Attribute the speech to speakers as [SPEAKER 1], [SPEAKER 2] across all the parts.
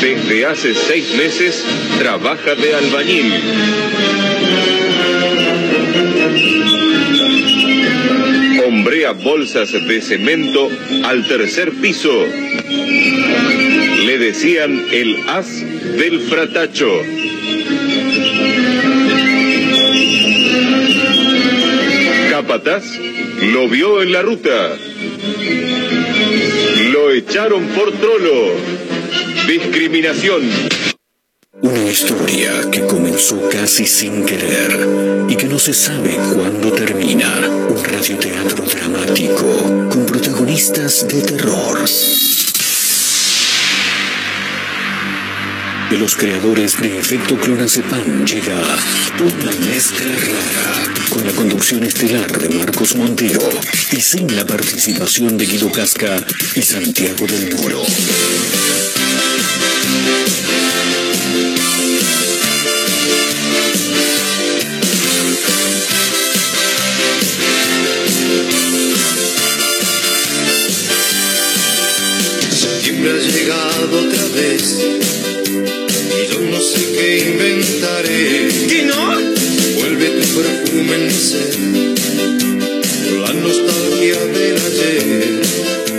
[SPEAKER 1] desde hace seis meses trabaja de albañil. Hombrea bolsas de cemento al tercer piso. Le decían el as del fratacho. Capataz lo vio en la ruta. Lo echaron por trolo. Discriminación.
[SPEAKER 2] Una historia que comenzó casi sin querer y que no se sabe cuándo termina. Un radioteatro dramático con protagonistas de terror. De los creadores de Efecto Clonazepam llega una mezcla rara con la conducción estelar de Marcos Montero y sin la participación de Guido Casca y Santiago del Moro.
[SPEAKER 3] Septiembre ha llegado otra vez y yo no sé qué inventaré.
[SPEAKER 4] ¿Qué no?
[SPEAKER 3] Vuelve tu perfume en mi ser, la nostalgia del ayer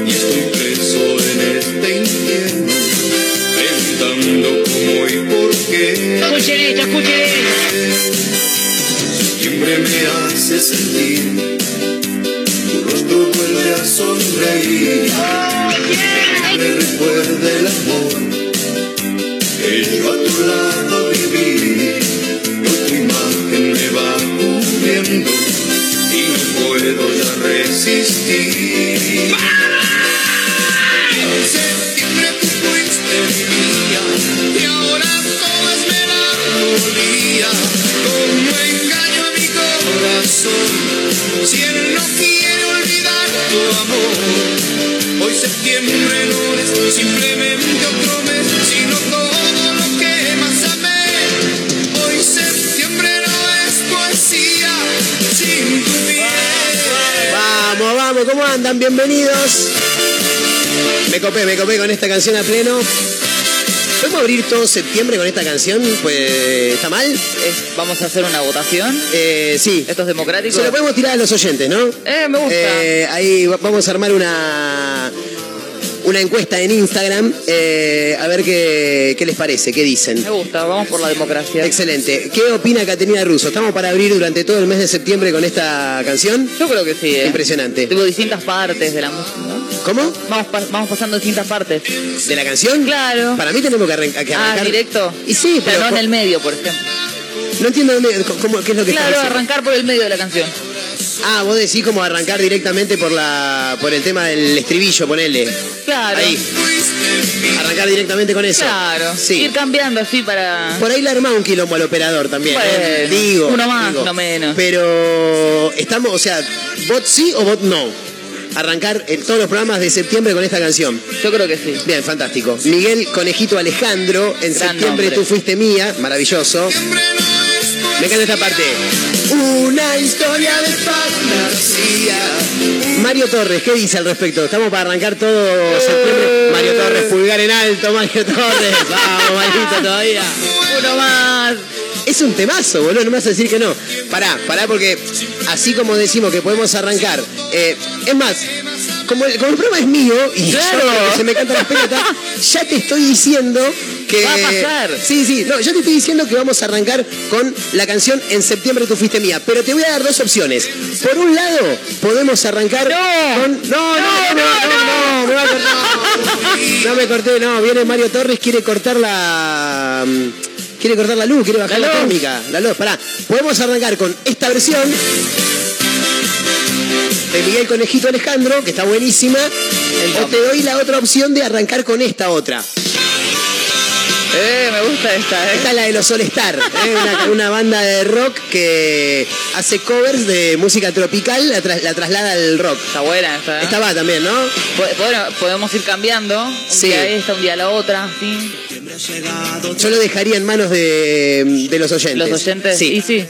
[SPEAKER 3] y estoy preso en este infierno, preguntando cómo y por qué.
[SPEAKER 4] Escuchen esto, escuchen
[SPEAKER 3] Septiembre me hace sentir, tu rostro vuelve a sonreír. me recuerda el amor que yo a tu lado viví. Hoy tu imagen me va cubriendo y no puedo ya resistir. En septiembre tú fuiste mi vida y ahora todo es melancolía. Como engaño a mi corazón, si él no quiere olvidar tu amor. Hoy septiembre no es simplemente otro mes, sino todo lo que más amé. Hoy septiembre no es poesía, sin tu piel.
[SPEAKER 5] Vamos, vamos, ¿cómo andan? Bienvenidos. Me copé, me copé con esta canción a pleno. ¿Podemos abrir todo septiembre con esta canción? Pues, ¿está mal?
[SPEAKER 6] Es- vamos a hacer una votación.
[SPEAKER 5] Eh, sí.
[SPEAKER 6] Esto es democrático.
[SPEAKER 5] Se lo podemos tirar a los oyentes, ¿no?
[SPEAKER 6] Eh, me gusta.
[SPEAKER 5] Eh, ahí va- vamos a armar una una encuesta en Instagram eh, a ver qué, qué les parece, qué dicen.
[SPEAKER 6] Me gusta, vamos por la democracia.
[SPEAKER 5] Excelente. ¿Qué opina Caterina Russo? ¿Estamos para abrir durante todo el mes de septiembre con esta canción?
[SPEAKER 6] Yo creo que sí, ¿eh?
[SPEAKER 5] Impresionante.
[SPEAKER 6] Tipo distintas partes de la música, ¿no?
[SPEAKER 5] ¿Cómo?
[SPEAKER 6] Vamos, pa- vamos pasando distintas partes.
[SPEAKER 5] ¿De la canción?
[SPEAKER 6] Claro.
[SPEAKER 5] Para mí tenemos que, arran- que
[SPEAKER 6] Ah,
[SPEAKER 5] arrancar.
[SPEAKER 6] directo.
[SPEAKER 5] Y sí,
[SPEAKER 6] pero
[SPEAKER 5] pero
[SPEAKER 6] no en
[SPEAKER 5] co-
[SPEAKER 6] el medio, por ejemplo.
[SPEAKER 5] no entiendo dónde- co- cómo, qué es lo que está
[SPEAKER 6] Claro,
[SPEAKER 5] diciendo.
[SPEAKER 6] arrancar por el medio de la canción.
[SPEAKER 5] Ah, vos decís como arrancar directamente por la por el tema del estribillo, ponele.
[SPEAKER 6] Claro.
[SPEAKER 5] Ahí. Arrancar directamente con eso.
[SPEAKER 6] Claro.
[SPEAKER 5] Sí.
[SPEAKER 6] Ir cambiando así para.
[SPEAKER 5] Por ahí le armaba un quilombo al operador también. ¿eh?
[SPEAKER 6] Bueno,
[SPEAKER 5] Digo.
[SPEAKER 6] uno más,
[SPEAKER 5] digo.
[SPEAKER 6] uno menos.
[SPEAKER 5] Pero estamos, o sea, bot sí o bot no. Arrancar en todos los programas de septiembre con esta canción.
[SPEAKER 6] Yo creo que sí.
[SPEAKER 5] Bien, fantástico. Miguel Conejito Alejandro,
[SPEAKER 6] Gran
[SPEAKER 5] en septiembre
[SPEAKER 6] nombre.
[SPEAKER 5] tú fuiste mía, maravilloso. Me encanta esta parte. Una historia de fantasía. Mario Torres, ¿qué dice al respecto? Estamos para arrancar todo septiembre. Mario Torres, pulgar en alto, Mario Torres. Vamos, Marito, todavía.
[SPEAKER 6] Uno más.
[SPEAKER 5] Es un temazo, boludo, no me vas a decir que no. Pará, pará, porque así como decimos que podemos arrancar, eh, es más, como el, como el programa es mío y yo
[SPEAKER 6] Claro.
[SPEAKER 5] creo que se me canta la pelota, ya te estoy diciendo que.
[SPEAKER 6] Va a pasar.
[SPEAKER 5] Sí, sí, no, yo te estoy diciendo que vamos a arrancar con la canción En septiembre tú fuiste mía, pero te voy a dar dos opciones. Por un lado, podemos arrancar
[SPEAKER 6] No.
[SPEAKER 5] con. No, no, no, no, no, me va a cortar. No. No me corté, no, viene Mario Torres, quiere cortar la. mm, Quiere cortar la luz, quiere bajar la,
[SPEAKER 6] La luz.
[SPEAKER 5] térmica. La luz, pará. Podemos arrancar con esta versión de Miguel Conejito Alejandro, que está buenísima. O te doy la otra opción de arrancar con esta otra.
[SPEAKER 6] Eh, me gusta esta,
[SPEAKER 5] Esta es la de los Solestar, ¿eh? una, una banda de rock que hace covers de música tropical, la, tras- la traslada al rock.
[SPEAKER 6] Está buena esta. ¿eh?
[SPEAKER 5] Esta va también, ¿no?
[SPEAKER 6] Po- Bueno, podemos ir cambiando. Un
[SPEAKER 5] Sí.
[SPEAKER 6] día esta, un día la otra. ¿sí?
[SPEAKER 5] Yo lo dejaría en manos de, de los oyentes.
[SPEAKER 6] Los oyentes.
[SPEAKER 5] Sí.
[SPEAKER 6] Y sí.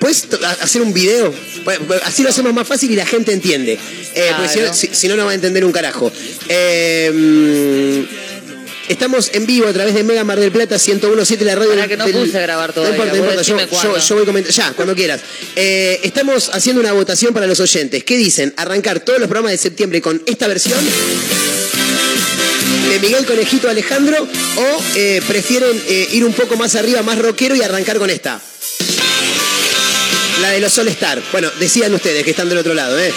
[SPEAKER 5] ¿Puedes to- ha- hacer un video? Pu- pu- Así lo hacemos más fácil y la gente entiende. Eh, porque si no-
[SPEAKER 6] Claro.
[SPEAKER 5] si, si no, no va a entender un carajo. Eh, mm, Estamos en vivo a través de Mega Mar del Plata 1017, la radio
[SPEAKER 6] Pará,
[SPEAKER 5] del-
[SPEAKER 6] que no
[SPEAKER 5] del-
[SPEAKER 6] puse a grabar todavía,
[SPEAKER 5] No importa, no
[SPEAKER 6] vos
[SPEAKER 5] importa, yo,
[SPEAKER 6] decime cuándo.
[SPEAKER 5] yo- yo voy comentando. Ya, cuando quieras. Eh, estamos haciendo una votación para los oyentes. ¿Qué dicen? ¿Arrancar todos los programas de septiembre con esta versión? ¿De Miguel Conejito Alejandro? ¿O eh, prefieren eh, ir un poco más arriba, más rockero y arrancar con esta? La de los All Star. Bueno, decidan ustedes que están del otro lado, ¿eh?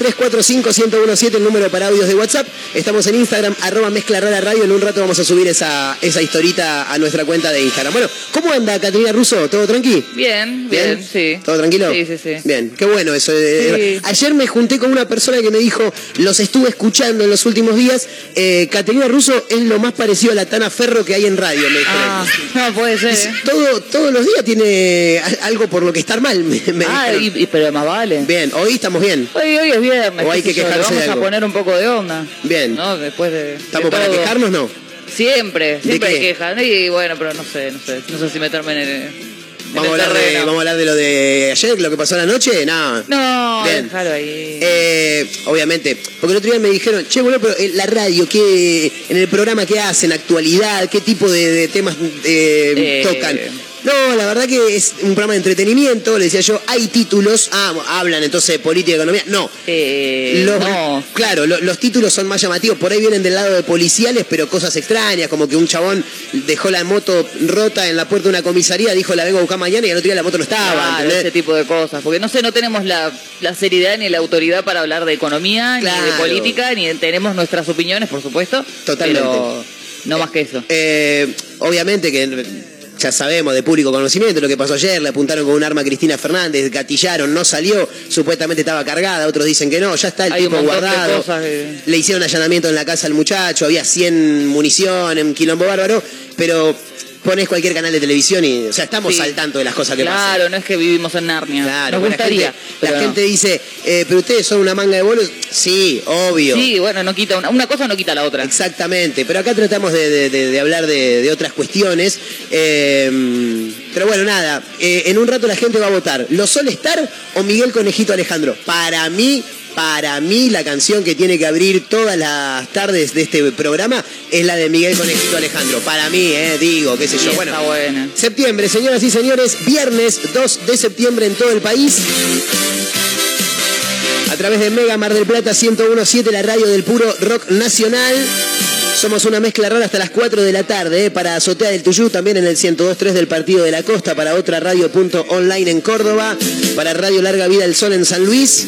[SPEAKER 5] 223-345-1017, el número para audios de WhatsApp. Estamos en Instagram, arroba mezcla rara radio. En un rato vamos a subir esa, esa historita a nuestra cuenta de Instagram. Bueno, ¿cómo anda Caterina Russo? ¿Todo tranqui?
[SPEAKER 6] Bien, bien, sí.
[SPEAKER 5] ¿Todo tranquilo?
[SPEAKER 6] Sí, sí, sí.
[SPEAKER 5] Bien, qué bueno eso. eh,
[SPEAKER 6] Sí.
[SPEAKER 5] Ayer me junté con una persona que me dijo, los estuve escuchando en los últimos días. Eh, Caterina Russo es lo más parecido a la Tana Ferro que hay en radio, me dijo.
[SPEAKER 6] Ah, no puede ser.
[SPEAKER 5] Dice,
[SPEAKER 6] ¿eh?
[SPEAKER 5] Todo, todos los días tiene a- algo por lo que estar mal, me, me
[SPEAKER 6] Ah,
[SPEAKER 5] dijeron.
[SPEAKER 6] y- y- pero más vale.
[SPEAKER 5] Bien, hoy estamos bien.
[SPEAKER 6] Hoy, hoy es viernes.
[SPEAKER 5] O hay
[SPEAKER 6] qué sé
[SPEAKER 5] que
[SPEAKER 6] yo, le
[SPEAKER 5] quejarse de
[SPEAKER 6] Vamos
[SPEAKER 5] algo.
[SPEAKER 6] a poner un poco de onda.
[SPEAKER 5] Bien.
[SPEAKER 6] ¿No? Después de. de
[SPEAKER 5] ¿Estamos para
[SPEAKER 6] todo.
[SPEAKER 5] quejarnos no?
[SPEAKER 6] Siempre, siempre
[SPEAKER 5] qué?
[SPEAKER 6] hay quejas. Y bueno, pero no sé, no sé. No sé si meterme en el. en
[SPEAKER 5] Vamos a,
[SPEAKER 6] el
[SPEAKER 5] hablar de,
[SPEAKER 6] terreno.
[SPEAKER 5] vamos a hablar de lo de ayer, lo que pasó la noche, nada.
[SPEAKER 6] No,
[SPEAKER 5] Bien.
[SPEAKER 6] déjalo ahí.
[SPEAKER 5] Eh, obviamente, porque el otro día me dijeron, che, boludo, pero eh, la radio, ¿qué, en el programa qué hacen, actualidad, qué tipo de, de temas eh,
[SPEAKER 6] Eh.
[SPEAKER 5] tocan. No, la verdad que es un programa de entretenimiento, le decía yo, hay títulos, ah, hablan entonces de política, economía, no.
[SPEAKER 6] Eh,
[SPEAKER 5] Los-
[SPEAKER 6] no.
[SPEAKER 5] Claro, lo- los títulos son más llamativos. Por ahí vienen del lado de policiales, pero cosas extrañas, como que un chabón dejó la moto rota en la puerta de una comisaría, dijo la vengo a buscar mañana y al otro día la moto no estaba.
[SPEAKER 6] Claro,
[SPEAKER 5] ¿entendés?
[SPEAKER 6] ese tipo de cosas. Porque no sé, no tenemos la, la seriedad ni la autoridad para hablar de economía, ni
[SPEAKER 5] Claro.
[SPEAKER 6] de política, ni tenemos nuestras opiniones, por supuesto.
[SPEAKER 5] Totalmente.
[SPEAKER 6] Pero no más que eso.
[SPEAKER 5] Eh, obviamente que ya sabemos de público conocimiento lo que pasó ayer, le apuntaron con un arma a Cristina Fernández, gatillaron, no salió, supuestamente estaba cargada, otros dicen que no, ya está el
[SPEAKER 6] Hay un
[SPEAKER 5] tipo
[SPEAKER 6] montón de
[SPEAKER 5] guardado.
[SPEAKER 6] cosas que-
[SPEAKER 5] Eh, Le hicieron allanamiento en la casa al muchacho, había 100 munición, en quilombo bárbaro, pero pones cualquier canal de televisión y, o sea, estamos
[SPEAKER 6] Sí.
[SPEAKER 5] al tanto de las cosas que pasan.
[SPEAKER 6] Claro, no es que vivimos en Narnia.
[SPEAKER 5] Claro,
[SPEAKER 6] Nos
[SPEAKER 5] porque la
[SPEAKER 6] gustaría.
[SPEAKER 5] gente- La
[SPEAKER 6] pero
[SPEAKER 5] gente,
[SPEAKER 6] no.
[SPEAKER 5] dice, eh, pero ustedes son una manga de bolos. Sí, obvio.
[SPEAKER 6] Sí, bueno, no quita una, una cosa no quita la otra.
[SPEAKER 5] Exactamente, pero acá tratamos de, de- de- de hablar de, de otras cuestiones. Eh, pero bueno, nada, eh, en un rato la gente va a votar. ¿Los Sol Star o Miguel Conejito Alejandro? Para mí, para mí la canción que tiene que abrir todas las tardes de este programa es la de Miguel Conejito Alejandro. Para mí, eh, digo, qué sé yo.
[SPEAKER 6] Sí,
[SPEAKER 5] Bueno,
[SPEAKER 6] está buena.
[SPEAKER 5] septiembre, señoras y señores, viernes 2 de septiembre en todo el país. A través de Mega Mar del Plata 1017, la radio del puro rock nacional. Somos una mezcla rara hasta las 4 de la tarde, ¿eh? para Azotea del Tuyú, también en el 1023 del Partido de la Costa, para otra radio.online en Córdoba, para Radio Larga Vida del Sol en San Luis.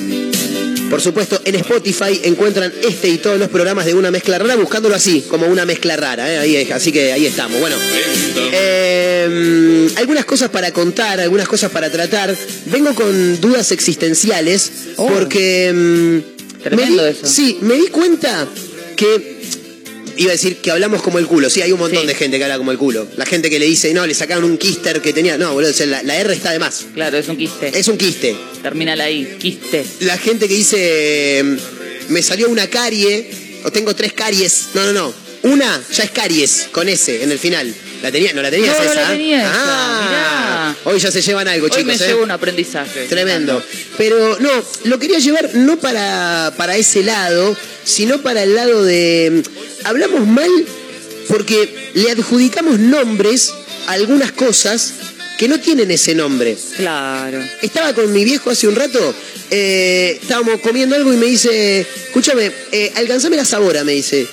[SPEAKER 5] Por supuesto, en Spotify encuentran este y todos los programas de una mezcla rara, buscándolo así, como una mezcla rara. ¿eh? Ahí es, así que ahí estamos. Bueno, eh, algunas cosas para contar, algunas cosas para tratar. Vengo con dudas existenciales,
[SPEAKER 6] Oh.
[SPEAKER 5] porque. mm,
[SPEAKER 6] Tremendo
[SPEAKER 5] me di-
[SPEAKER 6] eso.
[SPEAKER 5] Sí, me di cuenta que Iba a decir que hablamos como el culo. Sí, hay un montón
[SPEAKER 6] Sí.
[SPEAKER 5] de gente que habla como el culo. La gente que le dice, no, le sacaron un kister que tenía. No, boludo, o sea, la, la R está de más.
[SPEAKER 6] Claro, es un quiste.
[SPEAKER 5] Es un quiste.
[SPEAKER 6] Terminala ahí, quiste.
[SPEAKER 5] La gente que dice, em, me salió una carie, o tengo tres caries. No, no, no. Una ya es caries, con S en el final. ¿La tenía? ¿No la tenías
[SPEAKER 6] No, no
[SPEAKER 5] esa?
[SPEAKER 6] la tenía esa,
[SPEAKER 5] Ah, Hoy ya se llevan algo,
[SPEAKER 6] Hoy
[SPEAKER 5] chicos.
[SPEAKER 6] me
[SPEAKER 5] ¿eh?
[SPEAKER 6] llevo un aprendizaje.
[SPEAKER 5] Tremendo. Pero no, lo quería llevar no para, para ese lado, sino para el lado de. em, Hablamos mal porque le adjudicamos nombres a algunas cosas que no tienen ese nombre.
[SPEAKER 6] Claro.
[SPEAKER 5] Estaba con mi viejo hace un rato, eh, estábamos comiendo algo y me dice, escúchame, eh, alcanzame la sabora, me dice.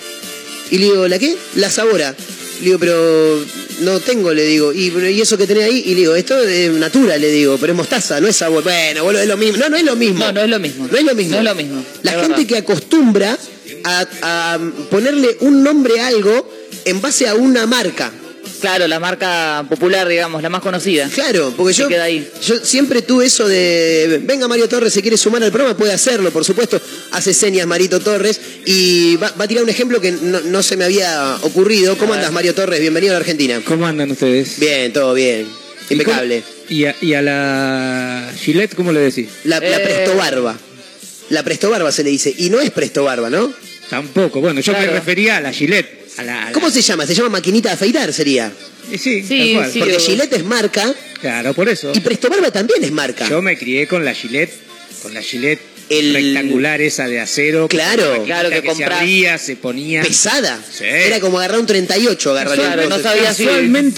[SPEAKER 5] Y le digo, ¿la qué? La sabora. Le digo, pero no tengo, le digo. ¿Y, pero, ¿y eso que tenés ahí? Y le digo, esto es natura, le digo, pero es mostaza, no es sabor. Bueno, boludo, es lo mismo. No, no es lo mismo.
[SPEAKER 6] No, no es lo mismo.
[SPEAKER 5] No es lo mismo.
[SPEAKER 6] No es lo mismo.
[SPEAKER 5] La
[SPEAKER 6] Es
[SPEAKER 5] gente
[SPEAKER 6] verdad.
[SPEAKER 5] que acostumbra a, a ponerle un nombre a algo en base a una marca.
[SPEAKER 6] Claro, la marca popular, digamos, la más conocida.
[SPEAKER 5] Claro, porque
[SPEAKER 6] Se
[SPEAKER 5] yo,
[SPEAKER 6] queda ahí.
[SPEAKER 5] yo siempre tuve eso de, venga Mario Torres, se quiere sumar al programa, puede hacerlo, por supuesto, hace señas Marito Torres y va, va a tirar un ejemplo que no, no se me había ocurrido. ¿Cómo andas Mario Torres? Bienvenido a la Argentina.
[SPEAKER 4] ¿Cómo andan ustedes?
[SPEAKER 5] Bien, todo bien, impecable.
[SPEAKER 4] ¿Y a, y a la Gillette cómo le decís?
[SPEAKER 5] La, la
[SPEAKER 6] Eh.
[SPEAKER 5] presto barba, la presto barba se le dice, y no es presto barba, ¿no?
[SPEAKER 4] Tampoco. Bueno, yo
[SPEAKER 6] Claro.
[SPEAKER 4] me refería a la Gillette. A la, a la-
[SPEAKER 5] ¿Cómo se llama? Se llama maquinita de afeitar, sería.
[SPEAKER 4] Y Sí,
[SPEAKER 6] Sí,
[SPEAKER 4] tal cual.
[SPEAKER 6] sí.
[SPEAKER 5] Porque
[SPEAKER 6] o-
[SPEAKER 5] Gillette es marca
[SPEAKER 4] Claro, por eso.
[SPEAKER 5] y presto barba también es marca.
[SPEAKER 4] Yo me crié con la Gillette, con la Gillette
[SPEAKER 5] el-
[SPEAKER 4] rectangular esa de acero.
[SPEAKER 5] Claro.
[SPEAKER 4] con la maquinita
[SPEAKER 6] Claro, que
[SPEAKER 4] se
[SPEAKER 6] comprás.
[SPEAKER 4] abría, se ponía.
[SPEAKER 5] pesada.
[SPEAKER 4] Sí.
[SPEAKER 5] Era como agarrar un 38, agarrar
[SPEAKER 6] Claro, no sabía si-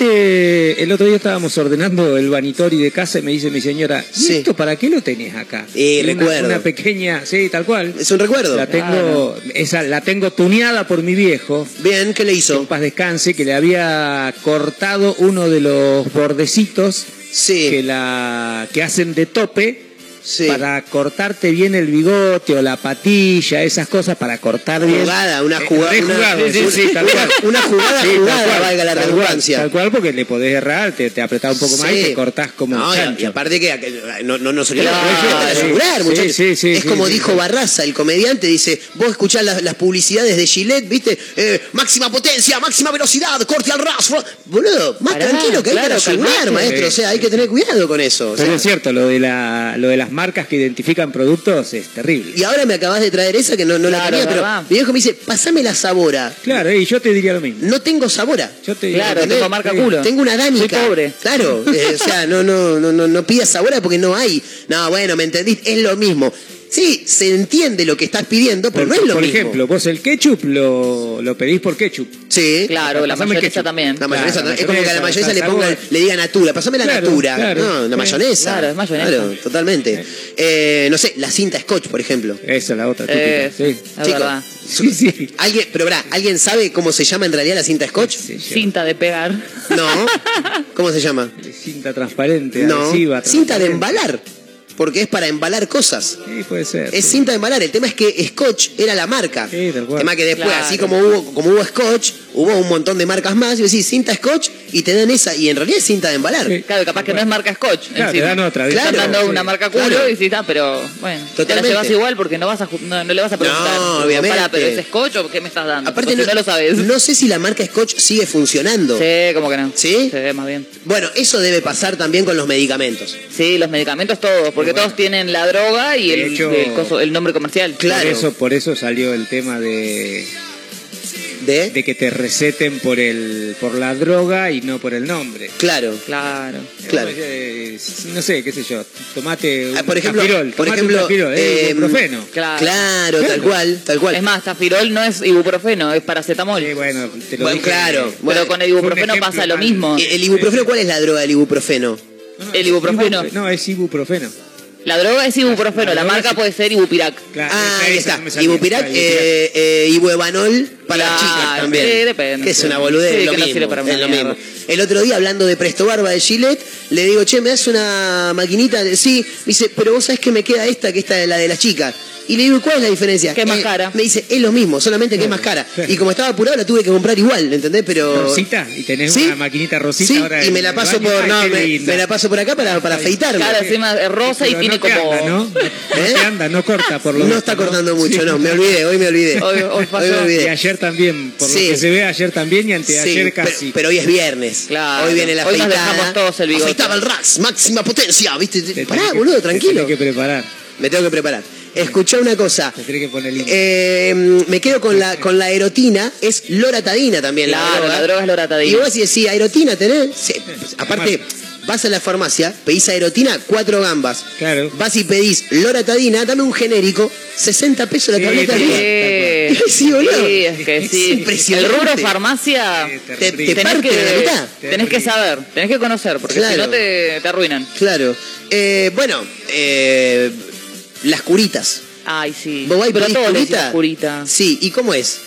[SPEAKER 4] Casualmente, el otro día estábamos ordenando el vanitori de casa y me dice mi señora, ¿y
[SPEAKER 5] Sí.
[SPEAKER 4] esto para qué lo tenés acá?
[SPEAKER 5] Eh,
[SPEAKER 4] Una-
[SPEAKER 5] recuerdo.
[SPEAKER 4] Una pequeña, sí, tal cual.
[SPEAKER 5] Es un recuerdo.
[SPEAKER 4] La tengo, esa, la tengo tuneada por mi viejo,
[SPEAKER 5] Bien, ¿qué le
[SPEAKER 4] que en
[SPEAKER 5] hizo?
[SPEAKER 4] paz descanse, que le había cortado uno de los bordecitos que
[SPEAKER 5] Sí,
[SPEAKER 4] la que hacen de tope
[SPEAKER 5] sí.
[SPEAKER 4] para cortarte bien el bigote o la patilla, esas cosas para cortar bien.
[SPEAKER 5] Jugada, una
[SPEAKER 4] Eh,
[SPEAKER 5] jugada.
[SPEAKER 4] re
[SPEAKER 5] una-
[SPEAKER 4] jugado, sí, sí, tal
[SPEAKER 5] una-
[SPEAKER 4] cual.
[SPEAKER 5] Una jugada
[SPEAKER 4] Sí, tal
[SPEAKER 5] jugada,
[SPEAKER 4] cual,
[SPEAKER 5] valga la
[SPEAKER 4] tal cual,
[SPEAKER 5] redundancia.
[SPEAKER 4] Tal cual, porque le podés errar, te, te apretás un poco más y
[SPEAKER 5] Sí.
[SPEAKER 4] te cortás como
[SPEAKER 5] No,
[SPEAKER 4] un
[SPEAKER 5] y-
[SPEAKER 4] chancho.
[SPEAKER 5] Y aparte que que- no, no, no se le
[SPEAKER 6] Claro,
[SPEAKER 5] va a
[SPEAKER 6] sí,
[SPEAKER 5] asegurar,
[SPEAKER 4] sí,
[SPEAKER 5] muchachos.
[SPEAKER 4] sí, sí,
[SPEAKER 5] es
[SPEAKER 4] sí,
[SPEAKER 5] como
[SPEAKER 4] sí,
[SPEAKER 5] dijo
[SPEAKER 4] sí.
[SPEAKER 5] Barraza, el comediante, dice, vos escuchás las, las publicidades de Gillette, viste, Eh, máxima potencia, máxima velocidad, corte al ras. fro- Boludo, más
[SPEAKER 6] Pará,
[SPEAKER 5] tranquilo que hay para
[SPEAKER 6] claro,
[SPEAKER 5] asegurar,
[SPEAKER 6] calmate.
[SPEAKER 5] maestro. O sea, hay que tener cuidado con eso. o
[SPEAKER 4] Pero
[SPEAKER 5] sea.
[SPEAKER 4] es cierto, lo de, la, lo de las marcas que identifican productos es terrible.
[SPEAKER 5] y ahora me acabás de traer esa que no, no
[SPEAKER 6] Claro,
[SPEAKER 5] la tenía,
[SPEAKER 6] verdad.
[SPEAKER 5] pero mi viejo me dice, pasame la sabora.
[SPEAKER 4] Claro, y yo te diría lo mismo.
[SPEAKER 5] No tengo sabora.
[SPEAKER 4] Yo te diría
[SPEAKER 6] Claro,
[SPEAKER 4] lo mismo.
[SPEAKER 6] tengo marca culo.
[SPEAKER 5] Tengo una dánica.
[SPEAKER 6] Soy pobre.
[SPEAKER 5] Claro, eh, o sea, no, no, no, no, no pidas ahora porque no hay. No, bueno, ¿me entendiste? Es lo mismo. Sí, se entiende lo que estás pidiendo, pero
[SPEAKER 4] Por,
[SPEAKER 5] no es lo
[SPEAKER 4] por
[SPEAKER 5] mismo.
[SPEAKER 4] ejemplo, vos el ketchup lo, lo pedís por ketchup.
[SPEAKER 5] Sí.
[SPEAKER 6] Claro, la
[SPEAKER 4] Pasame
[SPEAKER 6] mayonesa
[SPEAKER 4] ketchup.
[SPEAKER 6] también.
[SPEAKER 5] La mayonesa,
[SPEAKER 4] Claro,
[SPEAKER 5] es como que a la
[SPEAKER 4] mayonesa,
[SPEAKER 5] mayonesa le
[SPEAKER 4] la
[SPEAKER 5] pongan,
[SPEAKER 4] sabor.
[SPEAKER 5] le digan natura, pasame la
[SPEAKER 4] Claro,
[SPEAKER 5] natura.
[SPEAKER 4] claro.
[SPEAKER 5] no, la
[SPEAKER 4] Sí.
[SPEAKER 5] mayonesa.
[SPEAKER 6] Claro, es mayonesa.
[SPEAKER 5] Claro, totalmente. Eh, no sé, la cinta scotch, por ejemplo.
[SPEAKER 4] Esa es la otra.
[SPEAKER 6] Eh,
[SPEAKER 4] típica, sí.
[SPEAKER 6] Es
[SPEAKER 5] Chicos,
[SPEAKER 6] verdad.
[SPEAKER 4] Sí, sí.
[SPEAKER 5] ¿Alguien, pero verá, ¿alguien sabe cómo se llama en realidad la cinta scotch?
[SPEAKER 6] Cinta de pegar.
[SPEAKER 5] No. ¿Cómo se llama?
[SPEAKER 4] Cinta transparente,
[SPEAKER 5] No.
[SPEAKER 4] adhesiva.
[SPEAKER 5] Cinta de
[SPEAKER 4] transparente.
[SPEAKER 5] embalar. Porque es para embalar cosas.
[SPEAKER 4] Sí, puede ser.
[SPEAKER 5] Es cinta de embalar. El tema es que Scotch era la marca.
[SPEAKER 4] Sí, tal
[SPEAKER 5] el
[SPEAKER 4] cual.
[SPEAKER 5] tema que después,
[SPEAKER 6] Claro.
[SPEAKER 5] así como hubo, como hubo Scotch, hubo un montón de marcas más. Y decís cinta Scotch y te dan esa. Y en realidad es cinta de embalar.
[SPEAKER 4] Sí.
[SPEAKER 6] Claro, capaz que no es marca Scotch.
[SPEAKER 4] Claro, te
[SPEAKER 6] encima.
[SPEAKER 4] dan otra. ¿viste?
[SPEAKER 5] Claro.
[SPEAKER 6] Están dando una
[SPEAKER 4] Sí.
[SPEAKER 6] marca culo
[SPEAKER 5] Claro.
[SPEAKER 6] y sí, está, pero bueno, te la
[SPEAKER 5] Totalmente.
[SPEAKER 6] llevas igual porque no vas a ju- no, no le vas a preguntar.
[SPEAKER 5] No,
[SPEAKER 6] tipo,
[SPEAKER 5] obviamente.
[SPEAKER 6] "Pará, pero es scotch o qué me estás dando?
[SPEAKER 5] Aparte,
[SPEAKER 6] Porque Pues no, lo sabes.
[SPEAKER 5] no sé si la marca Scotch sigue funcionando.
[SPEAKER 6] Sí, como que no.
[SPEAKER 5] ¿Sí?
[SPEAKER 6] Sí, más bien.
[SPEAKER 5] Bueno, eso debe pasar también con los medicamentos.
[SPEAKER 6] Sí, los medicamentos todos, porque todos tienen la droga y
[SPEAKER 4] De
[SPEAKER 6] el,
[SPEAKER 4] hecho-
[SPEAKER 6] el coso- el nombre comercial.
[SPEAKER 5] Claro.
[SPEAKER 4] Por eso, por eso salió el tema de,
[SPEAKER 5] ¿De?
[SPEAKER 4] de que te receten por el por la droga y no por el nombre.
[SPEAKER 5] Claro.
[SPEAKER 6] Claro.
[SPEAKER 5] Claro.
[SPEAKER 4] Eh, no sé, qué sé yo. Tomate un
[SPEAKER 5] Ah, por ejemplo,
[SPEAKER 4] Tafirol,
[SPEAKER 5] por
[SPEAKER 4] tomate
[SPEAKER 5] ejemplo,
[SPEAKER 4] un Tafirol, eh,
[SPEAKER 5] eh,
[SPEAKER 4] ibuprofeno.
[SPEAKER 6] Claro.
[SPEAKER 5] Claro, tal
[SPEAKER 4] Claro.
[SPEAKER 5] cual, tal cual.
[SPEAKER 6] Es más, tafirol no es ibuprofeno, es paracetamol.
[SPEAKER 4] Sí, bueno, te lo
[SPEAKER 5] Bueno,
[SPEAKER 4] dije.
[SPEAKER 5] claro.
[SPEAKER 6] pero con el
[SPEAKER 4] fue
[SPEAKER 6] ibuprofeno
[SPEAKER 4] un ejemplo
[SPEAKER 6] pasa lo
[SPEAKER 4] mal.
[SPEAKER 6] mismo.
[SPEAKER 5] Eh, ¿El ibuprofeno cuál es la droga del ibuprofeno?
[SPEAKER 4] No, no,
[SPEAKER 6] El
[SPEAKER 4] es
[SPEAKER 6] ibuprofeno.
[SPEAKER 4] ibuprofe- No, es ibuprofeno.
[SPEAKER 6] La droga es ibuprofeno,
[SPEAKER 4] La
[SPEAKER 6] la
[SPEAKER 4] droga
[SPEAKER 6] marca
[SPEAKER 4] es-
[SPEAKER 6] puede ser ibupirac.
[SPEAKER 4] Claro,
[SPEAKER 5] Ah,
[SPEAKER 4] esa-
[SPEAKER 5] ahí
[SPEAKER 4] esa Ah,
[SPEAKER 5] está.
[SPEAKER 4] no me salía.
[SPEAKER 5] Ibupirac,
[SPEAKER 4] Claro,
[SPEAKER 5] eh, eh, ibuevanol para las
[SPEAKER 6] Claro,
[SPEAKER 5] chicas también.
[SPEAKER 6] sí, depende.
[SPEAKER 5] Que es una boludez,
[SPEAKER 6] Sí,
[SPEAKER 5] es lo
[SPEAKER 6] que no
[SPEAKER 5] mismo,
[SPEAKER 6] sirve para
[SPEAKER 5] es lo
[SPEAKER 6] una
[SPEAKER 5] mismo.
[SPEAKER 6] mierda.
[SPEAKER 5] El otro día, hablando de Presto Barba de Gillette, le digo, che, ¿me das una maquinita? Sí. Me dice, pero vos sabés que me queda esta, que esta es la de las chicas. Y le digo, ¿cuál es la diferencia?
[SPEAKER 6] Que es más
[SPEAKER 5] Eh,
[SPEAKER 6] cara.
[SPEAKER 5] Me dice, es lo mismo, solamente que es más cara. Y como estaba apurado, la tuve que comprar igual, ¿entendés? Pero...
[SPEAKER 4] Rosita, y tenés
[SPEAKER 5] Sí.
[SPEAKER 4] una maquinita rosita
[SPEAKER 5] Sí,
[SPEAKER 4] ahora
[SPEAKER 5] y
[SPEAKER 4] en
[SPEAKER 5] me la
[SPEAKER 4] el
[SPEAKER 5] paso
[SPEAKER 4] baño.
[SPEAKER 5] por...
[SPEAKER 4] Ay,
[SPEAKER 5] no,
[SPEAKER 4] qué
[SPEAKER 5] me,
[SPEAKER 4] linda.
[SPEAKER 5] me la paso por acá para, para afeitarme.
[SPEAKER 6] Claro, encima es rosa y
[SPEAKER 4] Pero
[SPEAKER 6] tiene
[SPEAKER 4] no te
[SPEAKER 6] como.
[SPEAKER 4] anda, ¿no? No te anda, no corta por lo
[SPEAKER 5] ¿Eh? No
[SPEAKER 4] menos,
[SPEAKER 5] está cortando mucho, no, me olvidé, hoy me olvidé.
[SPEAKER 6] Hoy- hoy
[SPEAKER 5] me
[SPEAKER 6] pasó.
[SPEAKER 5] olvidé.
[SPEAKER 4] Y ayer también, por
[SPEAKER 5] Sí.
[SPEAKER 4] lo que se ve, ayer también y
[SPEAKER 5] Sí,
[SPEAKER 4] anteayer
[SPEAKER 5] pero,
[SPEAKER 4] casi.
[SPEAKER 5] pero hoy es viernes.
[SPEAKER 6] Claro.
[SPEAKER 5] Hoy viene la
[SPEAKER 6] Hoy nos
[SPEAKER 5] afeitada.
[SPEAKER 6] dejamos todos el bigote.
[SPEAKER 5] Afeitaba el Rax, máxima potencia,
[SPEAKER 4] Te
[SPEAKER 5] ¿viste? Pará,
[SPEAKER 4] tenés que-
[SPEAKER 5] boludo,
[SPEAKER 4] te
[SPEAKER 5] tranquilo.
[SPEAKER 4] tenés que preparar,
[SPEAKER 5] Me tengo que preparar. Escuchá una cosa.
[SPEAKER 4] te tenés que poner lindo.
[SPEAKER 5] Eh, me quedo con la con la erotina, es loratadina también la
[SPEAKER 6] Claro,
[SPEAKER 5] droga.
[SPEAKER 6] la droga es loratadina.
[SPEAKER 5] Y vos decís, sí, aerotina tenés. Sí, pues, Aparte, vas a la farmacia, pedís aerotina, cuatro gambas.
[SPEAKER 4] Claro.
[SPEAKER 5] Vas y pedís loratadina, dame un genérico, 60 pesos la
[SPEAKER 4] Sí,
[SPEAKER 5] tableta.
[SPEAKER 4] tal
[SPEAKER 5] de-
[SPEAKER 4] cual.
[SPEAKER 6] Sí,
[SPEAKER 5] Sí, boludo.
[SPEAKER 6] Sí, es que
[SPEAKER 5] Es
[SPEAKER 6] sí. El
[SPEAKER 5] impresionante.
[SPEAKER 6] rubro farmacia.
[SPEAKER 4] Sí, te
[SPEAKER 5] te-
[SPEAKER 4] ríes.
[SPEAKER 5] te-
[SPEAKER 6] tenés
[SPEAKER 5] parte
[SPEAKER 6] que,
[SPEAKER 5] de la mitad.
[SPEAKER 6] tenés que saber, tenés que conocer, porque si
[SPEAKER 5] Claro.
[SPEAKER 6] no te, te arruinan.
[SPEAKER 5] Claro. Eh, bueno, eh, las curitas.
[SPEAKER 6] Ay, sí.
[SPEAKER 5] ¿Vos vais
[SPEAKER 6] Pero
[SPEAKER 5] pedís
[SPEAKER 6] todos le
[SPEAKER 5] curita?
[SPEAKER 6] decimos curita.
[SPEAKER 5] Sí, ¿y cómo es?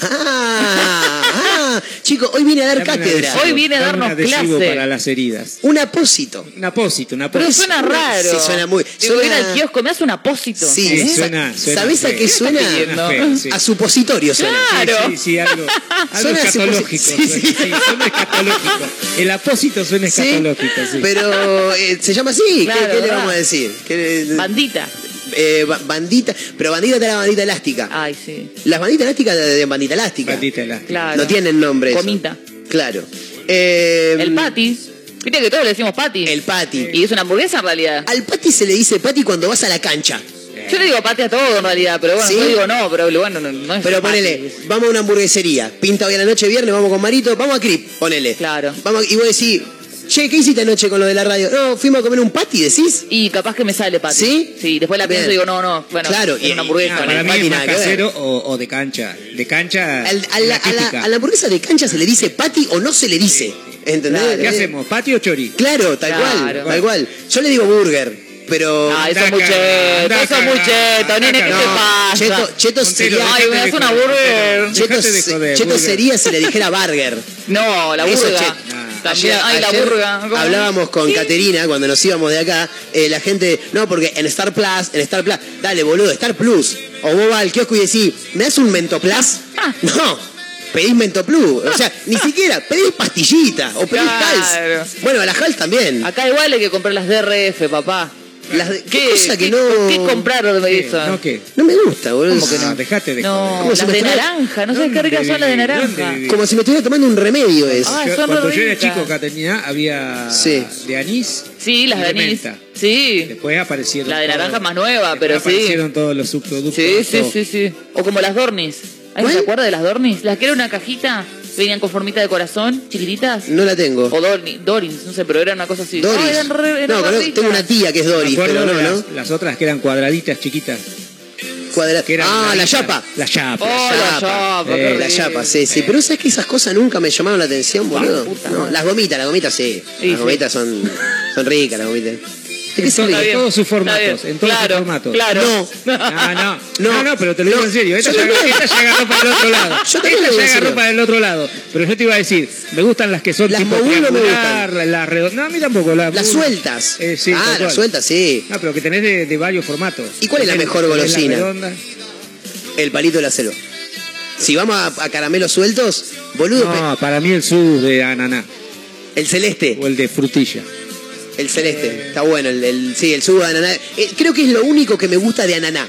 [SPEAKER 5] Ah, ah, chico, hoy viene a dar
[SPEAKER 4] Dame un
[SPEAKER 5] cátedra.
[SPEAKER 4] adhesivo,
[SPEAKER 6] Hoy viene a
[SPEAKER 4] dame un
[SPEAKER 6] darnos
[SPEAKER 4] adhesivo
[SPEAKER 6] clase.
[SPEAKER 4] para las heridas.
[SPEAKER 5] Un apósito.
[SPEAKER 4] Un apósito, un
[SPEAKER 6] Pero
[SPEAKER 4] apósito.
[SPEAKER 6] suena raro.
[SPEAKER 5] Sí, suena muy-
[SPEAKER 6] Digo,
[SPEAKER 5] suena-
[SPEAKER 6] ir al kiosco, me hace un apósito. ¿Eh?
[SPEAKER 5] Sí,
[SPEAKER 4] Sí,
[SPEAKER 5] sa-
[SPEAKER 4] suena- suena
[SPEAKER 5] ¿Sabés a
[SPEAKER 4] feo.
[SPEAKER 5] qué
[SPEAKER 4] ¿Qué
[SPEAKER 5] suena?
[SPEAKER 6] estás pidiendo?
[SPEAKER 4] Suena feo, sí.
[SPEAKER 5] A supositorio suena.
[SPEAKER 6] Claro.
[SPEAKER 4] Sí, sí, sí, algo, algo
[SPEAKER 5] Suena
[SPEAKER 4] escatológico.
[SPEAKER 5] así, sí,
[SPEAKER 4] suena,
[SPEAKER 5] sí.
[SPEAKER 4] sí, suena escatológico. El apósito suena
[SPEAKER 5] Sí,
[SPEAKER 4] escatológico, sí.
[SPEAKER 5] Pero eh, se llama así. ¿Qué-
[SPEAKER 6] Claro,
[SPEAKER 5] ¿Qué, le
[SPEAKER 6] ¿verdad?
[SPEAKER 5] vamos a decir? ¿Qué-
[SPEAKER 6] Bandita.
[SPEAKER 5] eh, ba- bandita. Pero bandita está la bandita elástica.
[SPEAKER 6] Ay, sí.
[SPEAKER 5] Las banditas elásticas de de bandita elástica.
[SPEAKER 4] Bandita elástica.
[SPEAKER 6] Claro.
[SPEAKER 5] No tienen nombre. eso.
[SPEAKER 6] Comita.
[SPEAKER 5] Claro. Eh,
[SPEAKER 6] El pati. Viste que todos le decimos pati.
[SPEAKER 5] El pati.
[SPEAKER 6] Y es una hamburguesa en realidad.
[SPEAKER 5] Al pati se le dice pati cuando vas a la cancha.
[SPEAKER 6] Yo le digo pati a todo en realidad, pero bueno,
[SPEAKER 5] ¿Sí?
[SPEAKER 6] yo digo no, pero bueno, no, no es
[SPEAKER 5] Pero
[SPEAKER 6] pati.
[SPEAKER 5] ponele, vamos a una hamburguesería. Pinta hoy a la noche, viernes, vamos con Marito, vamos a Crip, ponele.
[SPEAKER 6] Claro.
[SPEAKER 5] Vamos, a- y vos decís, Che, ¿qué hiciste anoche con lo de la radio? No, fuimos a comer un patty, decís.
[SPEAKER 6] Y capaz que me sale, Pati.
[SPEAKER 5] ¿Sí?
[SPEAKER 6] Sí, después la
[SPEAKER 5] Bien.
[SPEAKER 6] pienso y digo, no, no, bueno,
[SPEAKER 5] Claro,
[SPEAKER 6] era
[SPEAKER 5] y-
[SPEAKER 6] una hamburguesa.
[SPEAKER 5] y-
[SPEAKER 6] ¿no?
[SPEAKER 4] Ah, Para mí
[SPEAKER 5] Pati,
[SPEAKER 4] es
[SPEAKER 5] nada
[SPEAKER 4] más
[SPEAKER 5] que ver.
[SPEAKER 4] casero o, o de cancha. De cancha.
[SPEAKER 5] Al- a, la, a la-
[SPEAKER 4] típica.
[SPEAKER 5] a la hamburguesa de cancha se le dice patty o no se le dice. ¿Entendés?
[SPEAKER 4] ¿Qué hacemos? ¿Patio o chori?
[SPEAKER 5] Claro, tal
[SPEAKER 6] Claro.
[SPEAKER 5] cual, tal cual. Yo le digo burger, pero...
[SPEAKER 6] Ah, eso
[SPEAKER 4] Anda
[SPEAKER 6] es muy
[SPEAKER 4] acá,
[SPEAKER 6] cheto,
[SPEAKER 4] anda
[SPEAKER 6] eso es
[SPEAKER 4] acá,
[SPEAKER 6] muy cheto,
[SPEAKER 4] anda
[SPEAKER 6] nene, ¿qué
[SPEAKER 4] acá.
[SPEAKER 6] te
[SPEAKER 4] No,
[SPEAKER 6] pasa?
[SPEAKER 5] Cheto, cheto
[SPEAKER 4] Montero,
[SPEAKER 5] sería...
[SPEAKER 6] Ay,
[SPEAKER 4] dejate
[SPEAKER 6] me das
[SPEAKER 4] de
[SPEAKER 6] una
[SPEAKER 4] joder,
[SPEAKER 6] burger.
[SPEAKER 4] Montero,
[SPEAKER 5] Cheto,
[SPEAKER 4] dejate de
[SPEAKER 5] se-
[SPEAKER 4] joder,
[SPEAKER 5] cheto
[SPEAKER 4] burger.
[SPEAKER 5] sería si le dijera burger.
[SPEAKER 6] No, la
[SPEAKER 5] Eso,
[SPEAKER 6] burga.
[SPEAKER 5] che.
[SPEAKER 6] También,
[SPEAKER 5] Ayer-
[SPEAKER 6] ay, la
[SPEAKER 5] ayer
[SPEAKER 6] burga. ¿Cómo?
[SPEAKER 5] Hablábamos con
[SPEAKER 6] Sí.
[SPEAKER 5] Caterina cuando nos íbamos de acá. eh, la gente, no, porque en Star Plus, en Star Plus, dale, boludo, Star Plus. O vos vas al kiosco y decís, ¿me das un Mento Plus?
[SPEAKER 6] Ah.
[SPEAKER 5] No, pedís Mento Plus. O sea, ni siquiera, pedís pastillita o pedís
[SPEAKER 6] Claro.
[SPEAKER 5] Hals. Bueno, a la Hals también.
[SPEAKER 6] Acá igual hay que comprar las DRF, papá.
[SPEAKER 5] Las de- ¿Qué, cosa que no.
[SPEAKER 6] ¿Qué compraron de
[SPEAKER 4] ¿Qué?
[SPEAKER 6] eso?
[SPEAKER 4] ¿No qué?
[SPEAKER 5] No me gusta, boludo.
[SPEAKER 4] ¿Cómo que no? Dejate de
[SPEAKER 6] No,
[SPEAKER 4] joder.
[SPEAKER 5] ¿Cómo se
[SPEAKER 6] las
[SPEAKER 5] me
[SPEAKER 6] de
[SPEAKER 5] trae?
[SPEAKER 6] naranja, no sé qué
[SPEAKER 4] ¿Dónde
[SPEAKER 6] ricas son las de
[SPEAKER 4] vivís?
[SPEAKER 6] naranja.
[SPEAKER 4] ¿Dónde vivís?
[SPEAKER 5] Como si me estuviera tomando un remedio eso.
[SPEAKER 6] Ah,
[SPEAKER 4] Yo-
[SPEAKER 6] son
[SPEAKER 4] cuando
[SPEAKER 6] re
[SPEAKER 4] yo era
[SPEAKER 6] ricas.
[SPEAKER 4] chico, Caterina, había
[SPEAKER 5] Sí.
[SPEAKER 4] de anís.
[SPEAKER 6] Sí, las
[SPEAKER 4] y
[SPEAKER 6] de anís.
[SPEAKER 4] menta.
[SPEAKER 6] Sí,
[SPEAKER 4] Después aparecieron.
[SPEAKER 6] La de naranja
[SPEAKER 4] todos-
[SPEAKER 6] más nueva,
[SPEAKER 4] después
[SPEAKER 6] pero sí.
[SPEAKER 4] Aparecieron todos los subproductos.
[SPEAKER 6] sí, sí,
[SPEAKER 4] todo.
[SPEAKER 6] sí, sí. O como las Dornis. ¿Ay,
[SPEAKER 5] ¿Cuál?
[SPEAKER 6] ¿Se acuerda de las Dornis? Las que era una cajita, que venían con formita de corazón, chiquititas.
[SPEAKER 5] No la tengo.
[SPEAKER 6] O Dorni, Dorins, no sé, pero era una cosa así.
[SPEAKER 5] Doris.
[SPEAKER 6] Ay, eran re- eran
[SPEAKER 5] no, conozco-
[SPEAKER 6] ricas.
[SPEAKER 5] tengo una tía que es
[SPEAKER 4] Me
[SPEAKER 5] Doris,
[SPEAKER 4] acuerdo
[SPEAKER 5] pero no,
[SPEAKER 4] de
[SPEAKER 5] ¿no?
[SPEAKER 4] las, las otras que eran cuadraditas chiquitas.
[SPEAKER 5] Cuadra-
[SPEAKER 4] Que eran
[SPEAKER 5] Ah, la
[SPEAKER 4] cuadraditas.
[SPEAKER 5] chapa.
[SPEAKER 4] La chapa.
[SPEAKER 6] Oh, la chapa,
[SPEAKER 4] qué
[SPEAKER 5] Eh, la
[SPEAKER 4] rico.
[SPEAKER 5] chapa, sí, sí.
[SPEAKER 4] Eh.
[SPEAKER 5] Pero sabes que esas cosas nunca me llamaron la atención, boludo.
[SPEAKER 6] puta
[SPEAKER 5] No,
[SPEAKER 6] madre.
[SPEAKER 5] las gomitas, las gomitas sí.
[SPEAKER 6] Sí,
[SPEAKER 5] las
[SPEAKER 6] sí.
[SPEAKER 5] gomitas son, son ricas, las gomitas. ¿De qué
[SPEAKER 4] En
[SPEAKER 5] se
[SPEAKER 4] todo-
[SPEAKER 5] ríe?
[SPEAKER 6] Está
[SPEAKER 4] en
[SPEAKER 6] bien,
[SPEAKER 4] todos sus
[SPEAKER 6] está
[SPEAKER 4] formatos.
[SPEAKER 6] bien.
[SPEAKER 4] En todos
[SPEAKER 6] Claro,
[SPEAKER 4] sus formatos.
[SPEAKER 6] Claro.
[SPEAKER 5] No. Ah,
[SPEAKER 4] No, no,
[SPEAKER 5] No.
[SPEAKER 4] no, no, pero te lo digo en serio. Esta
[SPEAKER 5] Yo
[SPEAKER 4] ya,
[SPEAKER 5] también-
[SPEAKER 4] esta ya agarró para el otro lado.
[SPEAKER 5] Yo también
[SPEAKER 4] Esta
[SPEAKER 5] lo digo
[SPEAKER 4] ya
[SPEAKER 5] en serio.
[SPEAKER 4] agarró para el otro lado. Pero yo te iba a decir, me gustan las que son
[SPEAKER 5] Las
[SPEAKER 4] tipo
[SPEAKER 5] mogul no me
[SPEAKER 4] triangular, las la redondas. No, a mí tampoco. Las,
[SPEAKER 5] Las
[SPEAKER 4] mogul.
[SPEAKER 5] sueltas.
[SPEAKER 4] Eh, sí,
[SPEAKER 5] ah,
[SPEAKER 4] tal
[SPEAKER 5] las
[SPEAKER 4] cual.
[SPEAKER 5] sueltas, sí.
[SPEAKER 4] No, pero que tenés de, de varios formatos.
[SPEAKER 5] ¿Y cuál es la
[SPEAKER 4] Tenés-
[SPEAKER 5] mejor
[SPEAKER 4] tenés la
[SPEAKER 5] golosina?
[SPEAKER 4] redonda.
[SPEAKER 5] El palito de la selva. Si vamos a, a caramelos sueltos, boludo,
[SPEAKER 4] No, para mí el sur de ananá
[SPEAKER 5] pe- el celeste.
[SPEAKER 4] o el de frutilla.
[SPEAKER 5] El celeste. Está bueno, el, el- sí, el sugo de ananá. Eh, creo que es lo único que me gusta de ananá.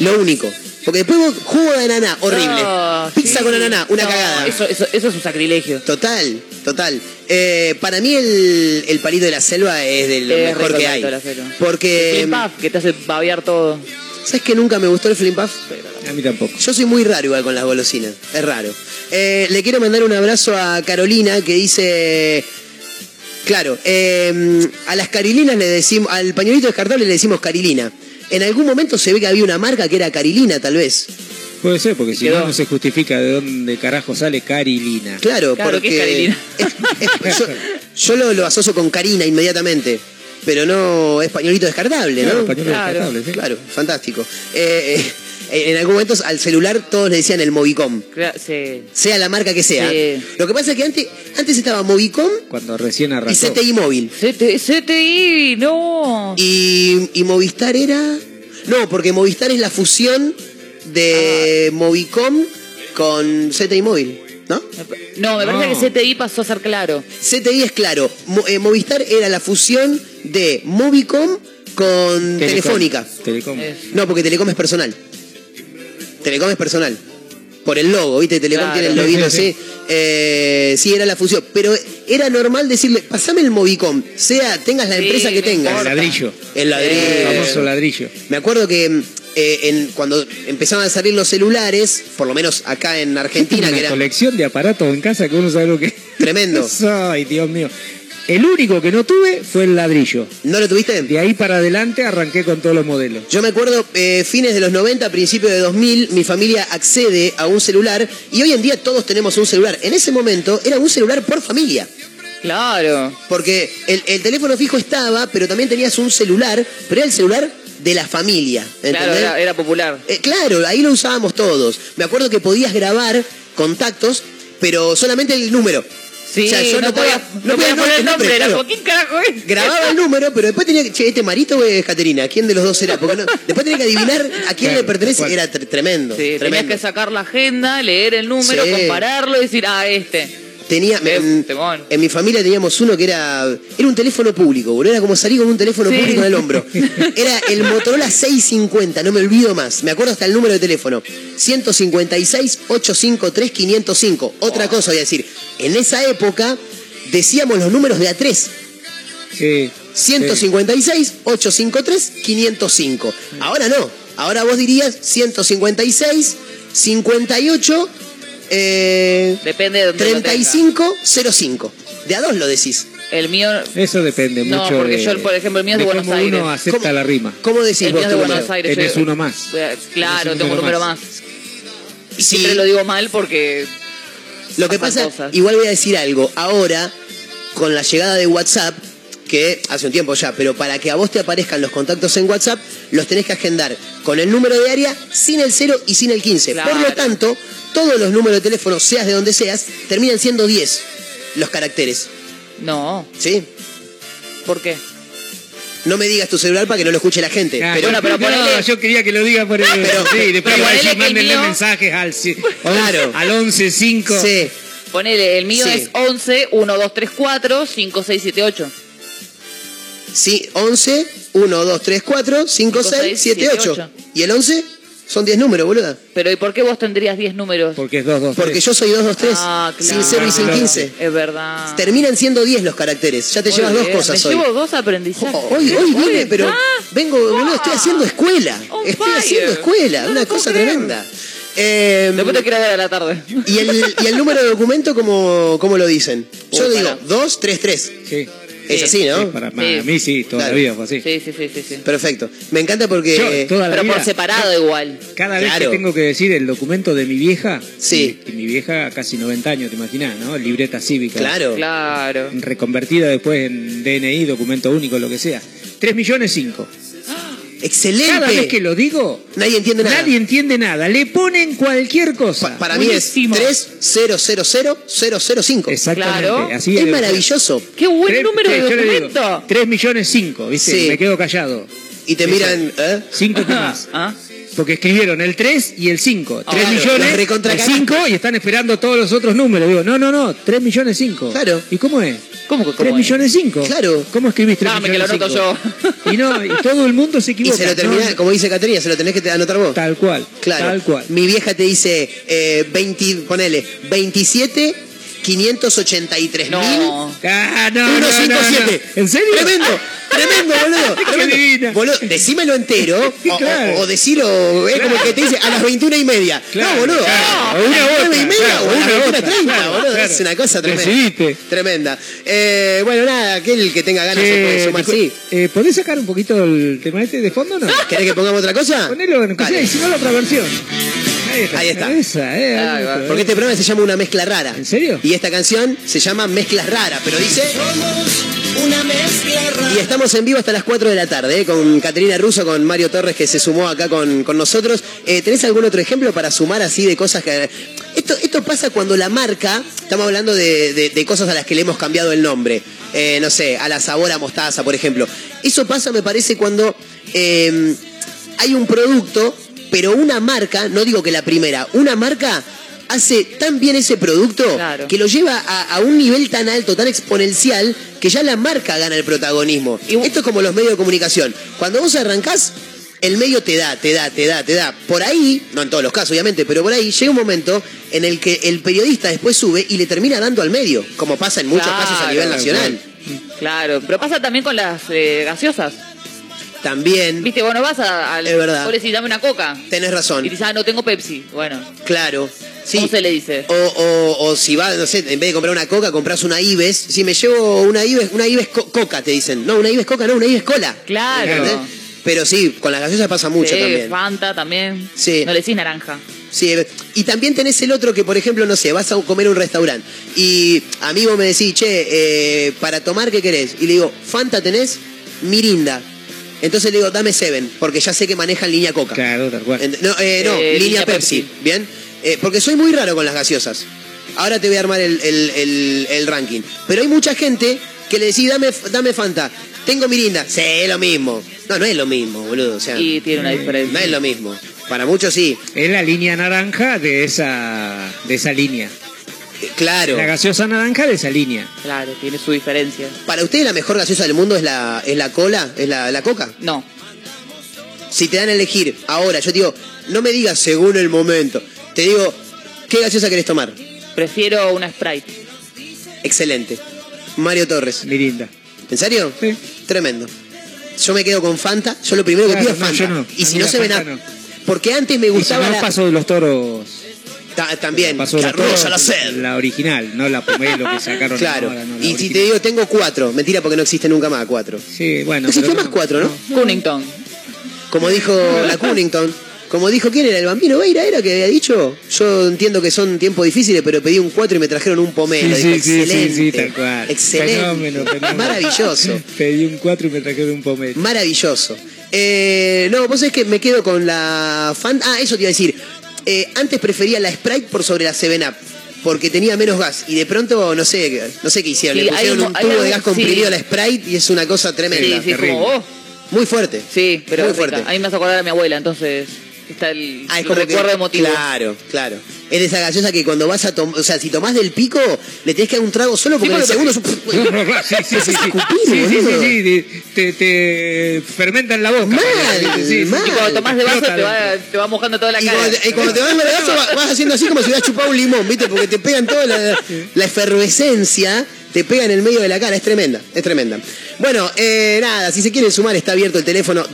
[SPEAKER 5] Lo único. Porque después vos- jugo de ananá, horrible.
[SPEAKER 6] No,
[SPEAKER 5] Pizza
[SPEAKER 6] Ah, sí.
[SPEAKER 5] con ananá, una
[SPEAKER 6] No,
[SPEAKER 5] cagada.
[SPEAKER 6] Eso, eso, eso es un sacrilegio.
[SPEAKER 5] Total, total. Eh, para mí el, el palito de la selva es de lo
[SPEAKER 6] Es rico
[SPEAKER 5] mejor
[SPEAKER 6] el
[SPEAKER 5] que hay.
[SPEAKER 6] palito de la selva.
[SPEAKER 5] Porque
[SPEAKER 6] El puff, que te hace babear todo.
[SPEAKER 5] ¿sabes que nunca me gustó el flim puff?
[SPEAKER 4] A mí tampoco.
[SPEAKER 5] Yo soy muy raro igual con las golosinas, es raro. Eh, le quiero mandar un abrazo a Carolina que dice Claro, eh, a las carilinas le decimos, al pañuelito descartable le decimos carilina. En algún momento se ve que había una marca que era carilina tal vez.
[SPEAKER 4] Puede ser, porque si
[SPEAKER 6] quedó.
[SPEAKER 4] no, no se justifica de dónde carajo sale Carilina.
[SPEAKER 5] Claro,
[SPEAKER 6] Claro,
[SPEAKER 5] porque
[SPEAKER 6] ¿qué es Carilina?
[SPEAKER 5] es- es- yo, yo lo, lo asocio con Karina inmediatamente, pero no es pañuelito descartable, ¿no?
[SPEAKER 4] Claro, español
[SPEAKER 6] Claro,
[SPEAKER 4] descartable, sí.
[SPEAKER 5] Claro, fantástico. Eh, eh, en algún momento al celular todos le decían el Movicom,
[SPEAKER 6] Crea- Sí.
[SPEAKER 5] sea la marca que sea.
[SPEAKER 6] Sí.
[SPEAKER 5] Lo que pasa es que antes, antes estaba Movicom
[SPEAKER 4] Cuando recién
[SPEAKER 5] y
[SPEAKER 4] arrancó.
[SPEAKER 5] CTI Móvil.
[SPEAKER 6] CT CTI, no.
[SPEAKER 5] Y, y Movistar era. No, porque Movistar es la fusión
[SPEAKER 4] Ah,
[SPEAKER 5] de Movicom con CTI Móvil, ¿no?
[SPEAKER 6] No, me parece
[SPEAKER 4] No.
[SPEAKER 6] que CTI pasó a ser claro.
[SPEAKER 5] CTI es claro, Mo- eh, Movistar era la fusión de Movicom con Telefónica.
[SPEAKER 4] Telecom.
[SPEAKER 6] Es-
[SPEAKER 5] No, porque Telecom es personal. Telecom es personal. Por el logo, ¿viste? Telecom
[SPEAKER 6] Claro.
[SPEAKER 5] tiene el loguito
[SPEAKER 4] Sí, sí,
[SPEAKER 5] así. Eh, sí, era la fusión. Pero era normal decirle, pasame el Movicom, sea, tengas la
[SPEAKER 6] Sí,
[SPEAKER 5] empresa que
[SPEAKER 6] no
[SPEAKER 5] tengas.
[SPEAKER 4] El ladrillo.
[SPEAKER 5] El ladrillo.
[SPEAKER 6] Eh,
[SPEAKER 4] El famoso ladrillo.
[SPEAKER 5] Me acuerdo que mm, eh, en- cuando empezaban a salir los celulares, por lo menos acá en Argentina, que
[SPEAKER 4] una
[SPEAKER 5] era
[SPEAKER 4] colección de aparatos en casa que uno sabe lo que
[SPEAKER 5] tremendo.
[SPEAKER 4] es. Ay, Dios mío. El único que no tuve fue el ladrillo.
[SPEAKER 5] ¿No lo tuviste?
[SPEAKER 4] De ahí para adelante arranqué con todos los modelos.
[SPEAKER 5] Yo me acuerdo, eh, fines de los 90, principios de 2000, mi familia accede a un celular y hoy en día todos tenemos un celular. En ese momento era un celular por familia,
[SPEAKER 6] Claro.
[SPEAKER 5] porque el, el teléfono fijo estaba, pero también tenías un celular, pero era el celular de la familia. ¿entendés?
[SPEAKER 6] Claro, era, era popular.
[SPEAKER 5] Eh, claro, ahí lo usábamos todos. Me acuerdo que podías grabar contactos, pero solamente el número.
[SPEAKER 6] Sí,
[SPEAKER 5] O sea, yo
[SPEAKER 6] no,
[SPEAKER 5] notaba-
[SPEAKER 6] podía,
[SPEAKER 5] no
[SPEAKER 6] no
[SPEAKER 5] podía
[SPEAKER 6] podía poner el nombre, era
[SPEAKER 5] claro.
[SPEAKER 6] como, ¿quién carajo es?
[SPEAKER 5] Grababa el número, pero después tenía que. Che, ¿este Marito o es Caterina? ¿Quién de los dos era? Porque no- después tenía que adivinar a quién
[SPEAKER 4] Claro,
[SPEAKER 5] le pertenece.
[SPEAKER 4] tal cual.
[SPEAKER 5] Era tre- tremendo.
[SPEAKER 6] Sí, tenías
[SPEAKER 5] tremendo.
[SPEAKER 6] que sacar la agenda, leer el número,
[SPEAKER 5] Sí.
[SPEAKER 6] compararlo y decir, ah, este.
[SPEAKER 5] Tenía,
[SPEAKER 6] Eh,
[SPEAKER 5] en,
[SPEAKER 6] temón.
[SPEAKER 5] en mi familia teníamos uno que era era un teléfono público, boludo. Era como salir con un teléfono
[SPEAKER 6] Sí.
[SPEAKER 5] público en el hombro. Era el Motorola 650, no me olvido más. Me acuerdo hasta el número de teléfono. 156 853 505. Otra cosa voy a decir. En esa época decíamos los números de A3.
[SPEAKER 4] Sí.
[SPEAKER 5] 156 853 505. Ahora no. Ahora vos dirías 156 58 eh,
[SPEAKER 6] Depende de dónde lo tengas.
[SPEAKER 5] 3505. De a dos lo decís.
[SPEAKER 6] El mío.
[SPEAKER 4] Eso depende
[SPEAKER 6] No,
[SPEAKER 4] mucho.
[SPEAKER 6] porque
[SPEAKER 4] de-
[SPEAKER 6] yo, por ejemplo, el mío es de Buenos
[SPEAKER 4] cómo
[SPEAKER 6] Aires.
[SPEAKER 4] uno acepta
[SPEAKER 5] ¿Cómo?
[SPEAKER 4] la rima.
[SPEAKER 5] ¿Cómo decís
[SPEAKER 6] El
[SPEAKER 5] vos
[SPEAKER 6] mío es de
[SPEAKER 5] tu
[SPEAKER 6] Buenos
[SPEAKER 5] número?
[SPEAKER 6] Aires.
[SPEAKER 4] Tenés
[SPEAKER 6] yo-
[SPEAKER 4] uno más.
[SPEAKER 6] Voy a- Claro,
[SPEAKER 4] Tenés un
[SPEAKER 6] tengo un
[SPEAKER 4] número
[SPEAKER 6] número
[SPEAKER 4] más.
[SPEAKER 6] más.
[SPEAKER 5] Sí,
[SPEAKER 6] Siempre lo digo mal porque.
[SPEAKER 5] Lo que
[SPEAKER 6] pasan
[SPEAKER 5] pasa,
[SPEAKER 6] cosas.
[SPEAKER 5] igual voy a decir algo. Ahora, con la llegada de WhatsApp, que hace un tiempo ya, pero para que a vos te aparezcan los contactos en WhatsApp, los tenés que agendar con el número de área, sin el 0 y sin el 15. Por lo
[SPEAKER 6] Claro.
[SPEAKER 5] tanto, todos los números de teléfono, seas de donde seas, terminan siendo 10 los caracteres.
[SPEAKER 6] No,
[SPEAKER 5] ¿Sí?
[SPEAKER 6] ¿por qué?
[SPEAKER 5] No me digas tu celular para que no lo escuche la gente.
[SPEAKER 4] Ah,
[SPEAKER 5] pero
[SPEAKER 6] bueno, pero
[SPEAKER 4] no,
[SPEAKER 6] ponele- Ah,
[SPEAKER 4] yo quería que lo diga por el.
[SPEAKER 5] Pero-
[SPEAKER 4] sí, después
[SPEAKER 6] pero
[SPEAKER 4] iba a
[SPEAKER 6] ponele
[SPEAKER 4] decir,
[SPEAKER 6] que el
[SPEAKER 4] mándenle
[SPEAKER 6] mío-
[SPEAKER 4] mensajes al, ci-
[SPEAKER 5] Claro.
[SPEAKER 4] al 11 5.
[SPEAKER 5] Sí.
[SPEAKER 6] Ponele, el mío
[SPEAKER 5] Sí.
[SPEAKER 6] es 11 1 2 3 4 5 6 7 8.
[SPEAKER 5] Sí, 11, 1, 2, 3, 4, 5, 6, 7, 8. ¿Y el 11? Son 10 números, boluda.
[SPEAKER 6] Pero ¿y por qué vos tendrías 10 números?
[SPEAKER 4] Porque es 2, 2,
[SPEAKER 5] Porque yo soy 2, 2, 3,
[SPEAKER 6] Ah,
[SPEAKER 5] sin 0 y sin
[SPEAKER 4] claro.
[SPEAKER 5] 15.
[SPEAKER 6] Es verdad.
[SPEAKER 5] Terminan siendo 10 los caracteres. Ya te
[SPEAKER 6] Muy
[SPEAKER 5] llevas dos
[SPEAKER 6] bien,
[SPEAKER 5] cosas
[SPEAKER 6] me
[SPEAKER 5] hoy.
[SPEAKER 6] Llevo dos aprendizajes.
[SPEAKER 5] Oh, hoy hoy
[SPEAKER 6] Hoy
[SPEAKER 5] vine, pero
[SPEAKER 6] está Ah.
[SPEAKER 5] vengo, boludo, estoy haciendo escuela.
[SPEAKER 6] On
[SPEAKER 5] Estoy
[SPEAKER 6] fire.
[SPEAKER 5] haciendo escuela,
[SPEAKER 6] No lo
[SPEAKER 5] una
[SPEAKER 6] puedo
[SPEAKER 5] cosa
[SPEAKER 6] creer.
[SPEAKER 5] tremenda. Eh,
[SPEAKER 6] Después te quiero ver a la tarde.
[SPEAKER 5] y, el, y el número de documento, ¿cómo, cómo lo dicen? Yo
[SPEAKER 6] Uh,
[SPEAKER 5] digo
[SPEAKER 6] pará.
[SPEAKER 5] 2, 3, 3.
[SPEAKER 4] Sí.
[SPEAKER 5] Es
[SPEAKER 6] Sí,
[SPEAKER 5] así, ¿no?
[SPEAKER 4] Sí, para, para
[SPEAKER 6] Sí.
[SPEAKER 4] mí sí, toda
[SPEAKER 5] Claro.
[SPEAKER 4] la vida fue así.
[SPEAKER 6] Sí, sí, sí, sí. sí.
[SPEAKER 5] Perfecto. Me encanta porque...
[SPEAKER 4] Yo, toda la
[SPEAKER 6] Pero por
[SPEAKER 4] vida,
[SPEAKER 6] separado igual.
[SPEAKER 4] Cada vez
[SPEAKER 5] Claro.
[SPEAKER 4] que tengo que decir el documento de mi vieja,
[SPEAKER 5] Sí.
[SPEAKER 4] y, y mi vieja casi 90 años, te imaginas, ¿no? Libreta cívica.
[SPEAKER 5] Claro.
[SPEAKER 6] Claro.
[SPEAKER 5] eh,
[SPEAKER 4] Reconvertida después en DNI, documento único, lo que sea. 3 millones 5. Cada vez que
[SPEAKER 5] Excelente.
[SPEAKER 4] lo digo,
[SPEAKER 5] Nadie entiende nada.
[SPEAKER 4] nadie entiende nada. Le ponen cualquier cosa.
[SPEAKER 5] Pa- para mí es
[SPEAKER 4] Buenísimo.
[SPEAKER 5] 3, 0, 0, 0, 0, 0, 5. Es
[SPEAKER 4] Exactamente.
[SPEAKER 6] Claro.
[SPEAKER 4] Así debe ser.
[SPEAKER 5] maravilloso.
[SPEAKER 6] Qué buen
[SPEAKER 4] Tres-
[SPEAKER 6] número de
[SPEAKER 4] sí, yo le digo,
[SPEAKER 6] documento.
[SPEAKER 4] 3 millones 5, ¿viste?
[SPEAKER 5] Sí.
[SPEAKER 4] Me quedo callado.
[SPEAKER 5] Y te miran... ¿eh?
[SPEAKER 4] 5 más.
[SPEAKER 6] ¿Ah?
[SPEAKER 4] Porque escribieron el 3 y el 5. 3
[SPEAKER 5] Ah, claro, los
[SPEAKER 4] millones,
[SPEAKER 5] recontra
[SPEAKER 4] el 5 y están esperando todos los otros números. Digo, no, no, no, 3 millones 5.
[SPEAKER 5] Claro.
[SPEAKER 4] ¿Y cómo es?
[SPEAKER 6] ¿Cómo que cómo
[SPEAKER 4] 3
[SPEAKER 6] es?
[SPEAKER 4] millones 5.
[SPEAKER 5] Claro.
[SPEAKER 4] ¿Cómo escribís 3
[SPEAKER 6] Dame, que
[SPEAKER 4] millones
[SPEAKER 6] lo anoto
[SPEAKER 4] cinco? Y no, y todo el mundo se
[SPEAKER 5] Y
[SPEAKER 4] equivoca.
[SPEAKER 5] se lo termina,
[SPEAKER 4] No,
[SPEAKER 5] como dice Caterina, se lo tenés que te- anotar vos.
[SPEAKER 4] Tal cual.
[SPEAKER 5] Claro.
[SPEAKER 4] Tal cual.
[SPEAKER 5] Mi vieja te dice, eh, 20, ponele, 27, 583
[SPEAKER 6] No.
[SPEAKER 4] Ah, no, no, no, no. ¿En serio?
[SPEAKER 5] Tremendo, tremendo, boludo.
[SPEAKER 4] Qué
[SPEAKER 5] tremendo.
[SPEAKER 4] divina.
[SPEAKER 5] Boludo, decímelo entero o,
[SPEAKER 4] Claro.
[SPEAKER 5] o, o decilo, es como que te dice a las 21 y media.
[SPEAKER 4] Claro,
[SPEAKER 5] no, boludo,
[SPEAKER 4] claro.
[SPEAKER 5] a
[SPEAKER 4] O una
[SPEAKER 5] las
[SPEAKER 4] u
[SPEAKER 5] 9 y
[SPEAKER 4] otra,
[SPEAKER 5] media
[SPEAKER 4] claro,
[SPEAKER 5] o a las
[SPEAKER 4] una u
[SPEAKER 5] 21
[SPEAKER 4] otra, claro,
[SPEAKER 5] boludo.
[SPEAKER 4] claro.
[SPEAKER 5] Es una cosa tremenda.
[SPEAKER 4] Decidite.
[SPEAKER 5] Tremenda. Eh, bueno, nada, aquel que tenga ganas se puede
[SPEAKER 4] Eh,
[SPEAKER 5] sumar,
[SPEAKER 4] discul-
[SPEAKER 5] sí.
[SPEAKER 4] eh, ¿Podés sacar un poquito el tema este de fondo o no?
[SPEAKER 5] ¿Querés que pongamos otra cosa?
[SPEAKER 4] Ponelo
[SPEAKER 5] Dale.
[SPEAKER 4] en cocina y si no la otra versión.
[SPEAKER 5] Ahí está.
[SPEAKER 4] Esa, eh,
[SPEAKER 6] Ahí
[SPEAKER 4] ahí
[SPEAKER 6] va.
[SPEAKER 4] está.
[SPEAKER 5] Porque este programa se llama Una Mezcla Rara.
[SPEAKER 4] ¿En serio?
[SPEAKER 5] Y esta canción se llama Mezclas Raras, pero dice...
[SPEAKER 3] Una mezcla rara.
[SPEAKER 5] Y estamos en vivo hasta las 4 de la tarde, eh, con Caterina Russo, con Mario Torres, que se sumó acá con, con nosotros. Eh, ¿Tenés algún otro ejemplo para sumar así de cosas que... Esto, esto pasa cuando la marca, estamos hablando de, de- de cosas a las que le hemos cambiado el nombre, Eh, no sé, a la sabor a mostaza, por ejemplo. Eso pasa, me parece, cuando eh, hay un producto, pero una marca, no digo que la primera, una marca hace tan bien ese producto
[SPEAKER 6] Claro.
[SPEAKER 5] que lo lleva a, a un nivel tan alto, tan exponencial, que ya la marca gana el protagonismo.
[SPEAKER 6] Y vos-
[SPEAKER 5] Esto es como los medios de comunicación. Cuando vos arrancás, el medio te da, te da, te da, te da. Por ahí, no en todos los casos, obviamente, pero por ahí llega un momento en el que el periodista después sube y le termina dando al medio, como pasa en muchos
[SPEAKER 6] Claro.
[SPEAKER 5] casos a nivel nacional.
[SPEAKER 6] Claro, pero pasa también con las eh, gaseosas.
[SPEAKER 5] También,
[SPEAKER 6] Viste, vos no vas a- al.
[SPEAKER 5] Es verdad.
[SPEAKER 6] Por decir, dame una coca.
[SPEAKER 5] tenés
[SPEAKER 6] Y
[SPEAKER 5] razón,
[SPEAKER 6] dices, ah, no tengo Pepsi. Bueno,
[SPEAKER 5] claro. Sí.
[SPEAKER 6] ¿cómo se le dice?
[SPEAKER 5] O, o- o si vas, no sé, en vez de comprar una coca, compras una Ives. Si me llevo una Ives, una Ives co- coca, te dicen. No, una Ives coca, no, una Ives cola.
[SPEAKER 6] Claro.
[SPEAKER 5] ¿Entendés? Pero sí, con las gaseosas pasa mucho
[SPEAKER 6] Sí,
[SPEAKER 5] también.
[SPEAKER 6] Fanta también.
[SPEAKER 5] Sí.
[SPEAKER 6] No le decís naranja.
[SPEAKER 5] Sí, eh, y también tenés el otro que, por ejemplo, no sé, vas a comer a un restaurante y amigo me decís, che, eh, para tomar, ¿qué querés? Y le digo, Fanta tenés, Mirinda. Entonces le digo, dame Seven, porque ya sé que manejan línea Coca.
[SPEAKER 4] Claro, tal cual.
[SPEAKER 5] Ent- No, eh, no,
[SPEAKER 6] Eh,
[SPEAKER 5] línea
[SPEAKER 6] línea
[SPEAKER 5] Pepsi.
[SPEAKER 6] Pepsi.
[SPEAKER 5] Bien. Eh, porque soy muy raro con las gaseosas. Ahora te voy a armar el, el- el- el ranking. Pero hay mucha gente que le decís, dame, dame Fanta, tengo Mirinda. Sí, es lo mismo. No, no es lo mismo, boludo. O sea,
[SPEAKER 6] Y tiene una
[SPEAKER 5] no
[SPEAKER 6] diferencia.
[SPEAKER 5] es lo mismo. Para muchos sí,
[SPEAKER 4] Es la línea naranja de esa, de esa línea.
[SPEAKER 5] Eh, claro.
[SPEAKER 4] La gaseosa naranja de esa línea.
[SPEAKER 6] Claro, tiene su diferencia.
[SPEAKER 5] Para ustedes la mejor gaseosa del mundo es la, es la cola, es la, la coca.
[SPEAKER 6] No.
[SPEAKER 5] Si te dan a elegir ahora, yo te digo, no me digas según el momento. Te digo, ¿qué gaseosa querés tomar?
[SPEAKER 6] Prefiero una Sprite.
[SPEAKER 5] Excelente. Mario Torres.
[SPEAKER 4] Mirinda.
[SPEAKER 5] ¿En serio?
[SPEAKER 4] Sí.
[SPEAKER 5] Tremendo. Yo me quedo con Fanta. Yo lo primero que
[SPEAKER 4] Claro,
[SPEAKER 5] pido es
[SPEAKER 4] no,
[SPEAKER 5] Fanta.
[SPEAKER 4] yo no.
[SPEAKER 5] Y
[SPEAKER 4] A
[SPEAKER 5] si
[SPEAKER 4] mí
[SPEAKER 5] no
[SPEAKER 4] la
[SPEAKER 5] se ven
[SPEAKER 4] Fanta
[SPEAKER 5] a...
[SPEAKER 4] no.
[SPEAKER 5] Porque antes me
[SPEAKER 4] Y si
[SPEAKER 5] gustaba
[SPEAKER 4] no
[SPEAKER 5] la...
[SPEAKER 4] paso de los toros
[SPEAKER 5] Ta- también,
[SPEAKER 4] Pasó la-
[SPEAKER 5] Carlos Alacer.
[SPEAKER 4] La original, no la pomelo que sacaron
[SPEAKER 5] Claro.
[SPEAKER 4] ahora. no, la
[SPEAKER 5] y si te
[SPEAKER 4] original.
[SPEAKER 5] digo, tengo cuatro. Mentira, porque no existe nunca más cuatro.
[SPEAKER 4] Sí, bueno.
[SPEAKER 5] No existe
[SPEAKER 4] pero
[SPEAKER 5] más cuatro, ¿no?
[SPEAKER 6] Cunnington.
[SPEAKER 5] Como dijo la Cunnington. Como dijo, ¿quién era? ¿El vampiro Veira era que había dicho? Yo entiendo que son tiempos difíciles, pero pedí un cuatro y me trajeron un pomelo.
[SPEAKER 4] Sí,
[SPEAKER 5] Dijo,
[SPEAKER 4] sí, sí, sí,
[SPEAKER 5] excelente.
[SPEAKER 4] sí, tal cual.
[SPEAKER 5] Excelente.
[SPEAKER 4] Fenómeno, fenómeno.
[SPEAKER 5] Maravilloso.
[SPEAKER 4] Pedí un 4 y me trajeron un pomelo.
[SPEAKER 5] Maravilloso. Eh, no, vos es que me quedo con la fan. Ah, eso te iba a decir. Eh, antes prefería la Sprite por sobre la 7-Up. Porque tenía menos gas. Y de pronto, no sé, no sé qué hicieron.
[SPEAKER 6] Sí,
[SPEAKER 5] Le
[SPEAKER 6] hay
[SPEAKER 5] pusieron
[SPEAKER 6] un-
[SPEAKER 5] un
[SPEAKER 6] hay
[SPEAKER 5] tubo de
[SPEAKER 6] algo-
[SPEAKER 5] gas comprimido
[SPEAKER 6] sí.
[SPEAKER 5] a la Sprite y es una cosa tremenda.
[SPEAKER 6] Sí, sí, es
[SPEAKER 4] terrible.
[SPEAKER 6] como vos.
[SPEAKER 5] Muy fuerte.
[SPEAKER 6] Sí, pero
[SPEAKER 5] Muy
[SPEAKER 6] rica.
[SPEAKER 5] fuerte.
[SPEAKER 6] a mí me hace acordar a mi abuela, entonces está el,
[SPEAKER 5] Ah, es
[SPEAKER 6] el
[SPEAKER 5] como que-
[SPEAKER 6] recuerdo emotivo.
[SPEAKER 5] Claro, claro. Es de esa gaseosa que cuando vas a tomar, o sea, si tomás del pico, le tenés que dar un trago solo porque en el segundo... es un-
[SPEAKER 4] sí, sí, sí, sí.
[SPEAKER 5] Escupir,
[SPEAKER 4] Sí, sí,
[SPEAKER 5] boludo.
[SPEAKER 4] sí, sí, Te, te fermentan la boca.
[SPEAKER 5] Mal,
[SPEAKER 4] Sí, sí.
[SPEAKER 5] mal.
[SPEAKER 6] Y cuando tomás de vaso
[SPEAKER 4] Explota
[SPEAKER 6] te va, te va mojando toda la
[SPEAKER 5] Y
[SPEAKER 6] cara.
[SPEAKER 5] cuando, te- y cuando te vas con el brazo, va- vas haciendo así como si hubieras chupado un limón, ¿viste? Porque te pegan toda la, la efervescencia, te pega en el medio de la cara. Es tremenda, es tremenda. Bueno, eh, nada, si se quieren sumar, está abierto el teléfono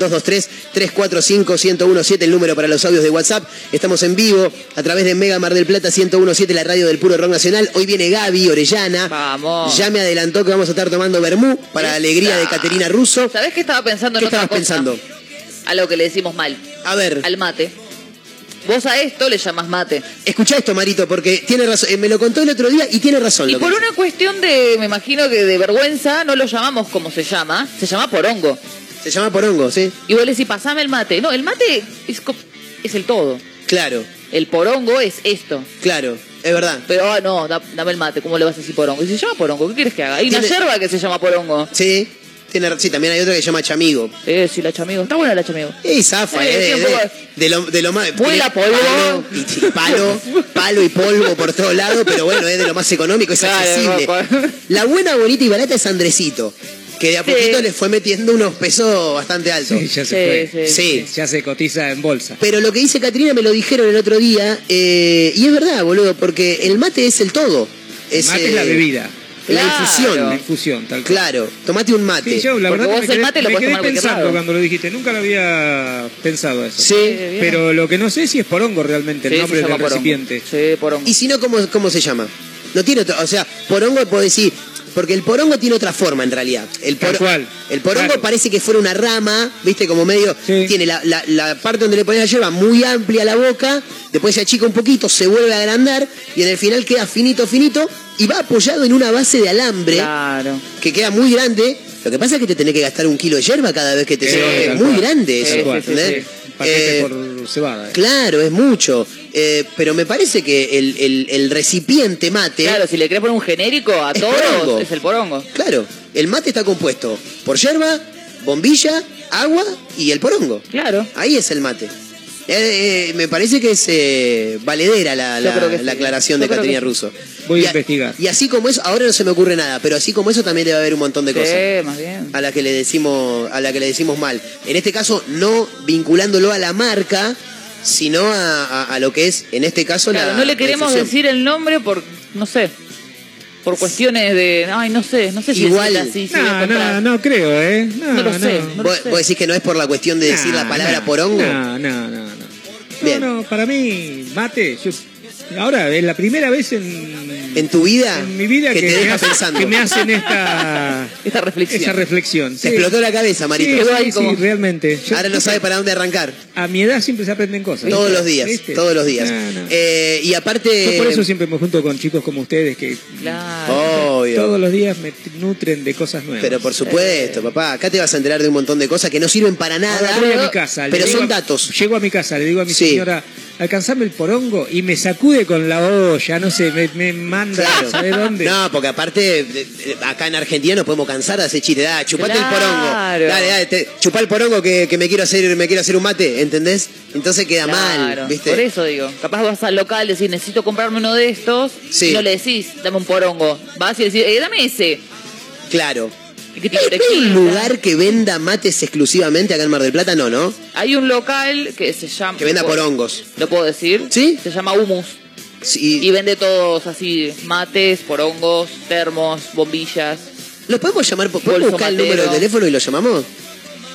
[SPEAKER 5] 223-345-1017, el número para los audios de WhatsApp. Estamos en vivo a través de Mega Mar del Plata 1017, la radio del puro rock nacional. Hoy viene Gaby Orellana.
[SPEAKER 6] Vamos.
[SPEAKER 5] Ya me adelantó que vamos a estar tomando vermú para la alegría de Caterina Russo.
[SPEAKER 6] ¿Sabés qué estaba pensando en
[SPEAKER 5] ¿Qué
[SPEAKER 6] otra
[SPEAKER 5] estabas
[SPEAKER 6] cosa?
[SPEAKER 5] pensando?
[SPEAKER 6] A lo que le decimos mal,
[SPEAKER 5] A ver.
[SPEAKER 6] al mate. Vos a esto le llamás mate.
[SPEAKER 5] Escucha esto, Marito, porque tiene razón. eh, me lo contó el otro día y tiene razón.
[SPEAKER 6] Y
[SPEAKER 5] lo que
[SPEAKER 6] por
[SPEAKER 5] dice.
[SPEAKER 6] una cuestión de, me imagino que de vergüenza, no lo llamamos como se llama, se llama porongo.
[SPEAKER 5] Se llama porongo, ¿sí?
[SPEAKER 6] Y vos le decís, pasame el mate. No, el mate es, co- es el todo.
[SPEAKER 5] Claro,
[SPEAKER 6] El porongo es esto.
[SPEAKER 5] claro, es verdad.
[SPEAKER 6] Pero, ah, no, da- dame el mate, ¿cómo le vas a decir porongo? Y se llama porongo, ¿qué quieres que haga? Hay una
[SPEAKER 5] Tiene-
[SPEAKER 6] yerba que se llama porongo.
[SPEAKER 5] Sí, tiene, sí, también hay otro que se llama chamigo.
[SPEAKER 6] Eh, sí, la chamigo. Está buena la chamigo.
[SPEAKER 5] Y zafa,
[SPEAKER 6] Eh,
[SPEAKER 5] eh, de,
[SPEAKER 6] sí, un poco
[SPEAKER 5] de- de lo, de lo más...
[SPEAKER 6] Vuela
[SPEAKER 5] tiene
[SPEAKER 6] polvo.
[SPEAKER 5] Palo, y- sí, palo, palo y polvo por todos lados, pero bueno, es de lo más económico, es
[SPEAKER 6] Claro,
[SPEAKER 5] accesible.
[SPEAKER 6] loco.
[SPEAKER 5] La buena, bonita y barata es Andresito, que de a
[SPEAKER 6] Sí.
[SPEAKER 5] poquito le fue metiendo unos pesos bastante altos.
[SPEAKER 4] Sí, ya se
[SPEAKER 6] Sí,
[SPEAKER 4] fue.
[SPEAKER 6] sí.
[SPEAKER 5] sí.
[SPEAKER 4] Ya se cotiza en bolsa.
[SPEAKER 5] Pero lo que dice Catrina me lo dijeron el otro día, eh, y es verdad, boludo, porque el mate es el todo.
[SPEAKER 4] El
[SPEAKER 5] Es,
[SPEAKER 4] mate
[SPEAKER 5] eh,
[SPEAKER 4] es la bebida.
[SPEAKER 5] La
[SPEAKER 6] Claro.
[SPEAKER 4] La
[SPEAKER 5] infusión.
[SPEAKER 4] infusión, tal cual.
[SPEAKER 5] Claro, tomate un mate.
[SPEAKER 4] Sí, yo la
[SPEAKER 6] Porque
[SPEAKER 4] verdad
[SPEAKER 6] vos
[SPEAKER 4] que me
[SPEAKER 6] el
[SPEAKER 4] quedé,
[SPEAKER 6] mate lo
[SPEAKER 4] me
[SPEAKER 6] podés
[SPEAKER 4] quedé
[SPEAKER 6] tomar cualquier
[SPEAKER 4] pensando
[SPEAKER 6] lado.
[SPEAKER 4] cuando lo dijiste. Nunca lo había pensado eso.
[SPEAKER 5] Sí.
[SPEAKER 4] Pero lo que no sé si es porongo realmente el
[SPEAKER 6] Sí, se
[SPEAKER 4] nombre
[SPEAKER 6] llama
[SPEAKER 4] del
[SPEAKER 6] porongo.
[SPEAKER 4] recipiente.
[SPEAKER 6] Sí, porongo.
[SPEAKER 5] Y si no, ¿cómo, cómo se llama? No tiene otro, o sea, porongo puedo decir, porque el porongo tiene otra forma en realidad. El,
[SPEAKER 4] Tal cual.
[SPEAKER 5] el porongo
[SPEAKER 4] Claro.
[SPEAKER 5] parece que fuera una rama, viste, como medio,
[SPEAKER 4] Sí.
[SPEAKER 5] tiene la, la- la parte donde le pones la hierba muy amplia a la boca, después se achica un poquito, se vuelve a agrandar y en el final queda finito, finito y va apoyado en una base de alambre
[SPEAKER 6] Claro.
[SPEAKER 5] que queda muy grande. Lo que pasa es que te tenés que gastar un kilo de hierba cada vez que te
[SPEAKER 4] Sí,
[SPEAKER 5] se- Es
[SPEAKER 4] tal
[SPEAKER 5] muy
[SPEAKER 4] cual.
[SPEAKER 5] grande eso,
[SPEAKER 6] Sí, sí, sí,
[SPEAKER 5] ¿entendés?
[SPEAKER 4] Un Paquete
[SPEAKER 5] Eh,
[SPEAKER 4] por cebada. eh.
[SPEAKER 5] Claro, es mucho. Eh, pero me parece que el, el- el recipiente mate.
[SPEAKER 6] Claro, si le querés poner un genérico a
[SPEAKER 5] Es
[SPEAKER 6] todos,
[SPEAKER 5] porongo.
[SPEAKER 6] es el porongo.
[SPEAKER 5] Claro, el mate está compuesto por yerba, bombilla, agua y el porongo.
[SPEAKER 6] Claro.
[SPEAKER 5] Ahí es el mate. Eh, eh, me parece que es eh, valedera la,
[SPEAKER 6] Yo
[SPEAKER 5] la-
[SPEAKER 6] creo que sí.
[SPEAKER 5] la aclaración
[SPEAKER 6] Yo
[SPEAKER 5] de
[SPEAKER 6] creo
[SPEAKER 5] Caterina
[SPEAKER 6] que sí.
[SPEAKER 5] Russo.
[SPEAKER 4] Voy a
[SPEAKER 5] Y
[SPEAKER 4] investigar.
[SPEAKER 5] Y así como eso, ahora no se me ocurre nada, pero así como eso también debe haber un montón de cosas
[SPEAKER 6] Sí, más bien.
[SPEAKER 5] a la que le decimos a la que le decimos mal. En este caso no vinculándolo a la marca, sino a, a- a lo que es en este caso
[SPEAKER 6] Claro,
[SPEAKER 5] la
[SPEAKER 6] no le
[SPEAKER 5] la
[SPEAKER 6] queremos
[SPEAKER 5] difusión.
[SPEAKER 6] decir el nombre por, no sé, por cuestiones de, ay, no sé, no sé si
[SPEAKER 5] Igual.
[SPEAKER 6] decirla así, si voy a
[SPEAKER 4] No,
[SPEAKER 6] comprar.
[SPEAKER 4] no, no creo, ¿eh? No,
[SPEAKER 6] No lo sé. no
[SPEAKER 5] ¿Vos,
[SPEAKER 6] lo sé.
[SPEAKER 5] vos decís que no es por la cuestión de decir la
[SPEAKER 4] Nah,
[SPEAKER 5] palabra
[SPEAKER 4] nah,
[SPEAKER 5] porongo.
[SPEAKER 4] No, no, no. No,
[SPEAKER 5] Bien.
[SPEAKER 4] no, no, para mí, mate, yo... Ahora, es la primera vez en...
[SPEAKER 5] En tu vida,
[SPEAKER 4] en mi vida
[SPEAKER 5] que,
[SPEAKER 4] que,
[SPEAKER 5] te
[SPEAKER 4] me
[SPEAKER 5] deja
[SPEAKER 4] hacen-
[SPEAKER 5] pensando.
[SPEAKER 4] que me hacen esta,
[SPEAKER 6] Esta reflexión.
[SPEAKER 4] esa reflexión.
[SPEAKER 5] Te
[SPEAKER 4] sí.
[SPEAKER 5] explotó la cabeza,
[SPEAKER 4] Sí,
[SPEAKER 5] Marito.
[SPEAKER 4] sí,
[SPEAKER 6] Ahí
[SPEAKER 4] sí,
[SPEAKER 6] como-
[SPEAKER 4] realmente. Yo-
[SPEAKER 5] Ahora no sabe para dónde arrancar.
[SPEAKER 4] A mi edad siempre se aprenden cosas.
[SPEAKER 5] Todos
[SPEAKER 4] ¿viste?
[SPEAKER 5] los días,
[SPEAKER 4] ¿Viste?
[SPEAKER 5] todos los días.
[SPEAKER 4] No, no.
[SPEAKER 5] Eh, y aparte.
[SPEAKER 4] Yo por eso siempre me junto con chicos como ustedes que
[SPEAKER 6] Claro.
[SPEAKER 5] Obvio.
[SPEAKER 4] todos los días me nutren de cosas nuevas.
[SPEAKER 5] Pero por supuesto, papá, acá te vas a enterar de un montón de cosas que no sirven para nada.
[SPEAKER 4] Ahora voy a mi casa. le
[SPEAKER 5] pero
[SPEAKER 4] digo
[SPEAKER 5] son
[SPEAKER 4] a-
[SPEAKER 5] datos.
[SPEAKER 4] Llego a mi casa, le digo a mi
[SPEAKER 5] Sí.
[SPEAKER 4] señora, alcanzame el porongo y me sacude con la olla, no sé, me, me manda a
[SPEAKER 5] Claro.
[SPEAKER 4] saber dónde.
[SPEAKER 5] No, porque aparte, de- de- acá en Argentina nos podemos cansar de hacer chiste. Ah, chupate
[SPEAKER 6] Claro.
[SPEAKER 5] el porongo. Dale, dale, te- chupá el porongo que, que me quiero hacer, me quiero hacer un mate, ¿entendés? Entonces queda
[SPEAKER 6] Claro,
[SPEAKER 5] mal, ¿viste?
[SPEAKER 6] Por eso digo, capaz vas al local y decís, necesito comprarme uno de estos,
[SPEAKER 5] Sí.
[SPEAKER 6] y no le decís, dame un porongo. Vas y decís, eh, dame ese.
[SPEAKER 5] Claro.
[SPEAKER 6] Y que te- te
[SPEAKER 5] ¿Hay
[SPEAKER 6] quita.
[SPEAKER 5] un lugar que venda mates exclusivamente acá en Mar del Plata? No, ¿no?
[SPEAKER 6] Hay un local que se llama...
[SPEAKER 5] Que venda
[SPEAKER 6] ¿lo puedo-
[SPEAKER 5] porongos.
[SPEAKER 6] ¿Lo puedo decir?
[SPEAKER 5] Sí.
[SPEAKER 6] Se llama Humus.
[SPEAKER 5] Sí.
[SPEAKER 6] Y vende todos así, mates, porongos, termos, bombillas.
[SPEAKER 5] ¿Los podemos llamar? ¿Podemos
[SPEAKER 6] Bolso
[SPEAKER 5] buscar el
[SPEAKER 6] matero.
[SPEAKER 5] número de teléfono y lo llamamos?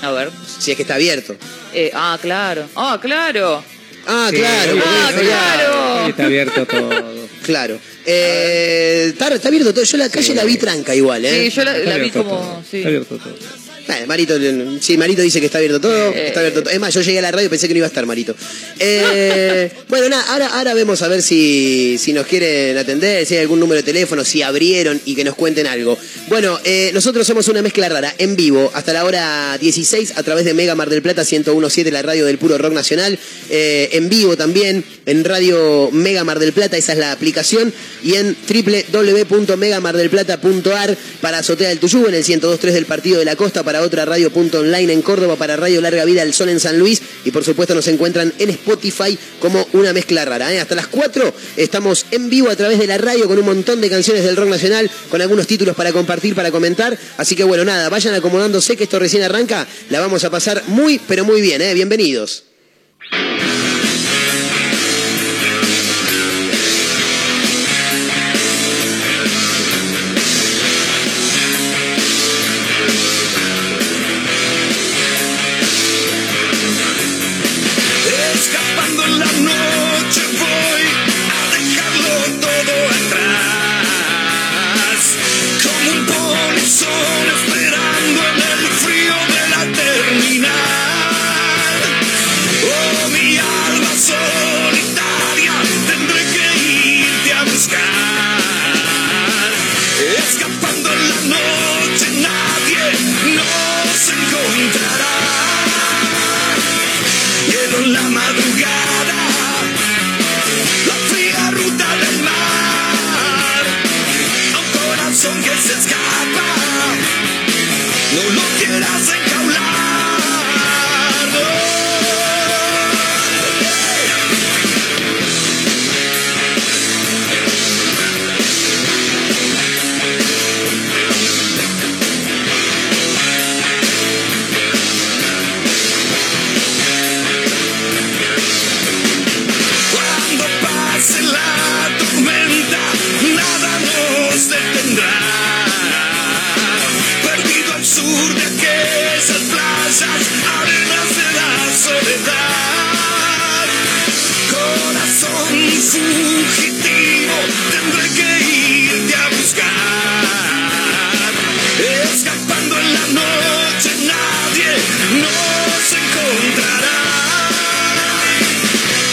[SPEAKER 6] A ver.
[SPEAKER 5] Si es que está abierto.
[SPEAKER 6] Eh, ah, claro. Ah, claro.
[SPEAKER 5] Ah,
[SPEAKER 4] Sí,
[SPEAKER 5] claro.
[SPEAKER 4] hoy-
[SPEAKER 5] porque
[SPEAKER 6] Ah,
[SPEAKER 5] es
[SPEAKER 4] hoy- hoy-
[SPEAKER 5] feriado.
[SPEAKER 6] claro.
[SPEAKER 4] hoy Está abierto todo.
[SPEAKER 5] Claro. Eh, está, está abierto todo. Yo la calle la vi tranca igual, ¿eh?
[SPEAKER 6] Sí, yo la,
[SPEAKER 4] Está
[SPEAKER 6] la vi
[SPEAKER 4] abierto
[SPEAKER 6] como.
[SPEAKER 4] todo,
[SPEAKER 6] sí.
[SPEAKER 4] Está abierto todo.
[SPEAKER 5] Bueno, Marito, sí, Marito dice que está abierto todo,
[SPEAKER 6] Eh.
[SPEAKER 5] está abierto todo. Es más, yo llegué a la radio y pensé que no iba a estar Marito. Eh, bueno, nada, ahora, ahora vemos a ver si, si nos quieren atender, si hay algún número de teléfono, si abrieron y que nos cuenten algo. Bueno, eh, nosotros somos una mezcla rara, en vivo, hasta la hora 16, a través de Mega Mar del Plata 1017, la radio del puro rock nacional. Eh, en vivo también, en Radio Mega Mar del Plata, esa es la aplicación. Y en www.megamardelplata.ar para Azotea del Tuyú, en el 102.3 del Partido de la Costa, para otra radio.online en Córdoba, para Radio Larga Vida del Sol en San Luis. Y por supuesto nos encuentran en Spotify como una mezcla rara. ¿eh? Hasta las 4 estamos en vivo a través de la radio con un montón de canciones del rock nacional, con algunos títulos para compartir, para comentar. Así que bueno, nada, vayan acomodándose que esto recién arranca. La vamos a pasar muy, pero muy bien. ¿eh? Bienvenidos.
[SPEAKER 3] Escapando en la noche voy a dejarlo todo atrás. Como un polizón esperando en el frío de la terminal. Oh, mi alma solitaria, tendré que irte a buscar. Escapando en la noche nadie nos encontrará. Llevo en la madrugada la fría ruta del mar a un corazón que se escapa no lo quieras encaular no. Cuando pase la tormenta, nada nos detendrá. Perdido al sur de aquellas playas, arenas de la soledad. Corazón fugitivo, tendré que irte a buscar. Escapando en la noche, nadie nos encontrará.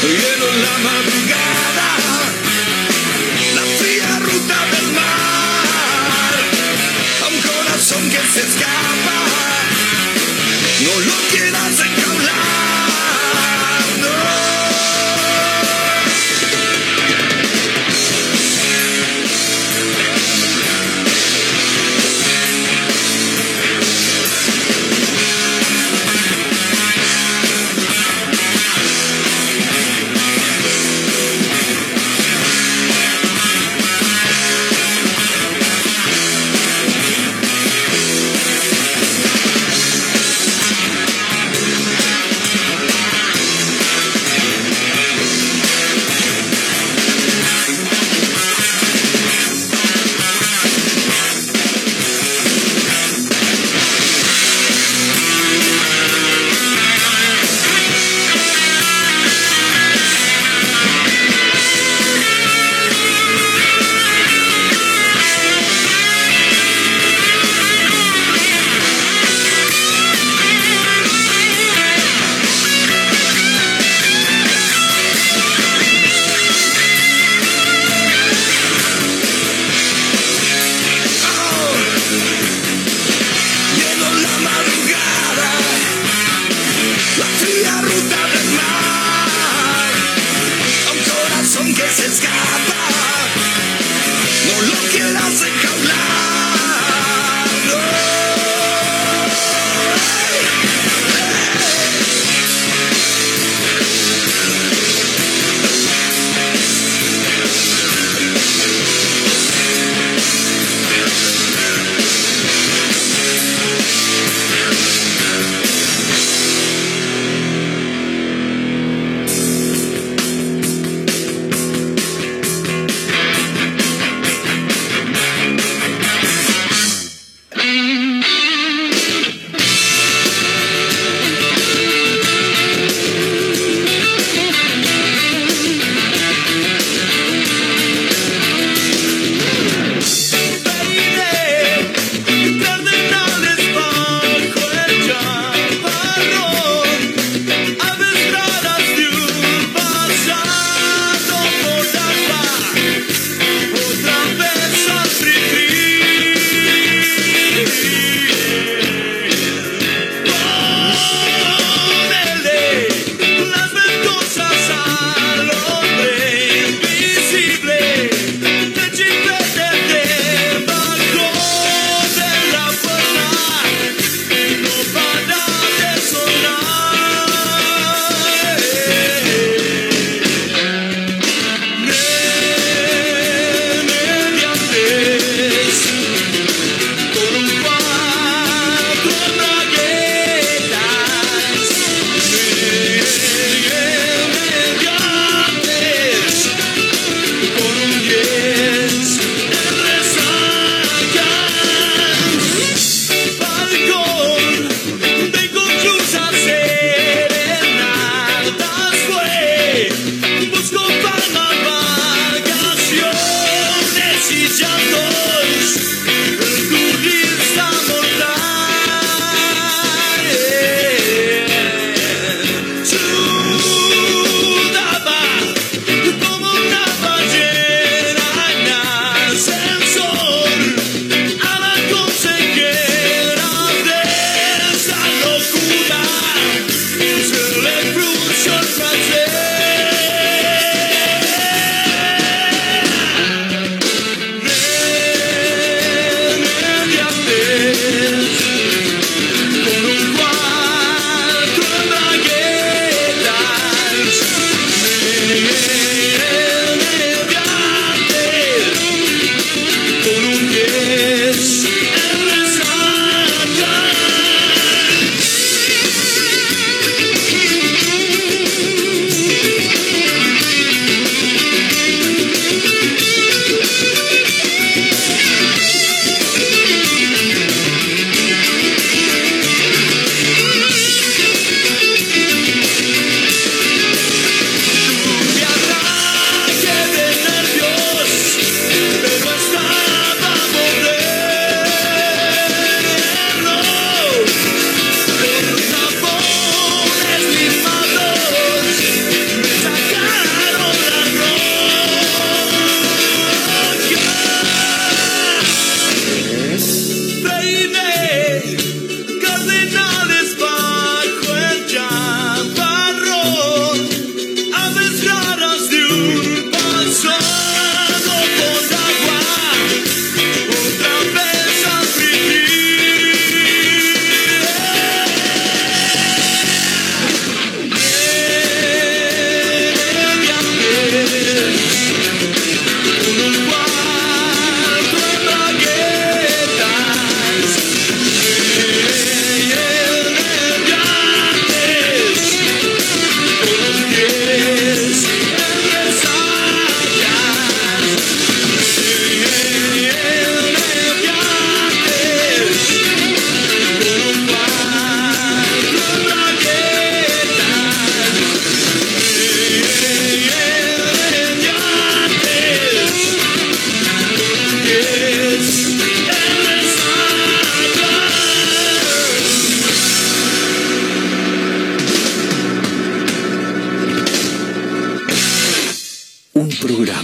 [SPEAKER 3] Lleno la madrugada, la fría ruta del mar, a un corazón que se escapa, no lo quieras encaular, no. Lleno la madrugada, la fría ruta del mar, a un corazón que se escapa, no lo quieras enjaular. no.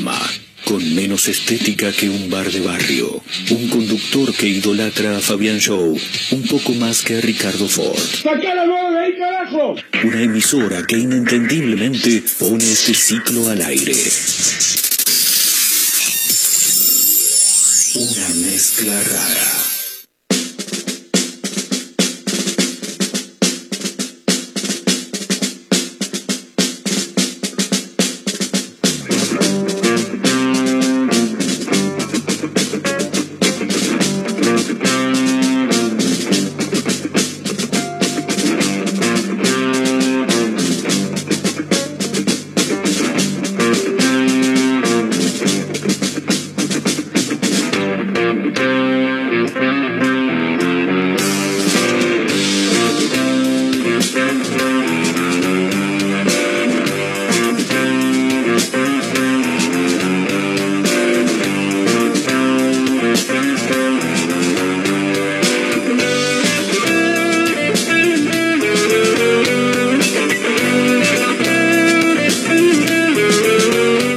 [SPEAKER 2] más estética que un bar de barrio. Un conductor que idolatra a Fabián Show, un poco más que a Ricardo Ford.
[SPEAKER 3] ¡Sacá la mano de ahí, carajo!
[SPEAKER 2] Una emisora que inentendiblemente pone este ciclo al aire. Una mezcla rara.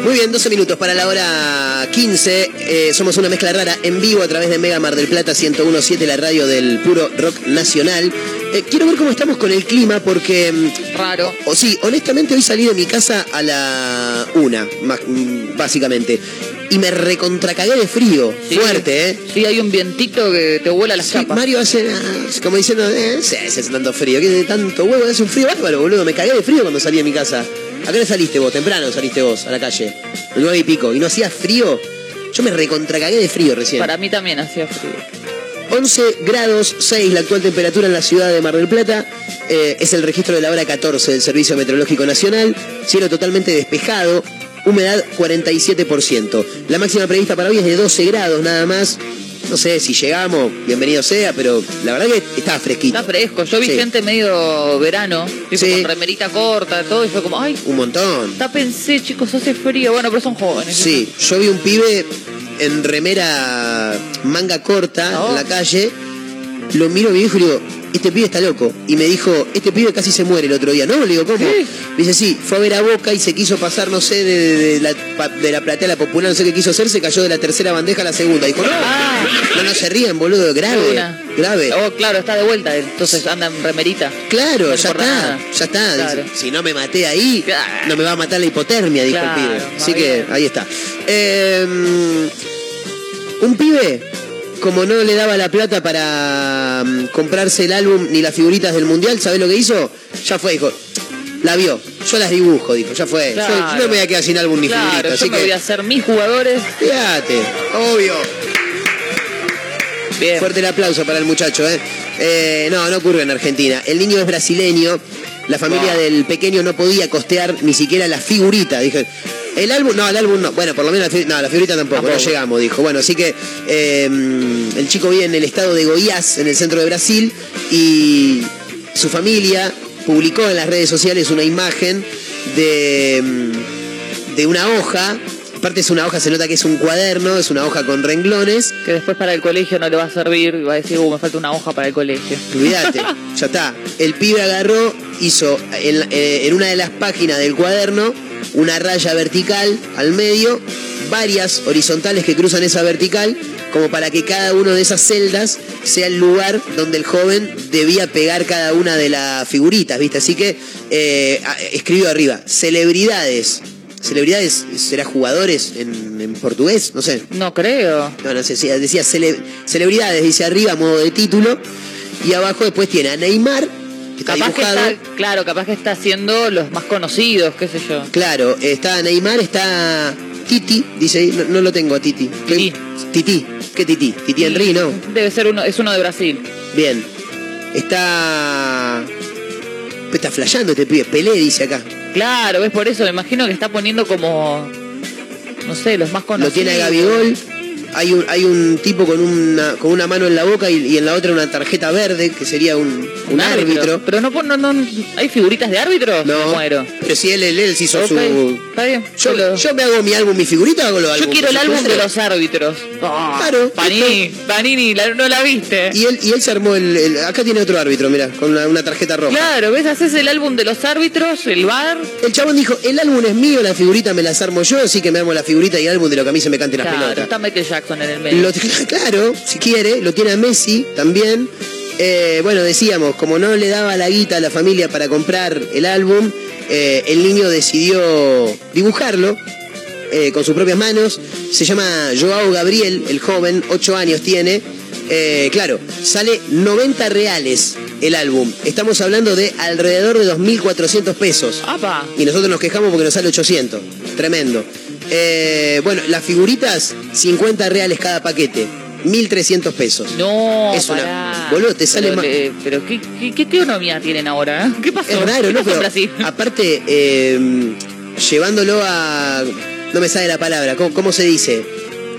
[SPEAKER 5] Muy bien, 12 minutos para la hora 15. Eh, somos una mezcla rara en vivo a través de Mega Mar del Plata 1017, la radio del puro rock nacional. Eh, quiero ver cómo estamos con el clima porque. mm,
[SPEAKER 6] Raro.
[SPEAKER 5] o sí, honestamente hoy salí de mi casa a la una, ma- mm, básicamente. Y me recontracagué de frío.
[SPEAKER 6] Sí.
[SPEAKER 5] Fuerte, ¿eh?
[SPEAKER 6] Sí, hay un vientito que te vuela las
[SPEAKER 5] Sí,
[SPEAKER 6] capas.
[SPEAKER 5] Mario hace ah, como diciendo, eh, se hace tanto frío, que hace tanto huevo, hace un frío bárbaro, boludo. Me cagué de frío cuando salí de mi casa. ¿A qué hora saliste vos? Temprano saliste vos a la calle. Nueve y pico. ¿Y no hacía frío? Yo me recontracagué de frío recién.
[SPEAKER 6] Para mí también hacía frío.
[SPEAKER 5] 11 grados 6 la actual temperatura en la ciudad de Mar del Plata. Eh, es el registro de la hora 14 del Servicio Meteorológico Nacional. Cielo totalmente despejado. Humedad 47%. La máxima prevista para hoy es de 12 grados nada más. No sé si llegamos, bienvenido sea, pero la verdad que está fresquito.
[SPEAKER 6] Está fresco. Yo vi
[SPEAKER 5] Sí.
[SPEAKER 6] gente medio verano, tipo
[SPEAKER 5] Sí.
[SPEAKER 6] con remerita corta, todo, y fue como, ay,
[SPEAKER 5] Un montón.
[SPEAKER 6] ya pensé, chicos, hace frío. Bueno, pero son jóvenes.
[SPEAKER 5] Sí, yo vi un pibe en remera manga corta
[SPEAKER 6] No.
[SPEAKER 5] en la calle. Lo miro a mi viejo y le digo, este pibe está loco. Y me dijo, este pibe casi se muere el otro día. No, le digo, ¿cómo? Me dice, sí, fue a ver a Boca y se quiso pasar, no sé, de, de- de la, pa- de la platea a la popular, no sé qué quiso hacer, se cayó de la tercera bandeja a la segunda. Dijo, no,
[SPEAKER 6] Ah.
[SPEAKER 5] no, no se rían, boludo, grave,
[SPEAKER 6] Una.
[SPEAKER 5] grave.
[SPEAKER 6] Oh, claro, está de vuelta, entonces anda en remerita.
[SPEAKER 5] Claro,
[SPEAKER 6] No
[SPEAKER 5] ya
[SPEAKER 6] por
[SPEAKER 5] está,
[SPEAKER 6] nada.
[SPEAKER 5] ya está.
[SPEAKER 6] Claro.
[SPEAKER 5] Dice, Si no me maté ahí,
[SPEAKER 6] Claro.
[SPEAKER 5] no me va a matar la hipotermia, dijo
[SPEAKER 6] Claro,
[SPEAKER 5] el pibe.
[SPEAKER 6] más
[SPEAKER 5] Así que
[SPEAKER 6] bien.
[SPEAKER 5] ahí está. Eh, un pibe, como no le daba la plata para mm, comprarse el álbum ni las figuritas del mundial, ¿sabés lo que hizo? Ya fue, dijo. La vio, yo las dibujo, dijo, ya fue. Yo- Yo,
[SPEAKER 6] Claro.
[SPEAKER 5] no me voy a quedar sin álbum ni
[SPEAKER 6] Claro,
[SPEAKER 5] figurita,
[SPEAKER 6] yo
[SPEAKER 5] así
[SPEAKER 6] me voy a
[SPEAKER 5] que
[SPEAKER 6] hacer mis jugadores.
[SPEAKER 5] fíjate, obvio.
[SPEAKER 6] Bien.
[SPEAKER 5] Fuerte el aplauso para el muchacho, ¿eh? Eh, No, no ocurre en Argentina. El niño es brasileño. La familia del pequeño no podía costear ni siquiera la figurita. Dije, el álbum, no, el álbum no. Bueno, por lo menos la, fi- no, la figurita tampoco, no
[SPEAKER 6] Tampoco.
[SPEAKER 5] llegamos, dijo. Bueno, así que eh, el chico vive en el estado de Goiás, en el centro de Brasil, y su familia publicó en las redes sociales una imagen de. mm, de una hoja. Aparte es una hoja, se nota que es un cuaderno, es una hoja con renglones.
[SPEAKER 6] Que después para el colegio no le va a servir y va a decir, uh, me falta una hoja para el colegio.
[SPEAKER 5] Olvídate, ya está. El pibe agarró, hizo en, la- eh, en una de las páginas del cuaderno una raya vertical al medio, varias horizontales que cruzan esa vertical, como para que cada una de esas celdas sea el lugar donde el joven debía pegar cada una de las figuritas, ¿viste? Así que eh, a- escribió arriba, celebridades. ¿Celebridades será jugadores en, en portugués? No sé.
[SPEAKER 6] No creo.
[SPEAKER 5] No, no sé, sí, decía cele- celebridades, dice arriba, a modo de título. Y abajo después tiene a Neymar, que está
[SPEAKER 6] Capaz que
[SPEAKER 5] dibujado.
[SPEAKER 6] está, claro, capaz que está haciendo los más conocidos, qué sé yo.
[SPEAKER 5] Claro, está Neymar, está Titi, dice ahí, no, no lo tengo a Titi.
[SPEAKER 6] Titi.
[SPEAKER 5] Titi, ¿qué Titi? Titi Henry, ¿no?
[SPEAKER 6] Debe ser uno, es uno de Brasil.
[SPEAKER 5] Bien. Está. Está flasheando este pibe, Pelé, dice acá.
[SPEAKER 6] Claro, ves por eso, me imagino que está poniendo como, no sé, los más
[SPEAKER 5] Lo
[SPEAKER 6] conocidos.
[SPEAKER 5] tiene a Gabigol, hay un, hay un tipo con una, con una mano en la boca y, y en la otra una tarjeta verde, que sería un, un árbitro.
[SPEAKER 6] Pero no, pon- no, no- ¿Hay figuritas de árbitro?
[SPEAKER 5] No,
[SPEAKER 6] Me muero.
[SPEAKER 5] pero si él, él, él se hizo
[SPEAKER 6] Ok,
[SPEAKER 5] su...
[SPEAKER 6] Está bien.
[SPEAKER 5] Yo,
[SPEAKER 6] Yo, lo-
[SPEAKER 5] yo me hago mi álbum, mi figurita, hago los
[SPEAKER 6] yo
[SPEAKER 5] álbumes,
[SPEAKER 6] quiero el
[SPEAKER 5] por
[SPEAKER 6] álbum de
[SPEAKER 5] supuesto.
[SPEAKER 6] los árbitros. Ah,
[SPEAKER 5] Claro.
[SPEAKER 6] Panini, Panini, la- no la viste.
[SPEAKER 5] Y él, y él se armó el, el- Acá tiene otro árbitro, mira, con una, una tarjeta roja.
[SPEAKER 6] Claro, ¿ves? Haces el álbum de los árbitros, el bar.
[SPEAKER 5] El chabón dijo, el álbum es mío, la figurita me las armo yo, así que me armo la figurita y álbum de lo que a mí se me cante las
[SPEAKER 6] Claro,
[SPEAKER 5] pelotas.
[SPEAKER 6] está Michael Jackson en el medio.
[SPEAKER 5] Lo- claro, si quiere, lo tiene a Messi también. Eh, bueno, decíamos, como no le daba la guita a la familia para comprar el álbum, eh, el niño decidió dibujarlo eh, con sus propias manos. Se llama Joao Gabriel, el joven, 8 años tiene. Eh, claro, sale 90 reales el álbum. Estamos hablando de alrededor de 2.400 pesos.
[SPEAKER 6] ¡Apa!
[SPEAKER 5] Y nosotros nos quejamos porque nos sale 800. Tremendo. Eh, bueno, las figuritas, 50 reales cada paquete. 1.300 pesos.
[SPEAKER 6] No,
[SPEAKER 5] Es una-
[SPEAKER 6] pará.
[SPEAKER 5] boludo, te sale
[SPEAKER 6] Pero
[SPEAKER 5] más-
[SPEAKER 6] le- pero ¿qué, qué, qué- qué economía tienen ahora? eh? ¿Qué pasó?
[SPEAKER 5] Es raro,
[SPEAKER 6] ¿Qué
[SPEAKER 5] ¿no?
[SPEAKER 6] pasó en
[SPEAKER 5] Pero,
[SPEAKER 6] Brasil?
[SPEAKER 5] aparte, eh, llevándolo a... No me sale la palabra. ¿Cómo, cómo se dice?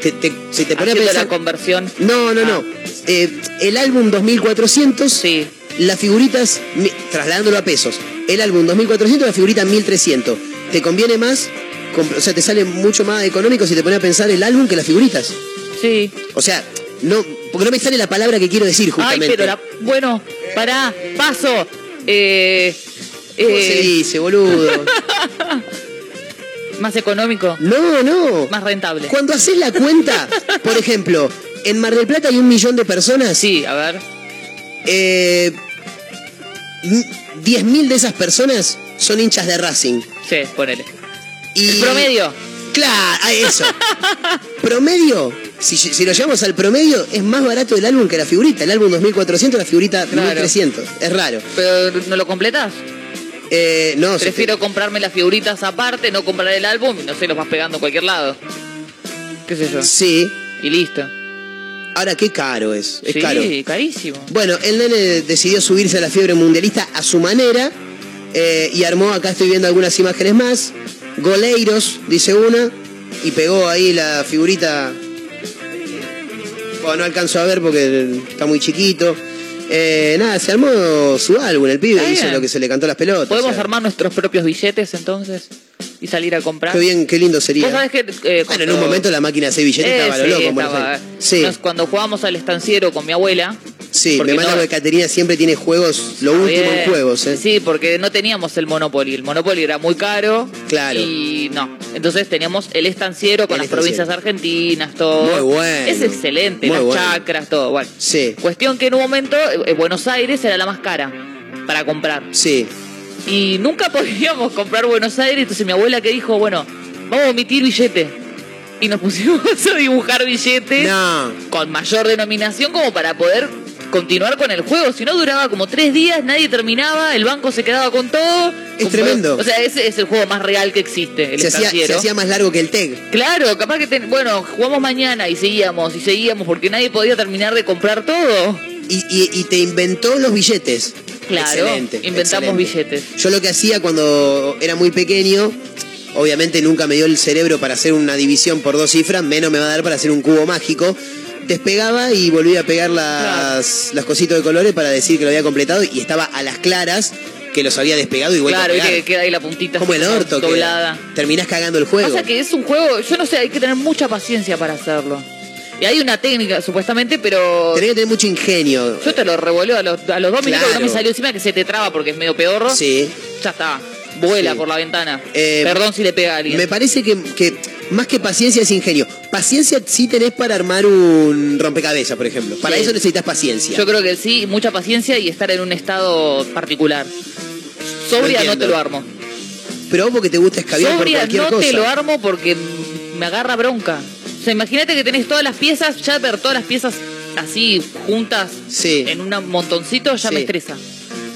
[SPEAKER 5] Te- te- se te pone a
[SPEAKER 6] Haciendo
[SPEAKER 5] pensar...
[SPEAKER 6] la conversión.
[SPEAKER 5] No, no,
[SPEAKER 6] Ah.
[SPEAKER 5] no. Eh, el álbum 2400,
[SPEAKER 6] Sí.
[SPEAKER 5] las figuritas, mi- trasladándolo a pesos. El álbum 2400, la figurita 1300. ¿Te conviene más? Comp- O sea, te sale mucho más económico si te pones a pensar el álbum que las figuritas.
[SPEAKER 6] Sí.
[SPEAKER 5] O sea, no, porque no me sale la palabra que quiero decir justamente.
[SPEAKER 6] Ay, pero la... Bueno, pará, paso. Eh,
[SPEAKER 5] ¿Cómo se
[SPEAKER 6] eh,
[SPEAKER 5] dice, boludo?
[SPEAKER 6] más económico,
[SPEAKER 5] No, no.
[SPEAKER 6] más rentable.
[SPEAKER 5] Cuando haces la cuenta, por ejemplo, en Mar del Plata hay un millón de personas.
[SPEAKER 6] Sí, a ver.
[SPEAKER 5] Eh, m- 10.000 de esas personas son hinchas de Racing.
[SPEAKER 6] Sí, ponele.
[SPEAKER 5] Y...
[SPEAKER 6] El promedio.
[SPEAKER 5] Claro, ah, eso. promedio, si, si lo llevamos al promedio, es más barato el álbum que la figurita. El álbum 2400, la figurita
[SPEAKER 6] Claro.
[SPEAKER 5] 1300. Es raro.
[SPEAKER 6] Pero no lo completas.
[SPEAKER 5] Eh, no, se-
[SPEAKER 6] Prefiero comprarme las figuritas aparte, no comprar el álbum y no sé, los vas pegando en cualquier lado. ¿Qué sé yo?
[SPEAKER 5] Sí.
[SPEAKER 6] Y listo.
[SPEAKER 5] Ahora, qué caro es. Es
[SPEAKER 6] sí,
[SPEAKER 5] caro.
[SPEAKER 6] carísimo.
[SPEAKER 5] Bueno, el nene decidió subirse a la fiebre mundialista a su manera eh, y armó, acá estoy viendo algunas imágenes más, goleiros, dice una, y pegó ahí la figurita. Bueno, no alcanzo a ver porque está muy chiquito. Eh, nada, se armó su álbum, el pibe
[SPEAKER 6] Está
[SPEAKER 5] hizo
[SPEAKER 6] bien.
[SPEAKER 5] lo que se le cantó las pelotas.
[SPEAKER 6] ¿Podemos
[SPEAKER 5] o sea,
[SPEAKER 6] armar nuestros propios billetes entonces? Y salir a comprar.
[SPEAKER 5] Qué bien, qué lindo sería.
[SPEAKER 6] Vos sabés que. eh,
[SPEAKER 5] Bueno,
[SPEAKER 6] cuando-
[SPEAKER 5] en un momento la máquina de billetes
[SPEAKER 6] Eh,
[SPEAKER 5] estaba lo
[SPEAKER 6] sí,
[SPEAKER 5] loco. en Buenos
[SPEAKER 6] estaba- eh,
[SPEAKER 5] Aires. Sí,
[SPEAKER 6] Nos- cuando jugábamos al estanciero con mi abuela.
[SPEAKER 5] sí,
[SPEAKER 6] porque
[SPEAKER 5] me manda
[SPEAKER 6] no-
[SPEAKER 5] que Caterina siempre tiene juegos, lo
[SPEAKER 6] Está
[SPEAKER 5] último en
[SPEAKER 6] bien.
[SPEAKER 5] juegos. ¿eh?
[SPEAKER 6] Sí, porque no teníamos el Monopoly. El Monopoly era muy caro.
[SPEAKER 5] Claro.
[SPEAKER 6] Y no. Entonces teníamos el estanciero con
[SPEAKER 5] El
[SPEAKER 6] las provincias argentinas, todo.
[SPEAKER 5] Muy bueno.
[SPEAKER 6] Es excelente.
[SPEAKER 5] Muy
[SPEAKER 6] las
[SPEAKER 5] bueno.
[SPEAKER 6] chacras, todo. Bueno.
[SPEAKER 5] Sí,
[SPEAKER 6] Cuestión que en un momento eh, Buenos Aires era la más cara para comprar.
[SPEAKER 5] sí.
[SPEAKER 6] Y nunca podíamos comprar Buenos Aires. Entonces mi abuela que dijo, bueno, vamos a omitir billete. Y nos pusimos a dibujar billetes
[SPEAKER 5] No.
[SPEAKER 6] con mayor denominación como para poder continuar con el juego. Si no, duraba como tres días, nadie terminaba, el banco se quedaba con todo.
[SPEAKER 5] Es
[SPEAKER 6] Como-
[SPEAKER 5] tremendo.
[SPEAKER 6] O sea, ese es el juego más real que existe, el
[SPEAKER 5] se hacía,
[SPEAKER 6] estanciero.
[SPEAKER 5] se hacía más largo que el TEG.
[SPEAKER 6] Claro, capaz que, ten- bueno, jugamos mañana y seguíamos y seguíamos porque nadie podía terminar de comprar todo.
[SPEAKER 5] Y, y- y te inventó los billetes.
[SPEAKER 6] Claro,
[SPEAKER 5] Excelente,
[SPEAKER 6] inventamos
[SPEAKER 5] excelente.
[SPEAKER 6] billetes.
[SPEAKER 5] Yo lo que hacía cuando era muy pequeño, obviamente nunca me dio el cerebro para hacer una división por dos cifras, menos me va a dar para hacer un cubo mágico. Despegaba y volvía a pegar las, las cositas de colores para decir que lo había completado y estaba a las claras que los había despegado y vuelto
[SPEAKER 6] claro,
[SPEAKER 5] a
[SPEAKER 6] y
[SPEAKER 5] pegar.
[SPEAKER 6] que queda ahí la puntita.
[SPEAKER 5] Como el
[SPEAKER 6] así,
[SPEAKER 5] orto, que
[SPEAKER 6] doblada.
[SPEAKER 5] terminás cagando el juego.
[SPEAKER 6] Pasa que es un juego, yo no sé, hay que tener mucha paciencia para hacerlo. Y hay una técnica, supuestamente, pero...
[SPEAKER 5] Tenés que tener mucho ingenio.
[SPEAKER 6] Yo te lo revoleo a los, a los dos minutos que no
[SPEAKER 5] Claro.
[SPEAKER 6] me salió encima que se te traba porque es medio peorro.
[SPEAKER 5] Sí.
[SPEAKER 6] Ya está. Vuela
[SPEAKER 5] Sí.
[SPEAKER 6] por la ventana.
[SPEAKER 5] Eh,
[SPEAKER 6] Perdón si le pega a alguien.
[SPEAKER 5] Me parece que, que más que paciencia es ingenio. Paciencia sí tenés para armar un rompecabezas, por ejemplo. Para
[SPEAKER 6] Sí.
[SPEAKER 5] eso necesitas paciencia.
[SPEAKER 6] Yo creo que sí, mucha paciencia y estar en un estado particular. Sobria no,
[SPEAKER 5] entiendo.
[SPEAKER 6] te lo armo.
[SPEAKER 5] Pero vos porque te gusta escabiar por
[SPEAKER 6] Sobria
[SPEAKER 5] cualquier
[SPEAKER 6] no
[SPEAKER 5] cosa.
[SPEAKER 6] te lo armo porque me agarra bronca. O sea, imagínate que tenés todas las piezas, ya ver todas las piezas así juntas
[SPEAKER 5] Sí.
[SPEAKER 6] en un montoncito ya
[SPEAKER 5] Sí.
[SPEAKER 6] me estresa.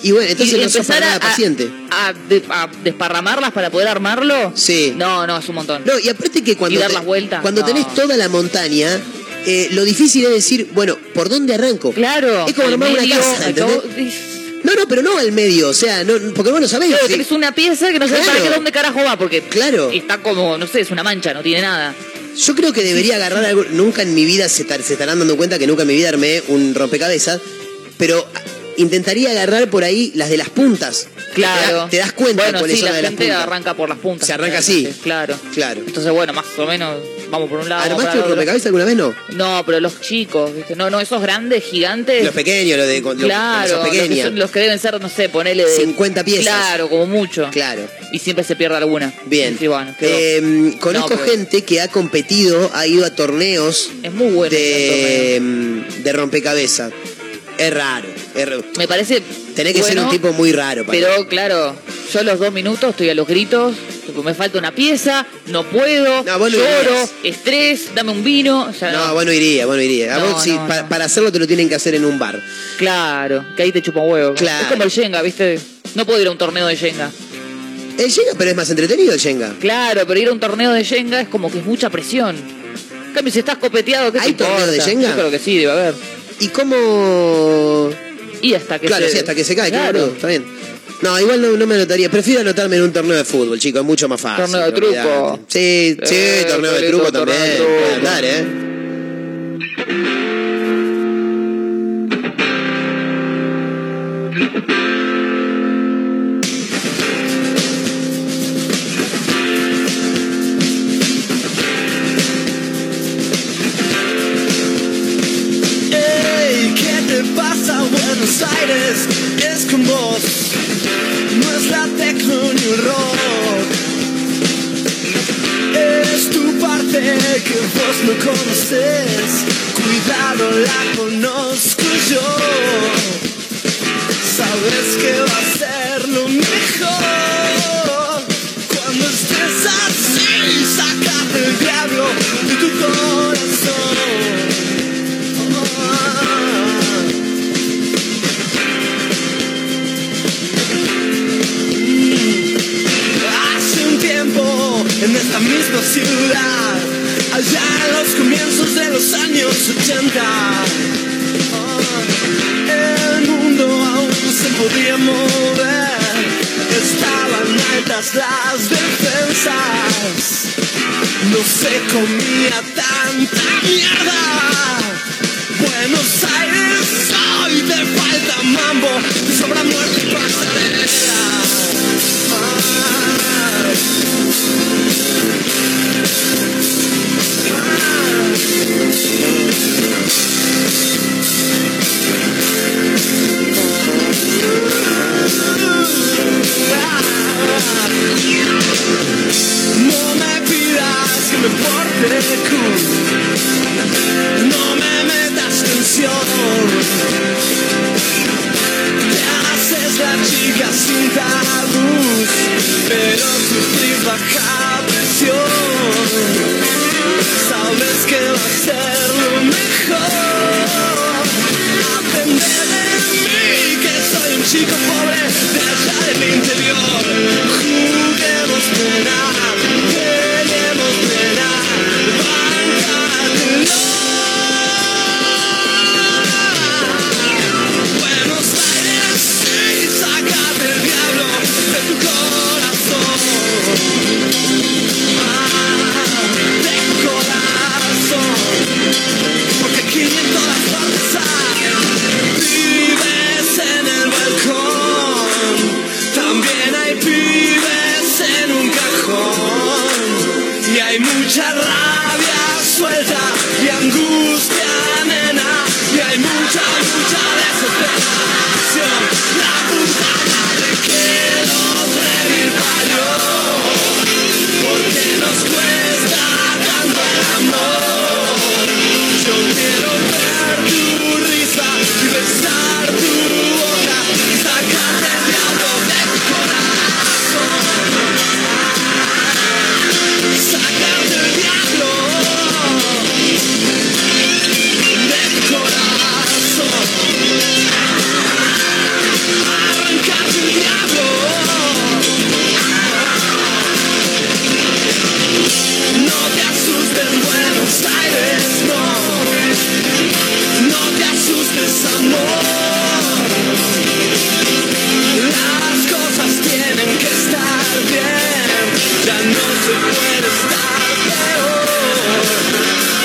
[SPEAKER 5] Y bueno, entonces
[SPEAKER 6] y
[SPEAKER 5] no sos
[SPEAKER 6] empezar
[SPEAKER 5] para
[SPEAKER 6] a,
[SPEAKER 5] nada paciente.
[SPEAKER 6] a- a de- a desparramarlas para poder armarlo.
[SPEAKER 5] Sí.
[SPEAKER 6] No, no, es un montón.
[SPEAKER 5] No, y aparte que cuando,
[SPEAKER 6] Y dar las vueltas,
[SPEAKER 5] cuando
[SPEAKER 6] no.
[SPEAKER 5] tenés toda la montaña, eh, lo difícil es decir, bueno, ¿por dónde arranco?
[SPEAKER 6] Claro.
[SPEAKER 5] Es como
[SPEAKER 6] al
[SPEAKER 5] armar una
[SPEAKER 6] medio,
[SPEAKER 5] casa,
[SPEAKER 6] al
[SPEAKER 5] ¿entendés?
[SPEAKER 6] cabo- y-
[SPEAKER 5] No, no, pero no al medio, o sea, no, porque vos no sabés.
[SPEAKER 6] Claro,
[SPEAKER 5] si-
[SPEAKER 6] tenés una pieza que no sabés
[SPEAKER 5] Claro.
[SPEAKER 6] para qué dónde carajo va, porque
[SPEAKER 5] Claro.
[SPEAKER 6] está como, no sé, es una mancha, no tiene nada.
[SPEAKER 5] Yo creo que debería agarrar algo. Nunca en mi vida se, estar- se estarán dando cuenta que nunca en mi vida armé un rompecabezas, pero ah, intentaría agarrar por ahí las de las puntas. Te,
[SPEAKER 6] Claro.
[SPEAKER 5] da- te das cuenta
[SPEAKER 6] bueno,
[SPEAKER 5] cuáles
[SPEAKER 6] sí,
[SPEAKER 5] son
[SPEAKER 6] la
[SPEAKER 5] las de las
[SPEAKER 6] gente
[SPEAKER 5] puntas.
[SPEAKER 6] arranca por las puntas.
[SPEAKER 5] Se arranca así.
[SPEAKER 6] Claro.
[SPEAKER 5] Claro.
[SPEAKER 6] Entonces, bueno, más o menos vamos por un lado. vamos
[SPEAKER 5] ¿Armaste
[SPEAKER 6] para
[SPEAKER 5] un
[SPEAKER 6] el otro.
[SPEAKER 5] rompecabezas alguna vez? No.
[SPEAKER 6] No, pero los chicos, ¿viste? No, no, esos grandes, gigantes.
[SPEAKER 5] Los pequeños, los de con- los-
[SPEAKER 6] Claro,
[SPEAKER 5] con
[SPEAKER 6] los
[SPEAKER 5] los
[SPEAKER 6] que,
[SPEAKER 5] pequeños.
[SPEAKER 6] son- los que deben ser, no sé, ponele de...
[SPEAKER 5] 50 piezas.
[SPEAKER 6] Claro, como mucho.
[SPEAKER 5] Claro.
[SPEAKER 6] Y siempre se pierde alguna.
[SPEAKER 5] Bien.
[SPEAKER 6] Sí, bueno, quedó.
[SPEAKER 5] Eh, conozco
[SPEAKER 6] No, porque-
[SPEAKER 5] gente que ha competido, ha ido a torneos
[SPEAKER 6] es muy bueno.
[SPEAKER 5] de, em, de rompecabezas. Es raro. es raro.
[SPEAKER 6] Me parece.
[SPEAKER 5] Tenés que ser
[SPEAKER 6] bueno,
[SPEAKER 5] un tipo muy raro para
[SPEAKER 6] Pero claro, yo a los dos minutos estoy a los gritos, tipo, me falta una pieza, no puedo,
[SPEAKER 5] No, vos no
[SPEAKER 6] lloro,
[SPEAKER 5] irías.
[SPEAKER 6] estrés, dame un vino. o sea,
[SPEAKER 5] No, bueno iría, bueno iría. A
[SPEAKER 6] No,
[SPEAKER 5] vos, sí,
[SPEAKER 6] no,
[SPEAKER 5] pa-
[SPEAKER 6] no.
[SPEAKER 5] Para hacerlo te lo tienen que hacer en un bar.
[SPEAKER 6] Claro, que ahí te chupa un huevo.
[SPEAKER 5] Claro.
[SPEAKER 6] Es como el Jenga, ¿viste? No puedo ir a un torneo de Jenga.
[SPEAKER 5] El Jenga, pero es más entretenido el Jenga.
[SPEAKER 6] Claro, pero ir a un torneo de Jenga es como que es mucha presión. En cambio, si estás copeteado, ¿qué
[SPEAKER 5] ¿Hay
[SPEAKER 6] te
[SPEAKER 5] torneo de
[SPEAKER 6] importa?
[SPEAKER 5] Jenga?
[SPEAKER 6] Yo creo que sí, debe haber.
[SPEAKER 5] ¿Y cómo...?
[SPEAKER 6] Y hasta que
[SPEAKER 5] claro,
[SPEAKER 6] se...
[SPEAKER 5] sí, hasta que se cae, claro.
[SPEAKER 6] Claro.
[SPEAKER 5] está bien. No, igual no, no me anotaría. Prefiero anotarme en un torneo de fútbol, chicos, es mucho más fácil.
[SPEAKER 6] Torneo de
[SPEAKER 5] olvidate.
[SPEAKER 6] truco.
[SPEAKER 5] Sí, sí,
[SPEAKER 6] Eh,
[SPEAKER 5] torneo de
[SPEAKER 6] solito,
[SPEAKER 5] truco
[SPEAKER 6] torneo
[SPEAKER 5] también.
[SPEAKER 6] de truco.
[SPEAKER 5] puede andar, ¿eh?
[SPEAKER 3] Ey, ¿qué te pasa Buenos Aires? Es con vos, no es la tecno ni el rock. Es tu parte que vos no conoces, cuidado la conozco yo. Sabes que va a ser lo mejor cuando estés así, sacate el diablo de tu corazón. Hace un tiempo, en esta misma ciudad, allá en los comienzos de los años 80, el mundo aún se podía mover, estaban altas las defensas, no se comía tanta mierda. Buenos Aires, hoy te falta mambo, te sobra muerte y pasarela. Ay. Ay. No me pidas que me porte cool. No me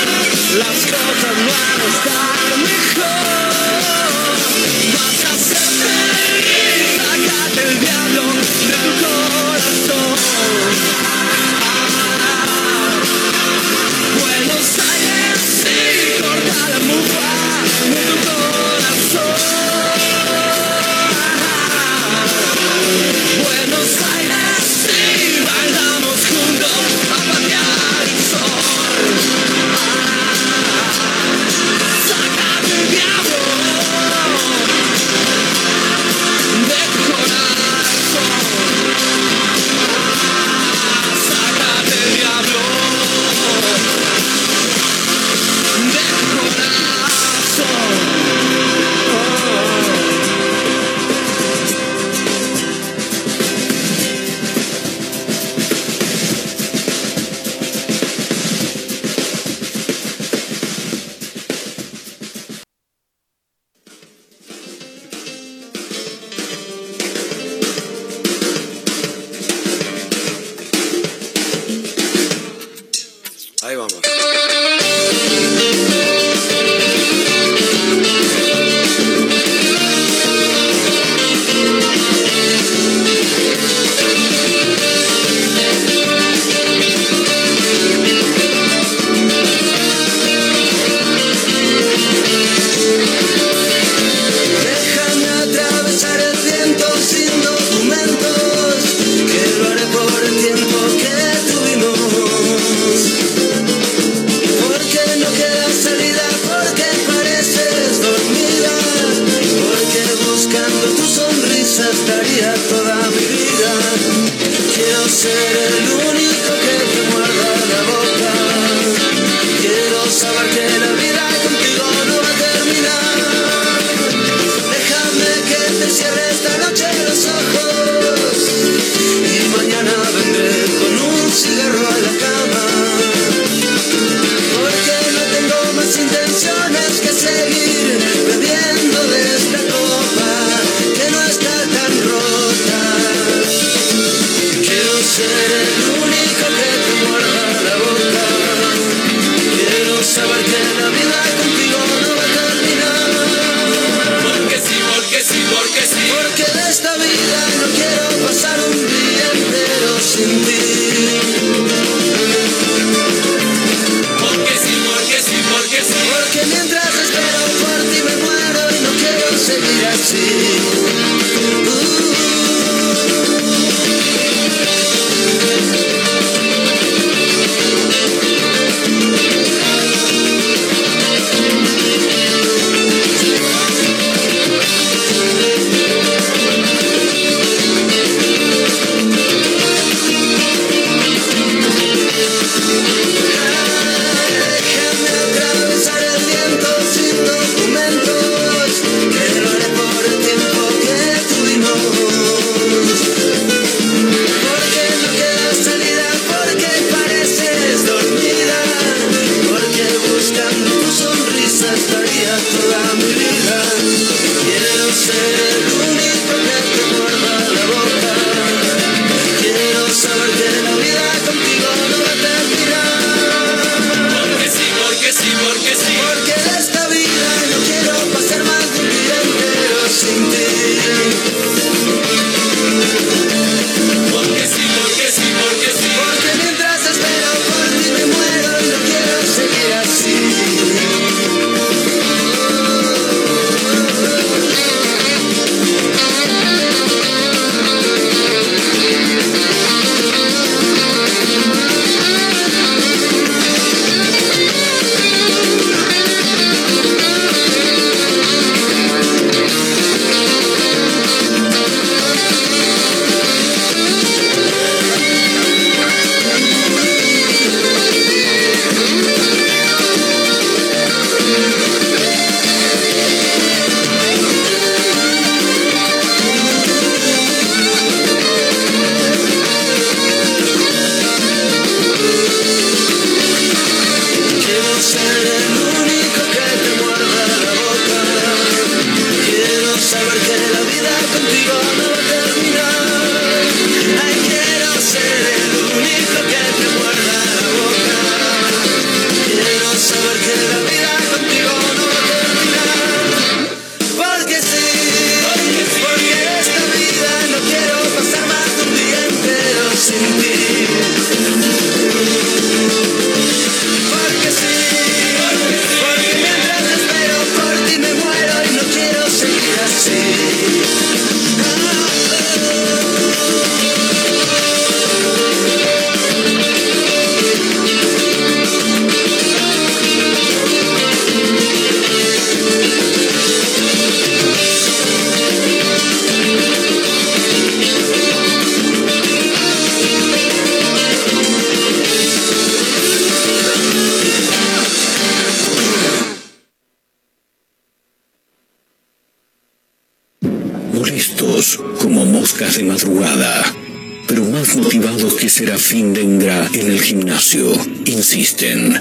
[SPEAKER 5] cosas van a estar mejor. Vas a ser feliz, sácate el diablo de tu corazón. Ah, Buenos Aires, sí, corta la mufa de tu corazón. Buenos Aires, sí, bailamos juntos a patear el sol. Ah, sácate el diablo de tu corazón. Ah, sácate el diablo de tu corazón.
[SPEAKER 7] Ahí vamos.
[SPEAKER 5] Déjame atravesar el viento sin documentos, que lo haré por el tiempo que tuvimos. Porque no queda salida, porque pareces dormida, porque buscando tu sonrisa estaría toda mi vida. Quiero ser el único que te muerda la boca. Quiero saber que la vida contigo no va a terminar. Déjame que te cierre esta noche los ojos y mañana vendré con un cigarro a la cama. Porque no tengo más intenciones que seguir bebiendo de esta copa que no está tan rota. Quiero ser el único que te muerda la boca. Quiero saber que la vida contigo no va a terminar. Porque sí, porque sí, porque sí. Porque de esta vida no quiero pasar un día entero sin ti. Porque sí, porque sí, porque sí. Porque mientras espero por ti me muero y no quiero seguir así. Déjame atravesar el viento sin documentos, que lo haré por el tiempo que tuvimos. Porque no queda salida, porque pareces dormida, porque buscando tu sonrisa estaría toda mi vida. Quiero ser el único que te muerda la boca, quiero saber que la vida contigo no va a terminar. Porque sí, porque sí, porque sí. Porque de esta vida no quiero pasar más de un día entero sin ti. Porque sí, porque sí, porque sí. Porque mientras espero por ti me muero y no quiero seguir así.
[SPEAKER 2] molestos como moscas de madrugada, pero más motivados que Serafín Dengra en el gimnasio, insisten.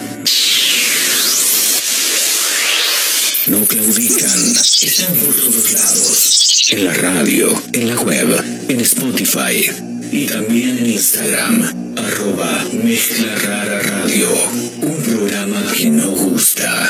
[SPEAKER 2] No claudican, están por todos lados, en la radio, en la web, en Spotify y también en Instagram, arroba Mezcla Rara Radio, un programa que no gusta,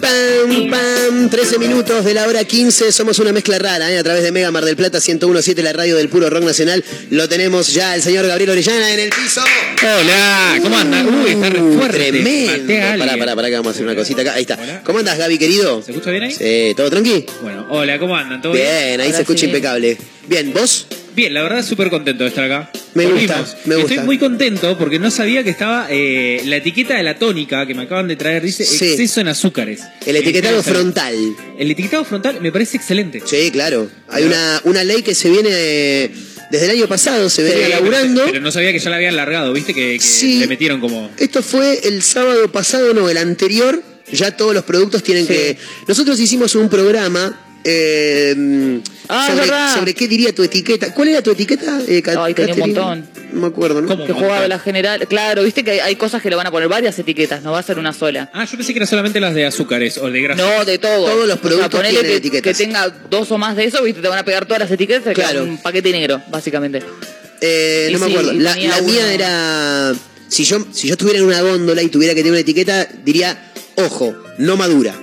[SPEAKER 5] Pam, pam, 13 minutos de la hora 15, somos una mezcla rara, ¿eh? a través de Mega Mar del Plata 1017, la radio del puro rock nacional. Lo tenemos ya el señor Gabriel Orellana en el piso.
[SPEAKER 4] Hola, ¿cómo anda? Uy, está re fuerte.
[SPEAKER 5] Tremendo.
[SPEAKER 4] Maté a alguien.
[SPEAKER 5] Pará, pará, pará, que vamos a hacer una cosita acá. Ahí está. ¿Cómo andas, Gaby, querido?
[SPEAKER 4] ¿Se escucha bien ahí?
[SPEAKER 5] Sí, ¿todo tranqui?
[SPEAKER 4] Bueno, hola, ¿cómo andan? ¿Todo bien?
[SPEAKER 5] Bien, ahí
[SPEAKER 6] Ahora
[SPEAKER 5] se escucha
[SPEAKER 6] sí.
[SPEAKER 5] impecable. Bien, ¿vos?
[SPEAKER 4] Bien, la verdad súper contento de estar acá.
[SPEAKER 5] Me gusta, me gusta.
[SPEAKER 4] Estoy muy contento porque no sabía que estaba eh, la etiqueta de la tónica que me acaban de traer, dice
[SPEAKER 5] Sí.
[SPEAKER 4] exceso en azúcares.
[SPEAKER 5] El etiquetado
[SPEAKER 4] Eh,
[SPEAKER 5] frontal.
[SPEAKER 4] El etiquetado frontal me parece excelente.
[SPEAKER 5] Sí, claro. Hay una, una ley que se viene eh, desde el año pasado, se venía laburando.
[SPEAKER 4] Pero no sabía que ya la habían largado, ¿viste? Que, que
[SPEAKER 5] Sí.
[SPEAKER 4] le metieron como...
[SPEAKER 5] Esto fue el sábado pasado, no, el anterior. Ya todos los productos tienen que. Nosotros hicimos un programa. eh,
[SPEAKER 6] Ah, es
[SPEAKER 5] sobre,
[SPEAKER 6] verdad.
[SPEAKER 5] sobre qué diría tu etiqueta. ¿Cuál era tu etiqueta? eh, Ca-
[SPEAKER 6] Ay, tenía un
[SPEAKER 5] Catherine?
[SPEAKER 6] montón.
[SPEAKER 5] No me acuerdo, ¿no?
[SPEAKER 4] ¿Cómo?
[SPEAKER 6] Que jugaba la general. Claro, viste que hay, hay cosas que le van a poner varias etiquetas, no va a ser una sola.
[SPEAKER 4] Ah, yo pensé que era solamente las de azúcares o de grasa.
[SPEAKER 6] No, de todo.
[SPEAKER 5] Todos los productos
[SPEAKER 6] ponele
[SPEAKER 5] tienen
[SPEAKER 6] que,
[SPEAKER 5] etiquetas.
[SPEAKER 6] que tenga dos o más de eso, viste, te van a pegar todas las etiquetas. te queda
[SPEAKER 5] Claro.
[SPEAKER 6] Un paquete negro, básicamente.
[SPEAKER 5] Eh,
[SPEAKER 6] Y
[SPEAKER 5] no me
[SPEAKER 6] sí,
[SPEAKER 5] acuerdo.
[SPEAKER 6] y
[SPEAKER 5] La,
[SPEAKER 6] tenía
[SPEAKER 5] la
[SPEAKER 6] uno.
[SPEAKER 5] mía era. Si yo, si yo estuviera en una góndola y tuviera que tener una etiqueta, diría: Ojo, no madura.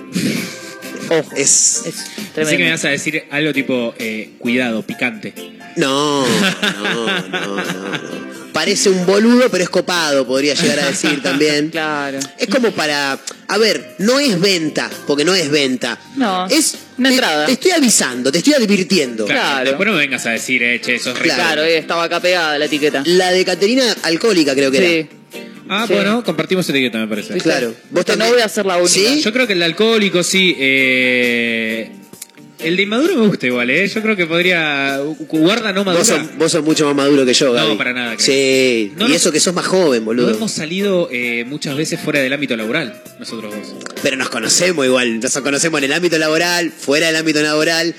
[SPEAKER 6] Ojo.
[SPEAKER 5] Es.
[SPEAKER 6] Es
[SPEAKER 4] Pensé que me
[SPEAKER 6] tremendo.
[SPEAKER 4] ibas a decir algo tipo, eh, cuidado, picante.
[SPEAKER 5] No, no, no, no, no. Parece un boludo, pero es copado, podría llegar a decir también.
[SPEAKER 6] Claro.
[SPEAKER 5] Es como para. A ver, no es venta, porque no es venta.
[SPEAKER 6] No,
[SPEAKER 5] Es.
[SPEAKER 6] una
[SPEAKER 5] te-
[SPEAKER 6] entrada.
[SPEAKER 5] Te, estoy avisando, te estoy advirtiendo.
[SPEAKER 6] Claro.
[SPEAKER 4] Después no me vengas a decir, eh, che, sos rico.
[SPEAKER 5] Claro.
[SPEAKER 6] Claro, eh, estaba acá pegada la etiqueta.
[SPEAKER 5] La de Caterina alcohólica, creo que
[SPEAKER 6] Sí.
[SPEAKER 4] Ah,
[SPEAKER 6] Sí.
[SPEAKER 4] bueno, compartimos etiqueta, me parece.
[SPEAKER 5] era. Claro.
[SPEAKER 6] Viste, no voy a ser la única.
[SPEAKER 5] ¿Sí?
[SPEAKER 4] Yo creo que el de alcohólico, sí. eh, el de inmaduro me gusta igual, ¿eh? Yo creo que podría. Guarda no madura.
[SPEAKER 5] Vos sos, vos sos mucho más maduro que yo,
[SPEAKER 4] No,
[SPEAKER 5] Gaby.
[SPEAKER 4] para nada, creo.
[SPEAKER 5] Sí.
[SPEAKER 4] No,
[SPEAKER 5] y
[SPEAKER 4] no.
[SPEAKER 5] eso que sos más joven, boludo.
[SPEAKER 4] No hemos salido eh, muchas veces fuera del ámbito laboral, nosotros dos.
[SPEAKER 5] Pero nos conocemos igual, nos conocemos en el ámbito laboral, fuera del ámbito laboral.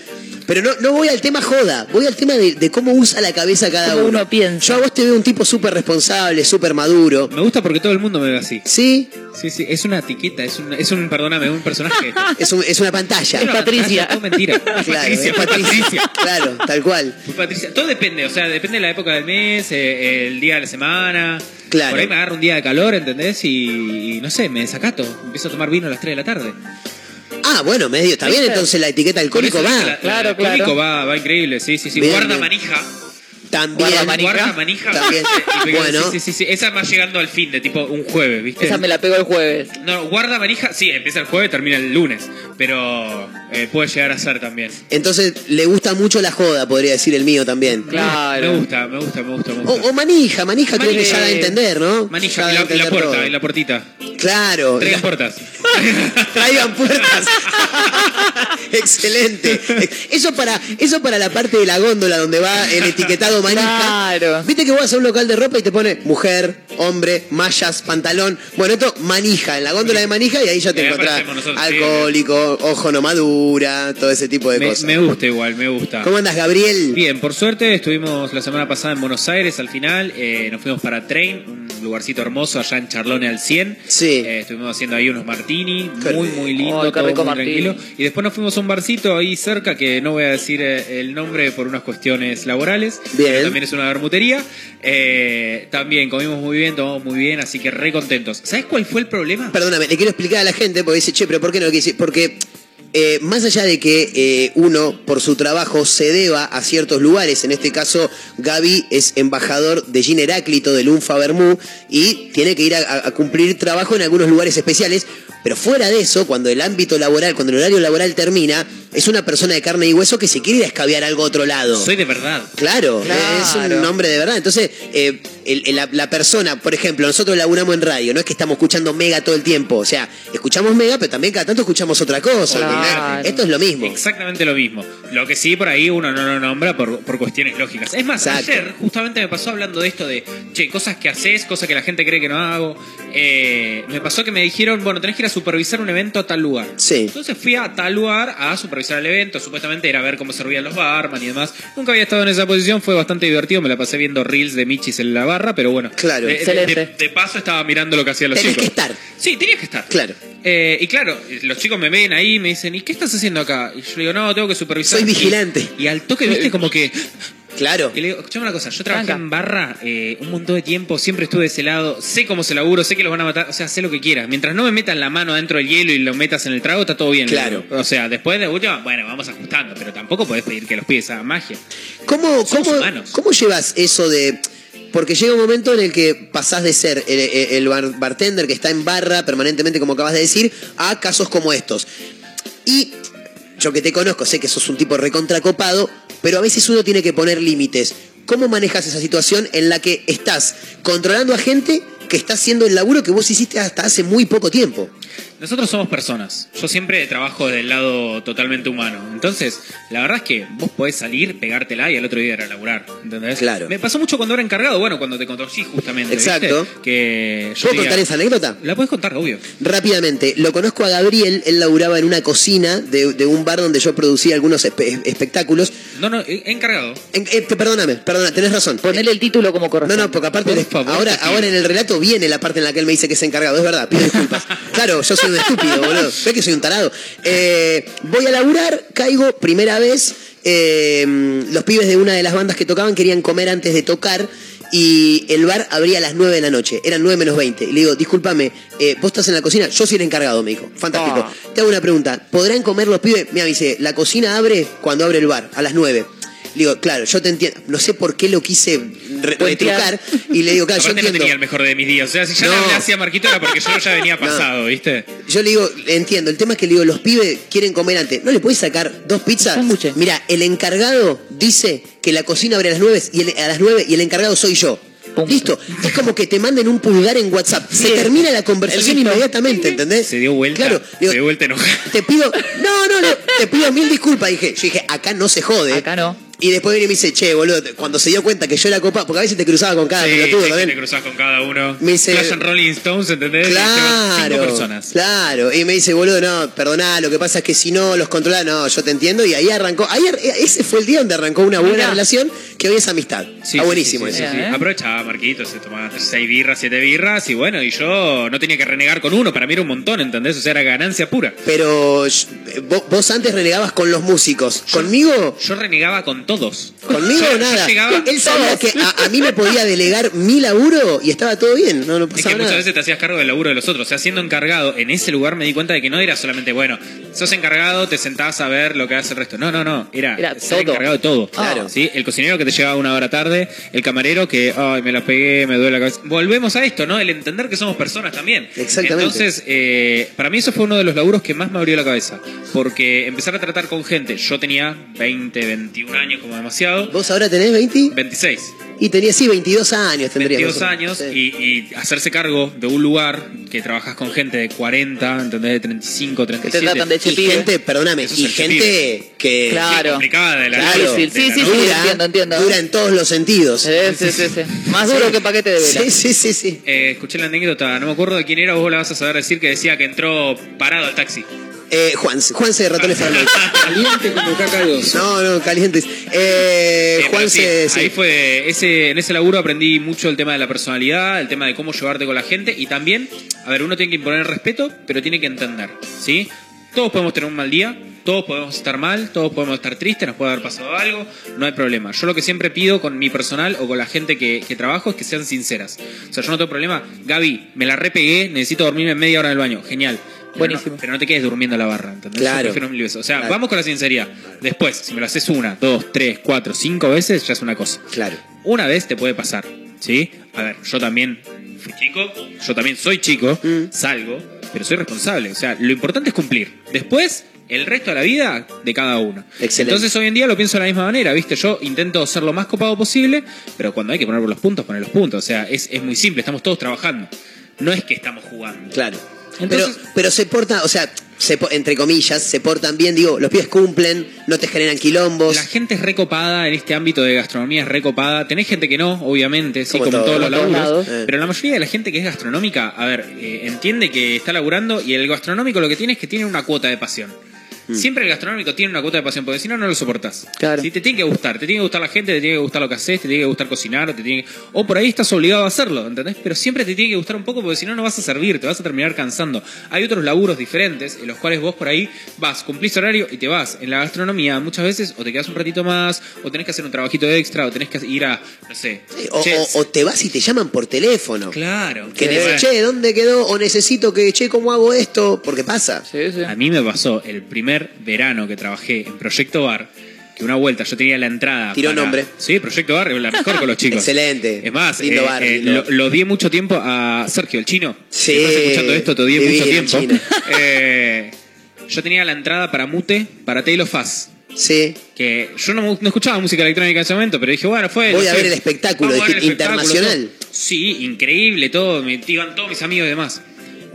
[SPEAKER 5] Pero no, no voy al tema joda, voy al tema de, de cómo usa la cabeza cada
[SPEAKER 6] Cómo
[SPEAKER 5] uno.
[SPEAKER 6] uno piensa.
[SPEAKER 5] Yo a vos te veo un tipo súper responsable, súper maduro.
[SPEAKER 4] Me gusta porque todo el mundo me ve así.
[SPEAKER 5] ¿Sí?
[SPEAKER 4] Sí, sí, es una etiqueta, es un, es un perdóname, un personaje. esto.
[SPEAKER 5] Es, un- es una pantalla.
[SPEAKER 4] Era una
[SPEAKER 6] Patricia.
[SPEAKER 4] pantalla, Todo mentira. Es
[SPEAKER 5] Claro,
[SPEAKER 4] Patricia,
[SPEAKER 5] es Patricia. claro, tal cual.
[SPEAKER 4] Fui Patricia. Todo depende, o sea, depende de la época del mes, eh, el día de la semana.
[SPEAKER 5] Claro.
[SPEAKER 4] Por ahí me agarra un día de calor, ¿entendés? Y, y no sé, me desacato. Empiezo a tomar vino a las 3 de la tarde.
[SPEAKER 5] Ah, bueno, medio, está bien,
[SPEAKER 6] ¿Viste?
[SPEAKER 5] entonces la etiqueta alcohólico
[SPEAKER 4] Por eso es que
[SPEAKER 5] va.
[SPEAKER 4] la-
[SPEAKER 6] Claro,
[SPEAKER 4] el alcohólico
[SPEAKER 6] claro.
[SPEAKER 4] va, va increíble, sí, sí, sí.
[SPEAKER 5] Bien,
[SPEAKER 4] guarda
[SPEAKER 5] bien.
[SPEAKER 4] manija.
[SPEAKER 5] También.
[SPEAKER 6] Guarda manija.
[SPEAKER 4] Guarda manija.
[SPEAKER 5] También.
[SPEAKER 4] Y me-
[SPEAKER 5] Bueno.
[SPEAKER 4] Sí, sí, sí. Esa va llegando al fin de tipo un jueves, ¿viste?
[SPEAKER 6] Esa me la pego el jueves.
[SPEAKER 4] No, guarda manija, sí, empieza el jueves, termina el lunes. Pero eh, puede llegar a ser también.
[SPEAKER 5] Entonces le gusta mucho la joda, podría decir el mío también.
[SPEAKER 6] Claro.
[SPEAKER 4] Me gusta, me gusta, me gusta, me
[SPEAKER 5] O,
[SPEAKER 4] gusta.
[SPEAKER 5] o manija, manija creo que
[SPEAKER 4] Manija.
[SPEAKER 5] ya da a entender, ¿no? Oh, Ya
[SPEAKER 4] Manija,
[SPEAKER 5] da a
[SPEAKER 4] y la, y la
[SPEAKER 5] entender
[SPEAKER 4] puerta,
[SPEAKER 5] todo.
[SPEAKER 4] y la puertita.
[SPEAKER 5] Claro.
[SPEAKER 4] Traigan puertas.
[SPEAKER 5] Traigan puertas. Excelente. Eso para, eso para la parte de la góndola donde va el etiquetado manija.
[SPEAKER 6] Claro.
[SPEAKER 5] Viste que vas a un local de ropa y te pone mujer, hombre, mallas, pantalón. Bueno, esto manija, en la góndola de manija y ahí ya
[SPEAKER 4] Y
[SPEAKER 5] te
[SPEAKER 4] ahí
[SPEAKER 5] encontrás
[SPEAKER 4] aparecemos nosotros, sí.
[SPEAKER 5] alcohólico, ojo no madura, todo ese tipo de
[SPEAKER 4] me,
[SPEAKER 5] cosas.
[SPEAKER 4] me gusta igual, me gusta.
[SPEAKER 5] ¿Cómo andas, Gabriel?
[SPEAKER 4] Bien, por suerte estuvimos la semana pasada en Buenos Aires al final, eh, nos fuimos para Train, un un lugarcito hermoso allá en Charlone al 100.
[SPEAKER 5] Sí.
[SPEAKER 4] Eh, estuvimos haciendo ahí unos martini,
[SPEAKER 5] Qué
[SPEAKER 4] muy,
[SPEAKER 5] rico.
[SPEAKER 4] muy lindo,
[SPEAKER 6] Ay, qué
[SPEAKER 4] todo
[SPEAKER 6] rico
[SPEAKER 4] muy
[SPEAKER 6] martini.
[SPEAKER 4] tranquilo. Y después nos fuimos a un barcito ahí cerca, que no voy a decir eh, el nombre por unas cuestiones laborales.
[SPEAKER 5] Bien.
[SPEAKER 4] pero También es una bermutería. Eh, también comimos muy bien, tomamos muy bien, así que re contentos. ¿Sabes cuál fue el problema?
[SPEAKER 5] Perdóname, le quiero explicar a la gente, porque dice, che, pero ¿por qué no lo quise? Porque eh, más allá de que eh, uno, por su trabajo, se deba a ciertos lugares, en este caso, Gaby es embajador de Gin Heráclito, del UNFA Bermú, y tiene que ir a, a cumplir trabajo en algunos lugares especiales. Pero fuera de eso, cuando el ámbito laboral, cuando el horario laboral termina, es una persona de carne y hueso que se quiere ir a escabiar algo a otro lado.
[SPEAKER 4] Soy de verdad.
[SPEAKER 5] Claro, es un nombre de verdad. Entonces, eh, el- el- la, la persona, por ejemplo, nosotros laburamos en radio, no es que estamos escuchando mega todo el tiempo. O sea, escuchamos mega, pero también cada tanto escuchamos otra cosa.
[SPEAKER 6] Claro.
[SPEAKER 5] ¿entendés? Esto es lo mismo.
[SPEAKER 4] Exactamente lo mismo. Lo que sí, por ahí uno no lo nombra por, por cuestiones lógicas. Es más,
[SPEAKER 5] Exacto.
[SPEAKER 4] ayer justamente me pasó hablando de esto de, che, cosas que haces, cosas que la gente cree que no hago. Eh, me pasó que me dijeron, bueno, tenés que ir a supervisar un evento a tal lugar.
[SPEAKER 5] Sí.
[SPEAKER 4] Entonces fui a tal lugar a supervisar el evento, supuestamente era ver cómo servían los barman y demás. Nunca había estado en esa posición, fue bastante divertido, me la pasé viendo reels de Michis en la barra, pero bueno. Eh,
[SPEAKER 5] Claro.
[SPEAKER 4] De- de-
[SPEAKER 6] Excelente.
[SPEAKER 4] de- de paso estaba mirando lo que hacían los
[SPEAKER 5] Tenés que
[SPEAKER 4] chicos.
[SPEAKER 5] estar.
[SPEAKER 4] Sí, tenías que estar.
[SPEAKER 5] Claro.
[SPEAKER 4] Eh, y claro, los chicos me ven ahí y me dicen, ¿y qué estás haciendo acá? Y yo le digo, no, tengo que supervisar.
[SPEAKER 5] Soy
[SPEAKER 4] Y-
[SPEAKER 5] vigilante.
[SPEAKER 4] Y, al toque, viste, como que.
[SPEAKER 5] Claro.
[SPEAKER 4] Y le digo, escuchame una cosa, yo trabajé
[SPEAKER 6] Tranca.
[SPEAKER 4] en barra eh, un montón de tiempo, siempre estuve de ese lado, sé cómo se laburo, sé que los van a matar, o sea, sé lo que quieras. Mientras no me metan la mano dentro del hielo y lo metas en el trago, está todo bien.
[SPEAKER 5] Claro.
[SPEAKER 4] O sea, después de última, bueno, vamos ajustando, pero tampoco podés pedir que los pies hagan magia.
[SPEAKER 5] ¿Cómo,
[SPEAKER 4] Somos
[SPEAKER 5] cómo,
[SPEAKER 4] humanos.
[SPEAKER 5] cómo llevas eso de.? Porque llega un momento en el que pasás de ser el, el- el bar- bartender que está en barra permanentemente, como acabas de decir, a casos como estos. Y yo que te conozco, sé que sos un tipo recontracopado, pero a veces uno tiene que poner límites. ¿Cómo manejas esa situación en la que estás controlando a gente que está haciendo el laburo que vos hiciste hasta hace muy poco tiempo?
[SPEAKER 4] Nosotros somos personas. Yo siempre trabajo del lado totalmente humano. Entonces, la verdad es que vos podés salir, pegártela y al otro día ir a laburar. ¿Entendés?
[SPEAKER 5] Claro.
[SPEAKER 4] Me pasó mucho cuando era encargado, bueno, cuando te conocí justamente. ¿viste?
[SPEAKER 5] Exacto.
[SPEAKER 4] Que yo
[SPEAKER 5] ¿Puedo
[SPEAKER 4] diga-
[SPEAKER 5] contar esa anécdota?
[SPEAKER 4] La puedes contar, obvio.
[SPEAKER 5] Rápidamente, lo conozco a Gabriel, él laburaba en una cocina de, de un bar donde yo producía algunos espe- espectáculos.
[SPEAKER 4] No, no, eh, encargado.
[SPEAKER 5] En- eh, pe- perdóname, perdóname, tenés razón.
[SPEAKER 6] Ponele el título como
[SPEAKER 5] No,
[SPEAKER 6] corresponde.
[SPEAKER 5] no, porque aparte,
[SPEAKER 4] Por
[SPEAKER 5] des-
[SPEAKER 4] favor,
[SPEAKER 5] ahora,
[SPEAKER 4] te pido.
[SPEAKER 5] ahora en el relato viene la parte en la que él me dice que es encargado, es verdad, pido disculpas. claro, yo soy un estúpido, boludo, ve que soy un tarado. Eh, voy a laburar, caigo, primera vez, eh, los pibes de una de las bandas que tocaban querían comer antes de tocar y el bar abría a las 9 de la noche, eran 9 menos 20. Y le digo, discúlpame, eh, vos estás en la cocina, yo soy el encargado, me dijo, fantástico.
[SPEAKER 4] Ah.
[SPEAKER 5] Te hago una pregunta, ¿podrán comer los pibes? Me dice, la cocina abre cuando abre el bar, a las 9. Le digo, claro, yo te entiendo. No sé por qué lo quise re-
[SPEAKER 6] Puentear.
[SPEAKER 5] retrucar. Y le digo, claro, yo
[SPEAKER 4] Aparte no
[SPEAKER 5] entiendo.
[SPEAKER 4] tenía el mejor de mis días. O sea, si ya
[SPEAKER 5] No.
[SPEAKER 4] le hablé así a Marquito era porque yo ya venía pasado, ¿viste?
[SPEAKER 5] Yo le digo, entiendo. El tema es que le digo, los pibes quieren comer antes. ¿No le podés sacar dos pizzas?
[SPEAKER 6] Un sándwich.
[SPEAKER 5] Mira, el encargado dice que la cocina abre a las 9 y el, a las 9 y el encargado soy yo.
[SPEAKER 6] Punto.
[SPEAKER 5] Listo. Es como que te manden un pulgar en WhatsApp. Se
[SPEAKER 6] Bien.
[SPEAKER 5] termina la conversación
[SPEAKER 6] Listo.
[SPEAKER 5] inmediatamente, ¿entendés?
[SPEAKER 4] Se dio vuelta.
[SPEAKER 5] Claro, le digo,
[SPEAKER 4] se dio vuelta enojado.
[SPEAKER 5] te pido, no, no, no, te pido mil disculpas. Dije, yo dije, acá no se jode.
[SPEAKER 6] Acá no.
[SPEAKER 5] Y después viene y me dice, che, boludo, cuando se dio cuenta que yo era copa, porque a veces te cruzaba con cada
[SPEAKER 4] Sí,
[SPEAKER 5] pelotudo
[SPEAKER 4] sí,
[SPEAKER 5] también.
[SPEAKER 4] te cruzás con cada uno.
[SPEAKER 5] Me dice-
[SPEAKER 4] Clash and Rolling Stones, ¿entendés? Y te vas
[SPEAKER 5] Claro,
[SPEAKER 4] Cinco personas.
[SPEAKER 5] claro. Y me dice, boludo, no, perdoná, lo que pasa es que si no los controla, no, yo te entiendo. Y ahí arrancó, ahí ar- ese fue el día donde arrancó una buena
[SPEAKER 6] Mirá.
[SPEAKER 5] relación que hoy es amistad.
[SPEAKER 4] Sí,
[SPEAKER 5] Está
[SPEAKER 4] sí,
[SPEAKER 5] buenísimo
[SPEAKER 4] sí, sí,
[SPEAKER 5] eso.
[SPEAKER 4] sí.
[SPEAKER 6] Eh.
[SPEAKER 4] Aprovechaba, Marquito, se tomaba seis birras, siete birras, y bueno, y yo no tenía que renegar con uno, para mí era un montón, ¿entendés? O sea, era ganancia pura.
[SPEAKER 5] Pero sh- eh, vos, vos antes renegabas con los músicos. ¿Conmigo?
[SPEAKER 4] Yo renegaba con todos.
[SPEAKER 5] Conmigo
[SPEAKER 4] Yo- yo
[SPEAKER 5] nada.
[SPEAKER 4] llegaba-
[SPEAKER 5] Él sabía que a, a mí me podía delegar mi laburo y estaba todo bien. No, no
[SPEAKER 4] Es
[SPEAKER 5] pasaba
[SPEAKER 4] que muchas
[SPEAKER 5] nada.
[SPEAKER 4] veces te hacías cargo del laburo de los otros. O sea, siendo encargado en ese lugar me di cuenta de que no era solamente, bueno, sos encargado, te sentás a ver lo que hace el resto. No, no, no. Era,
[SPEAKER 6] Era
[SPEAKER 4] ser
[SPEAKER 6] todo. Ah.
[SPEAKER 4] encargado de todo.
[SPEAKER 6] Claro.
[SPEAKER 4] ¿Sí? El cocinero que te llegaba una hora tarde, el camarero que, ay, me la pegué, me duele la cabeza. Volvemos a esto, ¿no? El entender que somos personas también.
[SPEAKER 5] Exactamente.
[SPEAKER 4] Entonces, eh, para mí eso fue uno de los laburos que más me abrió la cabeza. Porque empezar a tratar con gente, yo tenía 20, 21 años como demasiado.
[SPEAKER 5] ¿Vos ahora tenés 20?
[SPEAKER 4] 26.
[SPEAKER 5] Y tenías, sí, 22 años tendrías.
[SPEAKER 4] 22
[SPEAKER 5] más o menos.
[SPEAKER 4] años
[SPEAKER 5] Sí.
[SPEAKER 4] y, y hacerse cargo de un lugar que trabajas con gente de 40, ¿entendés? De 35, 37.
[SPEAKER 6] tratan de
[SPEAKER 5] Y
[SPEAKER 6] Che, pibe.
[SPEAKER 5] gente, perdóname,
[SPEAKER 4] Este
[SPEAKER 5] y
[SPEAKER 4] Eso es el che,
[SPEAKER 5] gente que
[SPEAKER 4] Gente
[SPEAKER 6] Claro.
[SPEAKER 4] complicada de la
[SPEAKER 5] Claro.
[SPEAKER 4] de la
[SPEAKER 6] Sí, sí,
[SPEAKER 4] noche.
[SPEAKER 6] sí.
[SPEAKER 5] dura,
[SPEAKER 6] entiendo, entiendo.
[SPEAKER 5] dura en todos los sentidos.
[SPEAKER 6] Sí, sí, sí, sí. Más duro que paquete de vela.
[SPEAKER 5] Sí, sí, sí, sí.
[SPEAKER 4] Eh, escuché la anécdota, no me acuerdo de quién era, vos la vas a saber decir, que decía que entró parado al taxi.
[SPEAKER 5] Eh, Juanse, Juanse de Ratones
[SPEAKER 4] Ah.
[SPEAKER 5] Paranoicos.
[SPEAKER 8] Caliente como caca de oso.
[SPEAKER 5] No, no, calientes. Eh,
[SPEAKER 4] Sí, pero
[SPEAKER 5] Juanse,
[SPEAKER 4] sí, Ahí
[SPEAKER 5] sí.
[SPEAKER 4] fue, ese, en ese laburo aprendí mucho el tema de la personalidad, el tema de cómo llevarte con la gente y también, a ver, uno tiene que imponer respeto, pero tiene que entender, ¿sí? Todos podemos tener un mal día, todos podemos estar mal, todos podemos estar tristes, nos puede haber pasado algo, no hay problema. Yo lo que siempre pido con mi personal o con la gente que, que trabajo es que sean sinceras. O sea, yo no tengo problema, Gaby, me la repegué, necesito dormirme media hora en el baño, genial. Pero
[SPEAKER 6] Buenísimo.
[SPEAKER 4] no- pero no te quedes durmiendo en la barra, ¿entendés? Yo
[SPEAKER 5] Claro.
[SPEAKER 4] prefiero mil veces. O sea,
[SPEAKER 5] Claro.
[SPEAKER 4] vamos con la sinceridad. Después, si me lo haces una, dos, tres, cuatro, cinco veces, ya es una cosa.
[SPEAKER 5] Claro.
[SPEAKER 4] Una vez te puede pasar, ¿sí? A ver, yo también fui chico, yo también soy chico,
[SPEAKER 5] Mm.
[SPEAKER 4] salgo, pero soy responsable. O sea, lo importante es cumplir. Después, el resto de la vida de cada uno.
[SPEAKER 5] Excelente.
[SPEAKER 4] Entonces hoy en día lo pienso de la misma manera, ¿viste? Yo intento ser lo más copado posible, pero cuando hay que poner los puntos, poner los puntos. O sea, es, es muy simple, estamos todos trabajando. No es que estamos jugando.
[SPEAKER 5] Claro.
[SPEAKER 4] Entonces-
[SPEAKER 5] pero, pero se porta, o sea, se po- entre comillas, se portan bien, digo, los pibes cumplen, no te generan quilombos.
[SPEAKER 4] La gente es recopada en este ámbito de gastronomía, es recopada. Tenés gente que no, obviamente, sí,
[SPEAKER 5] Como
[SPEAKER 4] como,
[SPEAKER 5] todo,
[SPEAKER 4] en todos
[SPEAKER 5] como
[SPEAKER 4] los
[SPEAKER 6] todos
[SPEAKER 4] laburos.
[SPEAKER 6] lados.
[SPEAKER 5] Eh.
[SPEAKER 4] Pero la mayoría de la gente que es gastronómica, a ver, eh, entiende que está laburando y el gastronómico lo que tiene es que tiene una cuota de pasión.
[SPEAKER 5] Mm.
[SPEAKER 4] Siempre el gastronómico tiene una cuota de pasión, porque si no, no lo soportás.
[SPEAKER 6] Claro.
[SPEAKER 4] Si te tiene que gustar, te tiene que gustar la gente, te tiene que gustar lo que haces, te tiene que gustar cocinar, te tiene que- o por ahí estás obligado a hacerlo, ¿entendés? Pero siempre te tiene que gustar un poco, porque si no, no vas a servir, te vas a terminar cansando. Hay otros laburos diferentes en los cuales vos por ahí vas, cumplís horario y te vas. En la gastronomía muchas veces o te quedas un ratito más, o tenés que hacer un trabajito extra, o tenés que ir a, no sé,
[SPEAKER 5] Eh, O,
[SPEAKER 4] che,
[SPEAKER 5] o- o te vas y te llaman por teléfono.
[SPEAKER 4] claro.
[SPEAKER 5] Que te
[SPEAKER 4] Sí.
[SPEAKER 5] dicen, che, ¿dónde quedó? O necesito que, che, ¿cómo hago esto? Porque pasa.
[SPEAKER 6] Sí, sí.
[SPEAKER 4] A mí me pasó el primer verano que trabajé en Proyecto Bar, que una vuelta yo tenía la entrada.
[SPEAKER 5] Tiró nombre.
[SPEAKER 4] Sí, Proyecto Bar, la mejor con los chicos.
[SPEAKER 5] Excelente.
[SPEAKER 4] Es más,
[SPEAKER 5] Lindo
[SPEAKER 4] eh,
[SPEAKER 5] bar,
[SPEAKER 4] eh,
[SPEAKER 5] lindo
[SPEAKER 4] lo,
[SPEAKER 5] bar.
[SPEAKER 4] lo di mucho tiempo a Sergio, el chino.
[SPEAKER 5] Sí,
[SPEAKER 4] Si estás escuchando esto, te odié mucho
[SPEAKER 5] divino, el
[SPEAKER 4] tiempo.
[SPEAKER 5] chino.
[SPEAKER 4] Eh, yo tenía la entrada para Mute, para Taylor Fuzz.
[SPEAKER 5] Sí.
[SPEAKER 4] Que yo no, no escuchaba música electrónica en ese momento, pero dije, bueno, fue.
[SPEAKER 5] Voy a
[SPEAKER 4] no sé,
[SPEAKER 5] ver el espectáculo,
[SPEAKER 4] vamos a ver el
[SPEAKER 5] dijiste,
[SPEAKER 4] espectáculo,
[SPEAKER 5] internacional.
[SPEAKER 4] todo. Sí, increíble, todo. me- Iban todos mis amigos y demás.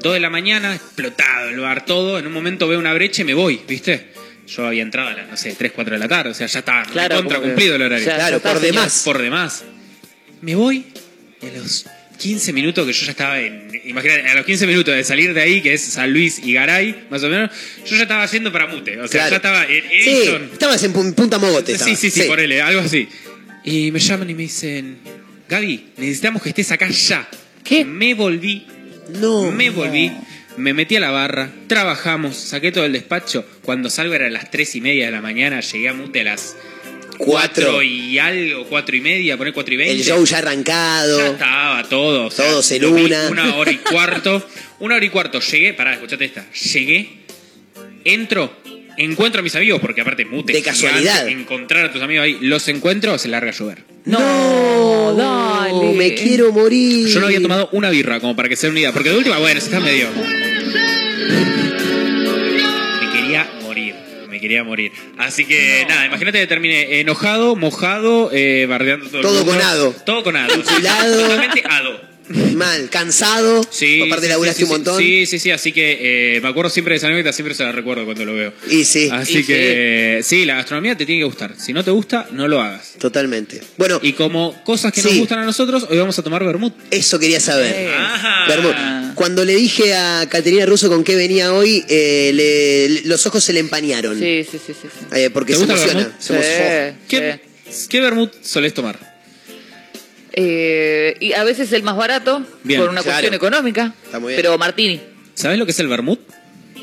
[SPEAKER 4] Dos de la mañana, explotado el bar, todo. En un momento veo una brecha y me voy, ¿viste? Yo había entrado a las, no sé, 3, 4 de la tarde, o sea, ya estaba
[SPEAKER 6] Claro,
[SPEAKER 4] contra
[SPEAKER 6] como que-
[SPEAKER 4] cumplido el horario.
[SPEAKER 6] ya-
[SPEAKER 5] Claro,
[SPEAKER 6] ya está,
[SPEAKER 5] por
[SPEAKER 6] señor.
[SPEAKER 5] demás.
[SPEAKER 4] Por demás. Me voy y a los 15 minutos que yo ya estaba en. Imagínate, a los 15 minutos de salir de ahí, que es San Luis y Garay, más o menos, yo ya estaba yendo para Mute. O sea,
[SPEAKER 5] Claro.
[SPEAKER 4] ya estaba en
[SPEAKER 5] Sí,
[SPEAKER 4] Edison.
[SPEAKER 5] estabas en Pun- Punta Mogote.
[SPEAKER 4] Sí,
[SPEAKER 5] estabas.
[SPEAKER 4] sí, sí, ponele, algo así. Y me llaman y me dicen, Gaby, necesitamos que estés acá ya.
[SPEAKER 6] ¿Qué?
[SPEAKER 4] Me volví,
[SPEAKER 5] No.
[SPEAKER 4] me volví, me metí a la barra, trabajamos, saqué todo el despacho. Cuando salgo era a las tres y media de la mañana, llegué a Mute a las
[SPEAKER 5] Cuatro.
[SPEAKER 4] cuatro y algo, cuatro y media, poner cuatro y veinte.
[SPEAKER 5] El show ya
[SPEAKER 4] Ya
[SPEAKER 5] arrancado.
[SPEAKER 4] estaba todo. o sea,
[SPEAKER 5] Todos en
[SPEAKER 4] lo vi
[SPEAKER 5] una.
[SPEAKER 4] Una hora y cuarto. Una hora y cuarto. Llegué, pará, escuchate esta. Llegué, entro, encuentro a mis amigos, porque aparte mute.
[SPEAKER 5] De
[SPEAKER 4] gigante,
[SPEAKER 5] casualidad.
[SPEAKER 4] Encontrar a tus amigos ahí, los encuentro, se larga a llover.
[SPEAKER 6] No, dale.
[SPEAKER 5] Me quiero morir.
[SPEAKER 4] Yo no había tomado una birra como para que sea unida, porque de última, bueno, se está medio. Me quería morir, me quería morir. Así que nada, imagínate que terminé enojado, mojado, eh, bardeando todo. el
[SPEAKER 5] Todo
[SPEAKER 4] mundo.
[SPEAKER 5] con hado.
[SPEAKER 4] Todo con hado.
[SPEAKER 5] Enchilado.
[SPEAKER 4] Totalmente hado.
[SPEAKER 5] Mal, cansado.
[SPEAKER 4] Sí.
[SPEAKER 5] Aparte
[SPEAKER 4] sí,
[SPEAKER 5] laburaste
[SPEAKER 4] sí,
[SPEAKER 5] un montón.
[SPEAKER 4] Sí, sí, sí, así que eh, me acuerdo siempre de esa anécdota, siempre se la recuerdo cuando lo veo.
[SPEAKER 5] Y sí.
[SPEAKER 4] Así
[SPEAKER 5] Y
[SPEAKER 4] que sí, la gastronomía te tiene que gustar. Si no te gusta, no lo hagas.
[SPEAKER 5] Totalmente. Bueno,
[SPEAKER 4] Y como cosas que
[SPEAKER 5] Sí.
[SPEAKER 4] nos gustan a nosotros, hoy vamos a tomar vermut.
[SPEAKER 5] eso quería saber.
[SPEAKER 4] Ajá.
[SPEAKER 5] Bermud.
[SPEAKER 4] Ah.
[SPEAKER 5] Cuando le dije a Caterina Russo con qué venía hoy, eh, le- le- los ojos se le empañaron.
[SPEAKER 6] Sí, sí, sí, sí. sí.
[SPEAKER 5] Eh, porque
[SPEAKER 4] ¿Te
[SPEAKER 5] se
[SPEAKER 4] gusta el
[SPEAKER 5] emociona.
[SPEAKER 4] vermut?
[SPEAKER 5] Se emociona.
[SPEAKER 6] Sí,
[SPEAKER 4] ¿Qué,
[SPEAKER 6] sí.
[SPEAKER 4] ¿Qué vermut solés tomar?
[SPEAKER 6] Eh, y a veces el más barato,
[SPEAKER 4] Bien,
[SPEAKER 6] por una
[SPEAKER 5] claro.
[SPEAKER 6] cuestión económica.
[SPEAKER 5] Está muy bien.
[SPEAKER 6] Pero Martini,
[SPEAKER 4] ¿Sabés lo que es el vermut?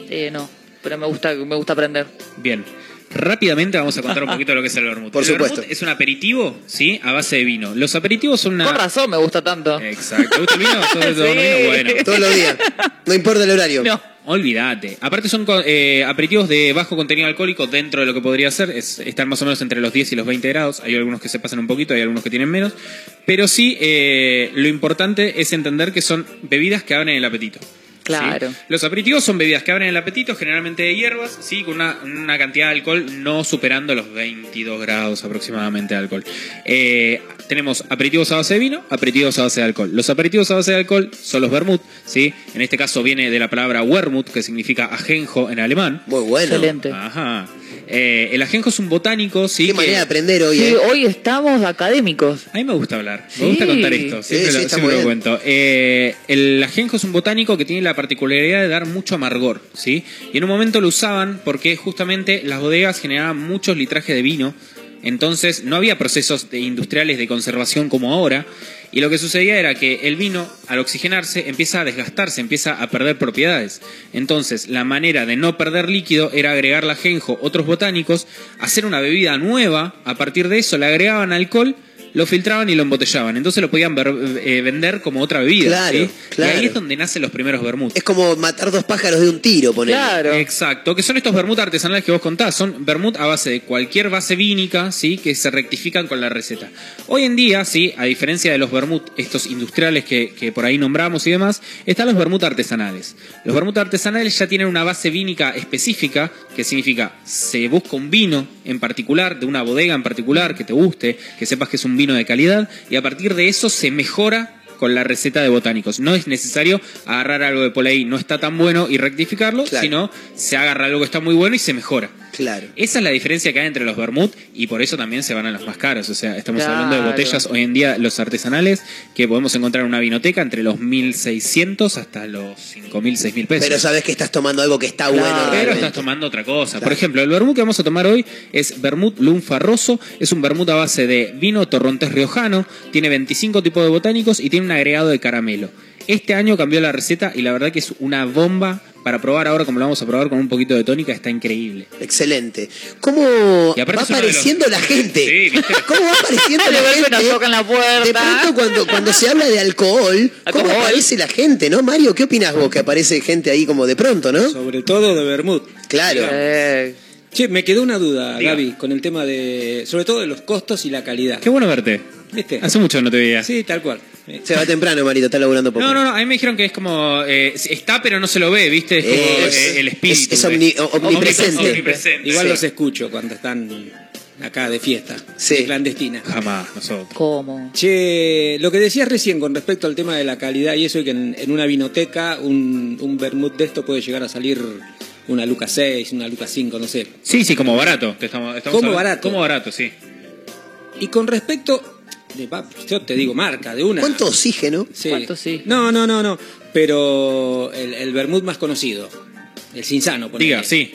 [SPEAKER 6] eh, no. Pero me gusta, me gusta aprender.
[SPEAKER 4] Bien. Rápidamente vamos a contar un poquito de lo que es el vermut.
[SPEAKER 5] Por
[SPEAKER 4] el
[SPEAKER 5] supuesto.
[SPEAKER 4] vermut es un aperitivo, ¿sí? A base de vino. Los aperitivos son una.
[SPEAKER 6] Con razón me gusta tanto.
[SPEAKER 4] Exacto. ¿Te gusta el vino? ¿Sos de tomar
[SPEAKER 6] Sí.
[SPEAKER 4] vino? Bueno.
[SPEAKER 5] Todos los días. No importa el horario.
[SPEAKER 6] No.
[SPEAKER 4] Olvídate. Aparte son co- eh, aperitivos de bajo contenido alcohólico dentro de lo que podría ser. Es, están más o menos entre los 10 y los 20 grados. Hay algunos que se pasan un poquito, hay algunos que tienen menos. Pero sí, eh, lo importante es entender que son bebidas que abren el apetito.
[SPEAKER 6] Claro.
[SPEAKER 4] ¿sí? Los aperitivos son bebidas que abren el apetito, generalmente de hierbas, sí, con una, una cantidad de alcohol no superando los 22 grados aproximadamente de alcohol. Eh, tenemos aperitivos a base de vino, aperitivos a base de alcohol. Los aperitivos a base de alcohol son los vermut, sí. En este caso viene de la palabra Wermut, que significa ajenjo en alemán.
[SPEAKER 5] Muy bueno.
[SPEAKER 6] Excelente.
[SPEAKER 4] Ajá. Eh, el ajenjo es un botánico, sí.
[SPEAKER 5] Qué
[SPEAKER 4] que-
[SPEAKER 5] manera de aprender hoy,
[SPEAKER 6] Sí,
[SPEAKER 5] ¿eh?
[SPEAKER 6] hoy estamos académicos.
[SPEAKER 4] A mí me gusta hablar, me
[SPEAKER 6] Sí.
[SPEAKER 4] gusta contar esto,
[SPEAKER 5] Sí,
[SPEAKER 4] siempre,
[SPEAKER 5] sí,
[SPEAKER 4] lo,
[SPEAKER 5] está
[SPEAKER 4] siempre
[SPEAKER 5] muy
[SPEAKER 4] lo
[SPEAKER 5] bien.
[SPEAKER 4] cuento. Eh, el ajenjo es un botánico que tiene la particularidad de dar mucho amargor, ¿sí? Y en un momento lo usaban porque justamente las bodegas generaban muchos litrajes de vino, entonces no había procesos de- industriales de conservación como ahora, y lo que sucedía era que el vino, al oxigenarse, empieza a desgastarse, empieza a perder propiedades. Entonces, la manera de no perder líquido era agregar la ajenjo, otros botánicos, hacer una bebida nueva, a partir de eso le agregaban alcohol, lo filtraban y lo embotellaban. Entonces lo podían ver- eh, vender como otra bebida.
[SPEAKER 5] Claro,
[SPEAKER 4] ¿sí?
[SPEAKER 5] claro.
[SPEAKER 4] Y ahí es donde nacen los primeros vermouth.
[SPEAKER 5] Es como matar dos pájaros de un tiro, poner.
[SPEAKER 6] Claro.
[SPEAKER 4] Exacto, que son estos vermut artesanales que vos contás. Son vermut a base de cualquier base vínica, ¿sí? Que se rectifican con la receta. Hoy en día, ¿sí? A diferencia de los vermut, estos industriales que, que por ahí nombramos y demás, están los vermut artesanales. Los vermut artesanales ya tienen una base vínica específica, que significa se busca un vino en particular, de una bodega en particular, que te guste, que sepas que es un vino de calidad, y a partir de eso se mejora con la receta de botánicos. No es necesario agarrar algo de por ahí no está tan bueno y rectificarlo,
[SPEAKER 5] Claro.
[SPEAKER 4] sino se agarra algo que está muy bueno y se mejora.
[SPEAKER 5] Claro.
[SPEAKER 4] Esa es la diferencia que hay entre los vermut y por eso también se van a los más caros. O sea, estamos
[SPEAKER 6] Claro.
[SPEAKER 4] hablando de botellas hoy en día, los artesanales, que podemos encontrar en una vinoteca entre los 1.600 hasta los 5.000, 6.000 pesos.
[SPEAKER 5] Pero sabes que estás tomando algo que está
[SPEAKER 6] Claro.
[SPEAKER 5] bueno.
[SPEAKER 6] Pero
[SPEAKER 4] Pero
[SPEAKER 5] realmente.
[SPEAKER 4] estás tomando otra cosa. Por
[SPEAKER 5] Claro.
[SPEAKER 4] ejemplo, el vermut que vamos a tomar hoy es vermut lunfarroso. Es un vermut a base de vino torrontés riojano. Tiene 25 tipos de botánicos y tiene un agregado de caramelo. Este año cambió la receta y la verdad que es una bomba para probar ahora como lo vamos a probar con un poquito de tónica. Está increíble.
[SPEAKER 5] Excelente. ¿Cómo
[SPEAKER 4] Y
[SPEAKER 5] va
[SPEAKER 4] aparte es uno de los-
[SPEAKER 5] apareciendo la gente?
[SPEAKER 4] Sí, ¿viste?
[SPEAKER 5] ¿Cómo va apareciendo
[SPEAKER 6] De
[SPEAKER 5] la
[SPEAKER 6] golpe
[SPEAKER 5] gente?
[SPEAKER 6] nos tocan la puerta.
[SPEAKER 5] De pronto cuando, cuando se habla de alcohol, ¿cómo
[SPEAKER 6] Alcohol.
[SPEAKER 5] aparece la gente, no? Mario, ¿qué opinas vos que aparece gente ahí como de pronto, no?
[SPEAKER 8] Sobre todo de Bermud.
[SPEAKER 5] Claro.
[SPEAKER 6] Eh,
[SPEAKER 8] Che, me quedó una duda,
[SPEAKER 4] Diga.
[SPEAKER 8] Gaby, con el tema de. Sobre todo de los costos y la calidad.
[SPEAKER 4] Qué Ah, bueno verte.
[SPEAKER 8] ¿Viste?
[SPEAKER 4] Hace mucho que no te veía.
[SPEAKER 8] Sí, tal cual. Eh,
[SPEAKER 5] Se va temprano, Marito, está laburando poco.
[SPEAKER 4] No, no, no. A mí me dijeron que es como. eh, está, pero no se lo ve, ¿viste? Es como
[SPEAKER 5] Es-
[SPEAKER 4] eh, el espíritu.
[SPEAKER 5] es
[SPEAKER 4] ¿ves?
[SPEAKER 5] omni- o- omnipresente.
[SPEAKER 4] Omnipresente.
[SPEAKER 8] Igual
[SPEAKER 5] Sí.
[SPEAKER 8] los escucho cuando están acá de fiesta,
[SPEAKER 5] Sí.
[SPEAKER 8] de clandestina.
[SPEAKER 4] Jamás, nosotros.
[SPEAKER 6] ¿Cómo?
[SPEAKER 8] Che, lo que decías recién con respecto al tema de la calidad y eso, y que en, en una vinoteca un, un vermut de esto puede llegar a salir una Luca 6, una Luca 5, no sé.
[SPEAKER 4] Sí, sí, como barato. te estamos, estamos
[SPEAKER 8] Como
[SPEAKER 4] hablando-
[SPEAKER 8] barato.
[SPEAKER 4] Como barato, sí.
[SPEAKER 8] Y con respecto, de, pa- yo te digo marca, de una.
[SPEAKER 5] ¿Cuánto oxígeno?
[SPEAKER 8] Sí.
[SPEAKER 6] ¿Cuánto sí?
[SPEAKER 8] No, no, no, no. Pero el, el vermut más conocido, el sinsano. ponele.
[SPEAKER 4] Diga, sí.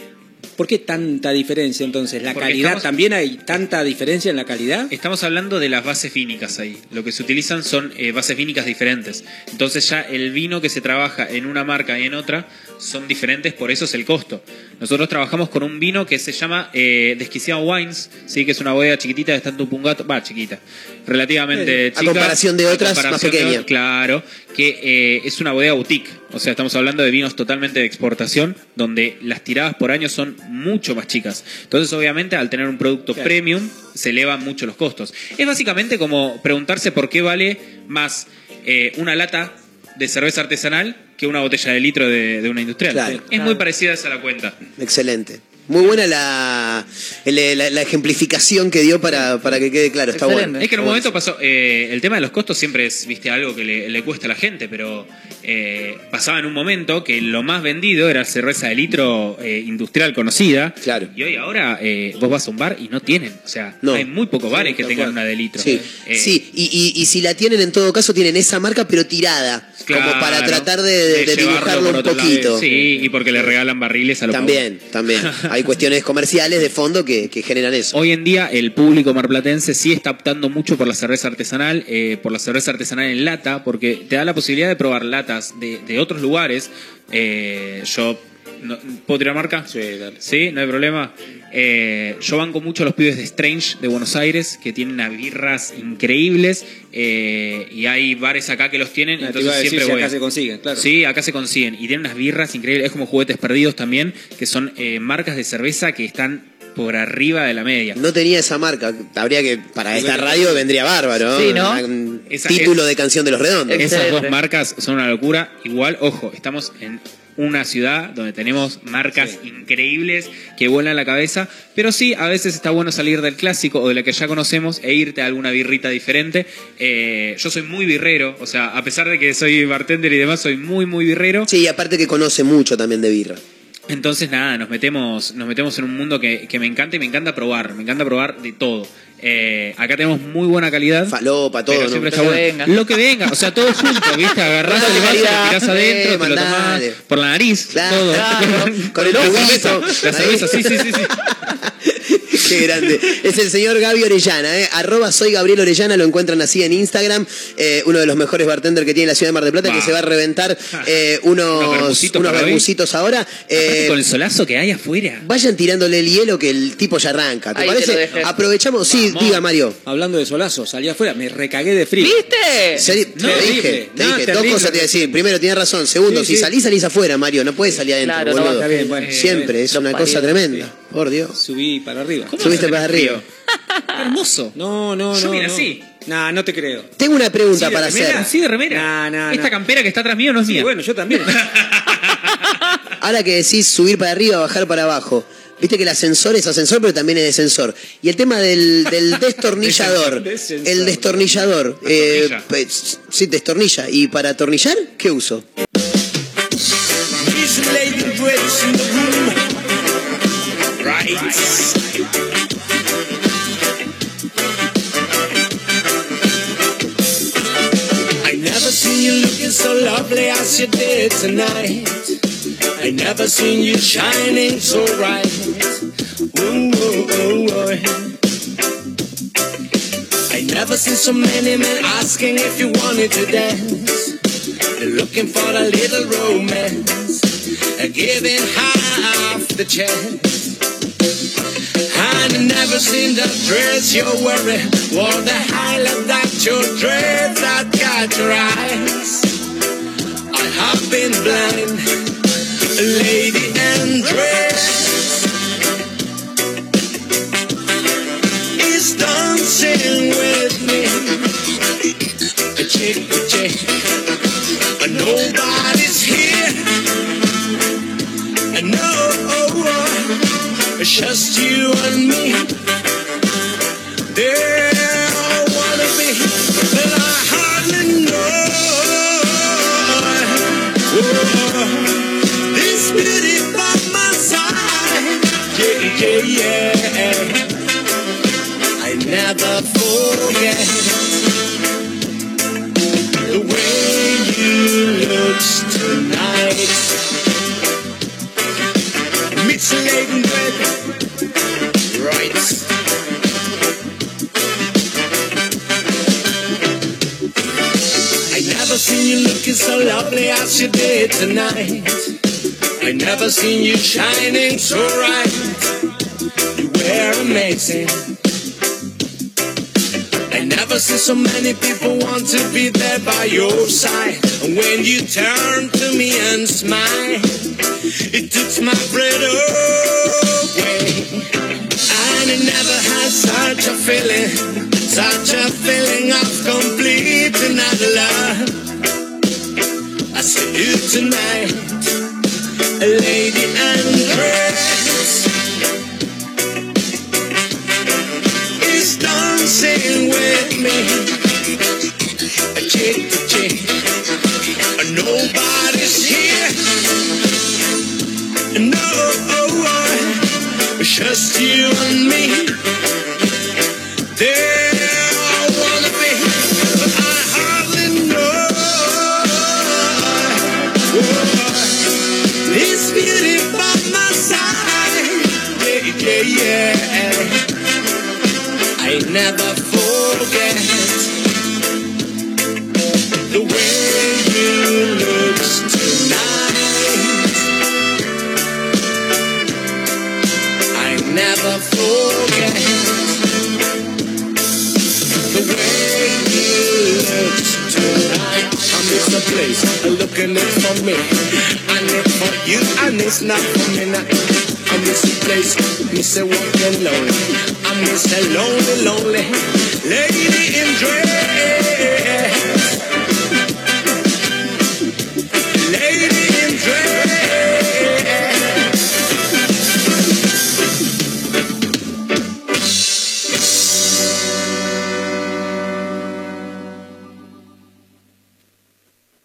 [SPEAKER 8] ¿Por qué tanta diferencia entonces? ¿La
[SPEAKER 4] Porque
[SPEAKER 8] calidad
[SPEAKER 4] estamos-
[SPEAKER 8] también hay tanta diferencia en la calidad?
[SPEAKER 4] Estamos hablando de las bases vínicas ahí. Lo que se utilizan son eh, bases vínicas diferentes. Entonces ya el vino que se trabaja en una marca y en otra son diferentes, por eso es el costo. Nosotros trabajamos con un vino que se llama eh, Desquiciado Wines, sí, que es una bodega chiquitita de Stanto Pungato, va, chiquita, relativamente
[SPEAKER 5] a
[SPEAKER 4] chica.
[SPEAKER 5] comparación de otras, más
[SPEAKER 4] de
[SPEAKER 5] pequeña.
[SPEAKER 4] Claro, que eh, es una bodega boutique. O sea, estamos hablando de vinos totalmente de exportación, donde las tiradas por año son mucho más chicas. Entonces, obviamente, al tener un producto
[SPEAKER 8] Claro.
[SPEAKER 4] premium, se elevan mucho los costos. Es básicamente como preguntarse por qué vale más eh, una lata de cerveza artesanal que una botella de litro de, de una industrial.
[SPEAKER 5] Claro.
[SPEAKER 4] es muy parecida esa a la cuenta.
[SPEAKER 5] Excelente. Muy buena la, el- eh, la- la ejemplificación que dio para, para que quede claro. Está
[SPEAKER 6] Excelente.
[SPEAKER 5] bueno.
[SPEAKER 4] Es que en un
[SPEAKER 5] Está
[SPEAKER 4] momento
[SPEAKER 5] bueno.
[SPEAKER 4] pasó, eh, el tema de los costos siempre es, viste, algo que le, le cuesta a la gente, pero eh, pasaba en un momento que lo más vendido era cerveza de litro eh, industrial conocida.
[SPEAKER 5] Claro.
[SPEAKER 4] Y hoy ahora eh, vos vas a un bar y no tienen, o sea,
[SPEAKER 5] No.
[SPEAKER 4] hay muy pocos bares que
[SPEAKER 8] tal
[SPEAKER 4] tengan
[SPEAKER 8] cual.
[SPEAKER 4] una de litro.
[SPEAKER 5] Sí,
[SPEAKER 4] Eh,
[SPEAKER 5] sí. Y, y- y si la tienen en todo caso, tienen esa marca pero tirada, como
[SPEAKER 4] claro,
[SPEAKER 5] para tratar de, de- de
[SPEAKER 4] llevarlo
[SPEAKER 5] dibujarlo
[SPEAKER 4] por
[SPEAKER 5] un
[SPEAKER 4] otro lado.
[SPEAKER 5] poquito.
[SPEAKER 4] Sí, y porque le regalan barriles a los
[SPEAKER 5] También, también. Hay cuestiones comerciales de fondo que, que generan eso.
[SPEAKER 4] Hoy en día el público marplatense sí está optando mucho por la cerveza artesanal, eh, por la cerveza artesanal en lata, porque te da la posibilidad de probar latas de, de otros lugares. Eh, yo no- puedo tirar marca.
[SPEAKER 8] Sí, dale.
[SPEAKER 4] Sí, no hay problema. Eh, yo banco mucho a los pibes de Strange de Buenos Aires, que tienen unas birras increíbles eh, y hay bares acá que los tienen,
[SPEAKER 8] Ah, te
[SPEAKER 4] entonces
[SPEAKER 8] iba a decir
[SPEAKER 4] siempre
[SPEAKER 8] si
[SPEAKER 4] voy.
[SPEAKER 8] acá se consiguen, claro.
[SPEAKER 4] Sí, acá se consiguen. Y tienen unas birras increíbles. Es como juguetes perdidos también, que son eh, marcas de cerveza que están por arriba de la media.
[SPEAKER 5] No tenía esa marca. Habría que, para esta radio vendría bárbaro.
[SPEAKER 6] Sí, ¿no?
[SPEAKER 5] Un
[SPEAKER 4] Esa
[SPEAKER 5] título
[SPEAKER 4] es- Eh,
[SPEAKER 5] de canción de los redondos.
[SPEAKER 6] Es-
[SPEAKER 4] Esas
[SPEAKER 6] Excelente.
[SPEAKER 4] dos marcas son una locura. Igual, ojo, estamos en una ciudad donde tenemos marcas increíbles que vuelan la cabeza, pero sí, a veces está bueno salir del clásico o de la que ya conocemos e irte a alguna birrita diferente. Eh, yo soy muy birrero, o sea, a pesar de que soy bartender y demás, soy muy, muy birrero.
[SPEAKER 5] Sí, y aparte que conoce mucho también de birra.
[SPEAKER 4] Entonces, nada, nos metemos, nos metemos en un mundo que, que me encanta y me encanta probar. Me encanta probar de todo. Eh, acá tenemos muy buena calidad.
[SPEAKER 5] Falopa, todo,
[SPEAKER 4] pero
[SPEAKER 5] ¿no?
[SPEAKER 4] siempre
[SPEAKER 6] Lo
[SPEAKER 4] está
[SPEAKER 6] que
[SPEAKER 4] bueno.
[SPEAKER 6] venga.
[SPEAKER 4] Lo que venga, o sea, todo junto, ¿viste? Agarrás
[SPEAKER 5] Claro,
[SPEAKER 4] el vaso,
[SPEAKER 5] calidad.
[SPEAKER 4] lo tirás adentro,
[SPEAKER 5] Eh,
[SPEAKER 4] te lo tomás
[SPEAKER 5] mandale.
[SPEAKER 4] por la nariz,
[SPEAKER 5] Claro,
[SPEAKER 4] todo.
[SPEAKER 5] claro. Con el
[SPEAKER 4] la
[SPEAKER 5] juguito.
[SPEAKER 4] cerveza, la
[SPEAKER 5] Ahí.
[SPEAKER 4] cerveza, sí, sí, sí, sí.
[SPEAKER 5] Qué grande. Es el señor Gaby Orellana, ¿eh? Arroba soy Gabriel Orellana, lo encuentran así en Instagram. Eh, uno de los mejores bartender que tiene la ciudad de Mar del Plata,
[SPEAKER 4] Bah.
[SPEAKER 5] que se va a reventar eh, unos,
[SPEAKER 4] Ah. Unos vermucitos
[SPEAKER 5] unos
[SPEAKER 4] para hoy.
[SPEAKER 5] vermucitos ahora.
[SPEAKER 4] Aparte
[SPEAKER 5] Eh,
[SPEAKER 4] con el solazo que hay afuera.
[SPEAKER 5] Vayan tirándole el hielo que el tipo ya arranca. ¿Te
[SPEAKER 6] Ahí te lo
[SPEAKER 5] parece?
[SPEAKER 6] dejé.
[SPEAKER 5] Aprovechamos. Sí,
[SPEAKER 4] Vamos.
[SPEAKER 5] diga Mario.
[SPEAKER 8] Hablando de solazo, salí afuera, me recagué de frío.
[SPEAKER 6] ¿Viste?
[SPEAKER 5] Sali-
[SPEAKER 8] No,
[SPEAKER 5] te
[SPEAKER 8] terrible.
[SPEAKER 5] dije, te
[SPEAKER 8] No,
[SPEAKER 5] dije.
[SPEAKER 8] terrible,
[SPEAKER 5] dos cosas te voy a decir.
[SPEAKER 8] terrible.
[SPEAKER 5] Primero, tienes razón. Segundo,
[SPEAKER 8] Sí,
[SPEAKER 5] si
[SPEAKER 8] sí.
[SPEAKER 5] salís, salís afuera, Mario. No puedes salir adentro,
[SPEAKER 6] Claro, no Eh,
[SPEAKER 5] boludo.
[SPEAKER 6] va a
[SPEAKER 8] bien, bueno.
[SPEAKER 4] Eh,
[SPEAKER 5] Siempre, es una cosa tremenda. Por Dios.
[SPEAKER 8] Subí para arriba.
[SPEAKER 4] ¿Cómo
[SPEAKER 5] Subiste
[SPEAKER 4] vas a
[SPEAKER 5] para
[SPEAKER 4] tener
[SPEAKER 5] arriba.
[SPEAKER 4] frío? Hermoso.
[SPEAKER 8] No, no, no.
[SPEAKER 4] Yo vine
[SPEAKER 8] no.
[SPEAKER 4] así.
[SPEAKER 8] Nah, no te creo.
[SPEAKER 5] Tengo una pregunta
[SPEAKER 8] Sí,
[SPEAKER 5] para
[SPEAKER 8] remera,
[SPEAKER 5] hacer.
[SPEAKER 4] Así de remera.
[SPEAKER 8] No, no,
[SPEAKER 4] Esta
[SPEAKER 8] no.
[SPEAKER 4] campera que está atrás mío no es
[SPEAKER 8] Sí,
[SPEAKER 4] mía.
[SPEAKER 8] bueno, yo también.
[SPEAKER 5] Ahora que decís subir para arriba, bajar para abajo. Viste que el ascensor es ascensor, pero también es descensor. Y el tema del, del destornillador.
[SPEAKER 8] Descensor.
[SPEAKER 5] el destornillador. eh,
[SPEAKER 4] Atornilla.
[SPEAKER 5] pues, sí, destornilla. ¿Y para atornillar, qué uso?
[SPEAKER 3] I never seen you looking so lovely as you did tonight. I never seen you shining so bright. Ooh, ooh, ooh, ooh. I never seen so many men asking if you wanted to dance. They're looking for a little romance, They're giving half the chance. I never seen the dress you're wearing, or the highlight that your dress that got your eyes. I have been blind, lady and dress is dancing with me. A chick, a chick, but nobody's here. oh, And no. It's just you and me. There I wanna be, but I hardly know. Oh, this beauty by my side, yeah, yeah, yeah. I never forget the way you looked tonight. Mutilating bread. Right. I never seen you looking so lovely as you did tonight. I never seen you shining so bright. You were amazing. I never seen so many people want to be there by your side. And when you turn to me and smile. It took my breath away. I never had such a feeling, such a feeling of complete and utter love. I see you tonight, Lady Andress is dancing with me. A chick, a chick, and nobody's here. No, it's just you and me. There I wanna be, but I hardly know. Oh, this beauty by my side, yeah, yeah, yeah. I never forget the way you looked tonight. I never forget the way you looked tonight. I'm in the place, I'm looking it for me. I need for you, and it's not for me. Not. I miss the place, miss a walking lonely. I miss a lonely, lonely lady in dress. Lady in dress.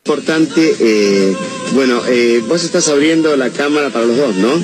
[SPEAKER 5] Por
[SPEAKER 9] importante, eh, bueno, eh, vos estás abriendo la cámara para los dos, ¿no?